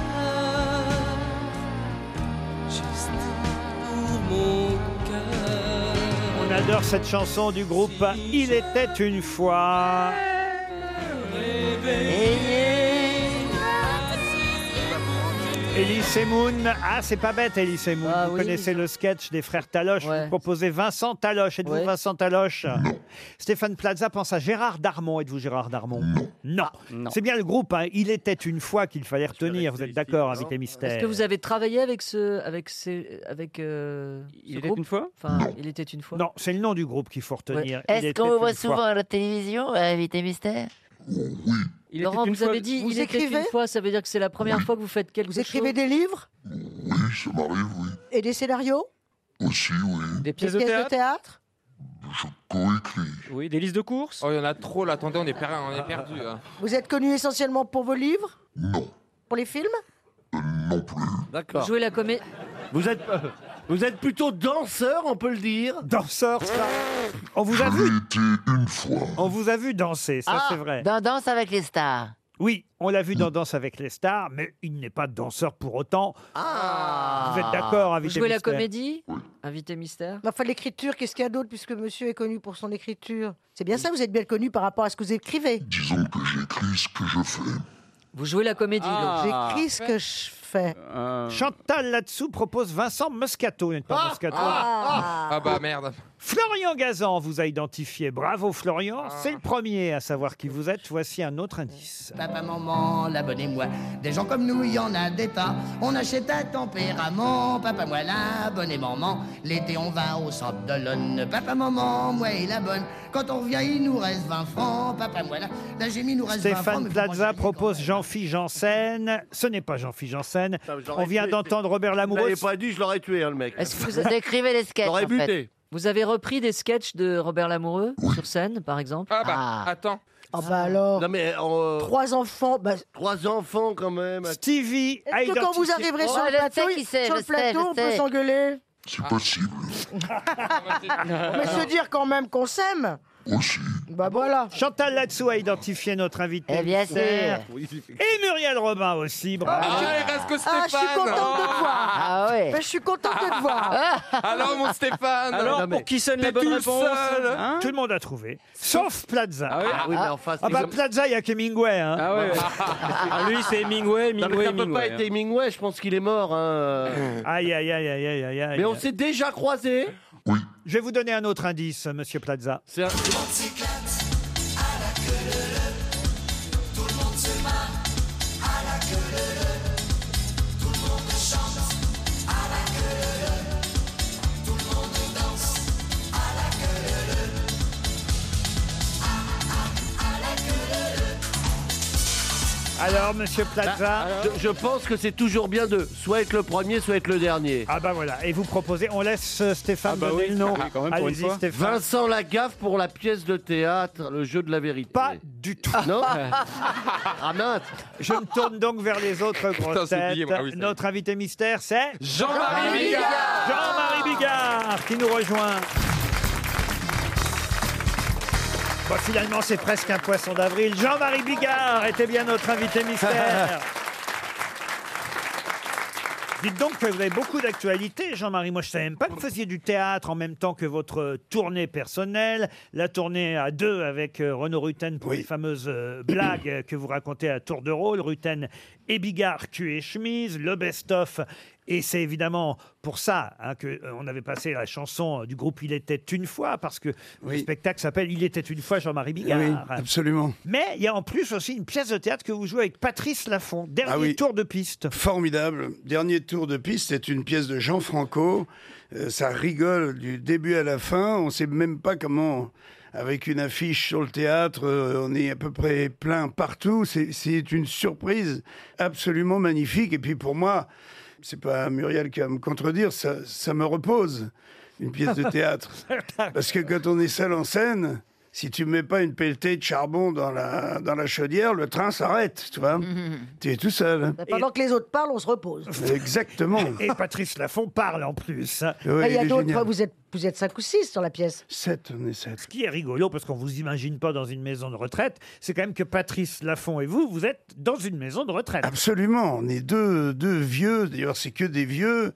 Juste pour mon cœur.
On adore cette chanson du groupe Il était une
Ah.
fois. Elie Semoun. Ah, c'est pas bête, Elie Semoun.
Ah
Vous connaissez le sketch des frères Taloche. Je Vous proposez Vincent Taloche. Êtes-vous Vincent Taloche Stéphane Plaza pense à Gérard Darmon. Êtes-vous Gérard Darmon Non.
Ah,
C'est bien le groupe. hein. Il était une fois qu'il fallait retenir. Vous êtes d'accord, invité mystère
Est-ce que vous avez travaillé avec ce, avec ces, avec euh,
Il
ce
était
groupe
une fois
Enfin, il était une fois.
Non, c'est le nom du groupe qu'il faut retenir. Il
Est-ce
était
qu'on le voit
une fois.
souvent à la télévision, à Invité Mystère
Il
Laurent,
était une
vous
fois-
avez dit,
Vous
il était
écrivez
une fois, ça veut dire que c'est la première fois que vous faites quelque
Vous
chose.
écrivez des livres
Oui, ça m'arrive, oui.
et des scénarios
Aussi, oui.
Des
Des
pièces
pièces
de théâtre
de théâtre
Oui, des listes de courses
Oh, il y en a trop là. Attendez, on est, per- on est perdu. hein.
Vous êtes connu essentiellement pour vos livres
Non.
Pour les films
D'accord.
Jouer la comédie.
Vous êtes, vous êtes plutôt danseur, on peut le dire.
Danseur, ça. On vous a vu. On vous a vu danser, ça
Ah,
c'est vrai.
Dans Danse avec les stars.
Oui, on l'a vu dans Danse avec les stars, mais il n'est pas danseur pour autant.
Ah.
Vous êtes d'accord,
Vous
invité
jouez la
mystère
comédie Ah, Invité
Bah.
mystère
Ah. Mais Enfin, l'écriture, qu'est-ce qu'il y a d'autre puisque monsieur est connu pour son écriture C'est bien ça, vous êtes bien connu par rapport à ce que vous écrivez.
Disons que j'écris ce que je fais.
Vous jouez la comédie,
Ah.
donc.
Ah.
J'écris ce que je fais.
Euh.
Chantal là-dessous propose Vincent Moscato. Vous n'êtes pas Moscato.
Ah bah merde.
Florian Gazan vous a identifié. Bravo Florian,
Ah.
c'est le premier à savoir qui vous êtes. Voici un autre indice.
Papa, maman, la bonne et moi. Des gens comme nous, il y en a des tas. On achète à tempérament. Papa, moi, la bonne et maman. L'été, on va au centre de l'Aune. Papa, maman, moi et la bonne. Quand on revient, il nous reste 20 francs. Papa, moi, la, la gémie nous reste 20 francs.
Stéphane
mais
Plaza propose Jean-Phi Janssen. Ce n'est pas Jean-Phi Janssen.
j'aurais
On vient
tué.
d'entendre Robert
Vous
Lamoureux.
l'avez pas dit, je l'aurais tué, hein, le mec.
Est-ce que vous écrivez les sketchs
J'aurais
en fait
buté.
Vous avez repris des sketchs de Robert Lamoureux sur scène, par exemple
Ah bah, attends.
Ah bah alors,
Non, mais euh,
trois enfants. bah,
trois enfants quand même.
Stevie a
Est-ce que quand vous
identifié-
arriverez
Oh,
sur le
je sais
plateau,
qui c'est,
sur
je
le
sais,
plateau,
je
on peut
sais.
s'engueler
C'est possible.
Ah,
Ah.
Mais se dire quand même qu'on s'aime Bah voilà.
Chantal Latsou a identifié notre invité.
Eh bien
mystère.
sûr.
Et Muriel Robin aussi. Bravo.
Ah, il reste que Stéphane.
Ah, je suis contente de te voir
Ah ouais
Mais je suis contente de te voir
Alors, mon Stéphane.
Alors,
non, mais-
pour qui sonne la
t'es
bonne
tout
réponse
seul.
hein
Tout le monde a trouvé, sauf Plaza. Ah,
Ah oui, mais enfin, c'est-
bah Plaza, il y a Hemingway. Hein.
Ah ouais. Ah, lui, c'est Hemingway,
Non, mais
Hemingway,
ça peut pas
Hemingway,
être
hein.
Hemingway, je pense qu'il est mort. hein.
Aïe, aïe, aïe, aïe, aïe, aïe, aïe.
Mais on s'est déjà croisés.
Je vais vous donner un autre indice, monsieur Plaza.
C'est un-
Alors, monsieur Plaza
Bah, Je pense que c'est toujours bien de soit être le premier, soit être le dernier.
Ah bah voilà, et vous proposez, on laisse euh, Stéphane
Ah,
Ah
bah
bah
donner le nom. Allez-y, Stéphane.
Vincent Lagaffe pour la pièce de théâtre, le jeu de la vérité.
Pas du tout.
Non
Ah mince Je me tourne donc vers les autres grosses
c'est oublié,
têtes.
moi. Ah oui, ça y est.
Notre invité mystère, c'est
Jean-Marie Bigard
Jean-Marie Bigard qui nous rejoint. Bon, finalement, c'est presque un poisson d'avril. Jean-Marie Bigard était bien notre invité mystère. Dites donc que vous avez beaucoup d'actualités, Jean-Marie. Moi, je ne savais même pas que vous faisiez du théâtre en même temps que votre euh, tournée personnelle. La tournée à deux avec euh, Renaud Rutten pour les fameuses euh, blagues euh, que vous racontez à tour de rôle. Rutten et Bigard, cul et chemise, le best-of. Et c'est évidemment pour ça hein, que euh, on avait passé la chanson euh, du groupe Il était une fois, parce que le spectacle s'appelle Il était une fois Jean-Marie Bigard.
Oui, absolument.
Mais il y a en plus aussi une pièce de théâtre que vous jouez avec Patrice Laffont. Dernier
Ah oui.
tour de piste.
Formidable. Dernier tour de piste, c'est une pièce de Jean Franco. Euh, ça rigole du début à la fin. On ne sait même pas comment. Avec une affiche sur le théâtre, euh, on est à peu près plein partout. C'est- C'est une surprise absolument magnifique. Et puis pour moi, c'est pas Muriel qui va me contredire, ça, ça me repose, une pièce de théâtre. Parce que quand on est seul en scène, si tu mets pas une pelletée de charbon dans la, dans la chaudière, le train s'arrête, tu vois. Tu es tout seul.
Pendant que les autres parlent, on se repose.
Exactement.
Et Patrice Laffont parle en plus.
Ah, il y a d'autres, vous êtes, vous êtes 5 ou 6 sur la pièce.
7, on est 7.
Ce qui est rigolo, parce qu'on vous imagine pas dans une maison de retraite, c'est quand même que Patrice Laffont et vous, vous êtes dans une maison de retraite.
Absolument, on est deux, deux vieux, d'ailleurs c'est que des vieux,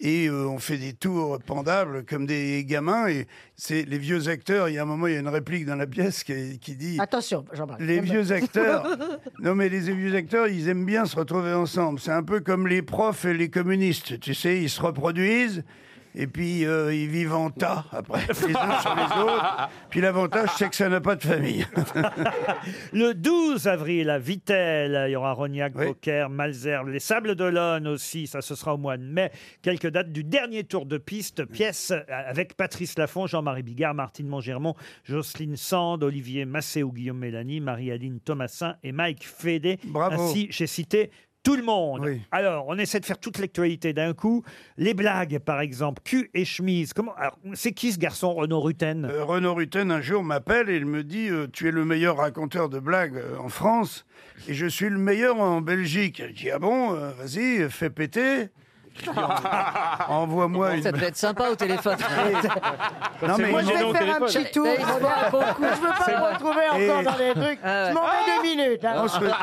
et euh, on fait des tours pendables comme des gamins, et c'est les vieux acteurs, il y a un moment, il y a une réplique dans la pièce qui, qui dit...
Attention, Jean-Marie.
Les
Calme-toi.
vieux acteurs, non mais les vieux acteurs, ils aiment bien se retrouver ensemble. C'est un peu comme les profs et les communistes, tu sais, ils se reproduisent et puis euh, ils vivent en tas après, les uns sur les autres. Puis l'avantage, c'est que ça n'a pas de famille.
Le 12 avril à Vittel, il y aura Rognac, Beaucaire, Malzerbe, les Sables d'Olonne aussi, ça ce sera au mois de mai. Quelques dates du dernier tour de
Mm.
piste, pièce euh, avec Patrice Laffont, Jean-Marie Bigard, Martine Montgermont, Jocelyne Sand, Olivier Massé ou Guillaume Mélanie, Marie-Aline Thomasin et Mike Fédé.
Bravo.
Ainsi, j'ai cité tout le monde. Alors, on essaie de faire toute l'actualité d'un coup. Les blagues, par exemple, cul et chemise. Comment alors, C'est qui ce garçon, Renaud Rutten
Euh, Renaud Rutten, un jour, m'appelle et il me dit euh, Tu es le meilleur raconteur de blagues euh, en France et je suis le meilleur en Belgique. Je dis Ah bon, euh, vas-y, euh, fais péter. Je dis, En- Envoie-moi une.
Ça peut être sympa au téléphone.
Non, mais
Moi, je
ils m'ont
vais
au
faire un
téléphone.
petit tour.
Mais
Je
ils
veux
sont
pas
beaucoup.
me retrouver
Et-
encore dans des trucs.
Ah ouais.
Je m'en vais deux minutes. hein.
On se re-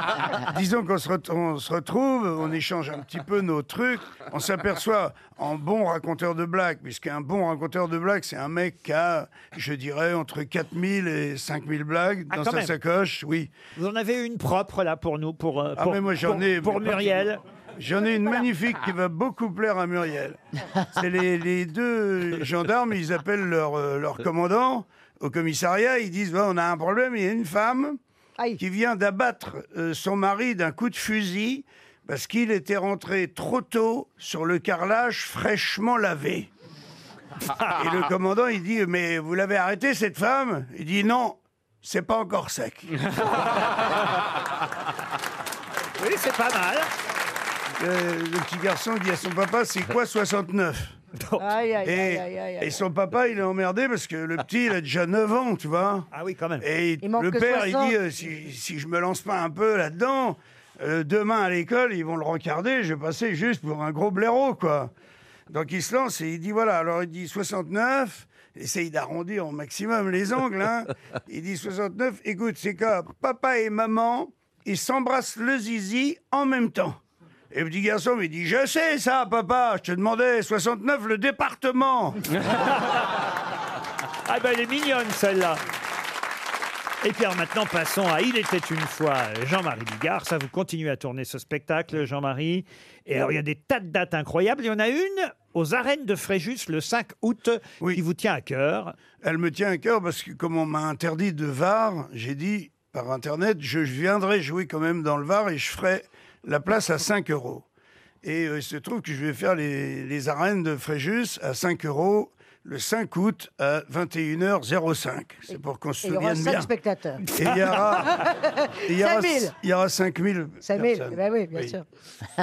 Disons qu'on se, ret- on se retrouve, on échange un petit peu nos trucs, on s'aperçoit en bon raconteur de blagues, puisqu'un bon raconteur de blagues, c'est un mec qui a, je dirais, entre 4000 et 5000 blagues
Ah,
dans
quand
sa
même.
sacoche, oui.
Vous en avez une propre là pour nous, pour, euh,
Ah,
pour,
mais moi, j'en
pour-
ai-
pour Muriel.
J'en ai une magnifique qui va beaucoup plaire à Muriel. C'est les, les deux gendarmes, ils appellent leur, euh, leur commandant au commissariat, ils disent Ouais, on a un problème, il y a une femme qui vient d'abattre euh, son mari d'un coup de fusil parce qu'il était rentré trop tôt sur le carrelage fraîchement lavé. Et le commandant, il dit Mais vous l'avez arrêtée, cette femme Il dit Non, c'est pas encore sec.
Oui, c'est pas mal.
Euh, Le, le petit garçon dit à son papa, c'est quoi 69
Aïe, aïe,
et,
aïe, aïe, aïe, aïe.
et son papa, il est emmerdé parce que le petit, il a déjà 9 ans, tu vois.
Ah oui, quand même.
Et
Il manque
le
que
père, il
60.
dit, euh, si, si je me lance pas un peu là-dedans, euh, demain à l'école, ils vont le rencarder, je vais passer juste pour un gros blaireau, quoi. Donc il se lance et il dit, voilà, alors il dit 69, essaye d'arrondir au maximum les angles, hein. Il dit 69, écoute, c'est quoi Papa et maman, ils s'embrassent le zizi en même temps. Et le petit garçon il dit Je sais ça, papa, je te demandais 69, le département
Ah ben, elle est mignonne celle-là. Et puis alors, maintenant, passons à Il était une fois Jean-Marie Bigard. Ça, vous continuez à tourner ce spectacle, Jean-Marie. Et alors, il y a des tas de dates incroyables. Il y en a une aux arènes de Fréjus le 5 août qui vous tient à cœur.
Elle me tient à cœur parce que, comme on m'a interdit de VAR, j'ai dit par Internet Je viendrai jouer quand même dans le VAR et je ferai la place à 5 euros. Et euh, il se trouve que je vais faire les, les arènes de Fréjus à 5 euros le 5 août à 21h05. C'est pour qu'on se
Et il y aura
souvienne
5
bien.
spectateurs.
Et il y aura- Et Il y, aura,
5000
il y aura 5000
5000,
personnes.
ben oui, bien
Oui.
sûr.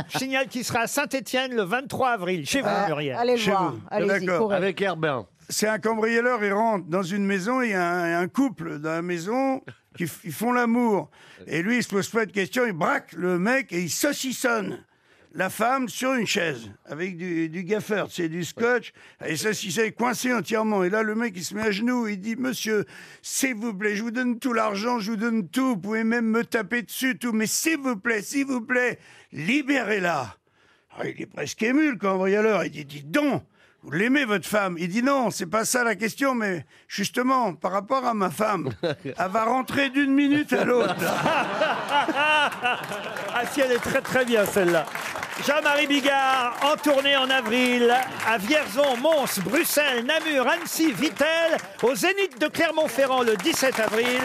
Je signale qu'il sera à Saint-Étienne le 23 avril, chez vous,
Ah,
Muriel.
allez le
Chez
voir,
vous.
allez-y,
D'accord.
courez.
Avec
Herbin.
C'est un cambrioleur, il rentre dans une maison, il y a un, un couple dans la maison qui f- ils font l'amour. Et lui, il se pose pas de questions, il braque le mec et il saucissonne la femme sur une chaise avec du, du gaffeur, c'est du scotch. Et ça, si c'est coincé entièrement. Et là, le mec, il se met à genoux, il dit Monsieur, s'il vous plaît, je vous donne tout l'argent, je vous donne tout, vous pouvez même me taper dessus, tout, mais s'il vous plaît, s'il vous plaît, libérez-la. Ah, il est presque ému, le cambrioleur. Il dit, dites donc, vous l'aimez, votre femme Il dit, non, c'est pas ça la question, mais justement, par rapport à ma femme, elle va rentrer d'une minute à l'autre.
Ah si, elle est très très bien celle-là. Jean-Marie Bigard, en tournée en avril, à Vierzon, Mons, Bruxelles, Namur, Annecy, Vittel, au Zénith de Clermont-Ferrand le 17 avril,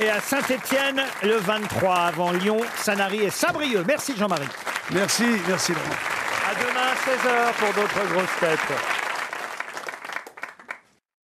et à Saint-Étienne le 23, avant Lyon, Sanary et Saint-Brieuc. Merci Jean-Marie.
Merci, merci
À demain, 16h, pour d'autres grosses têtes.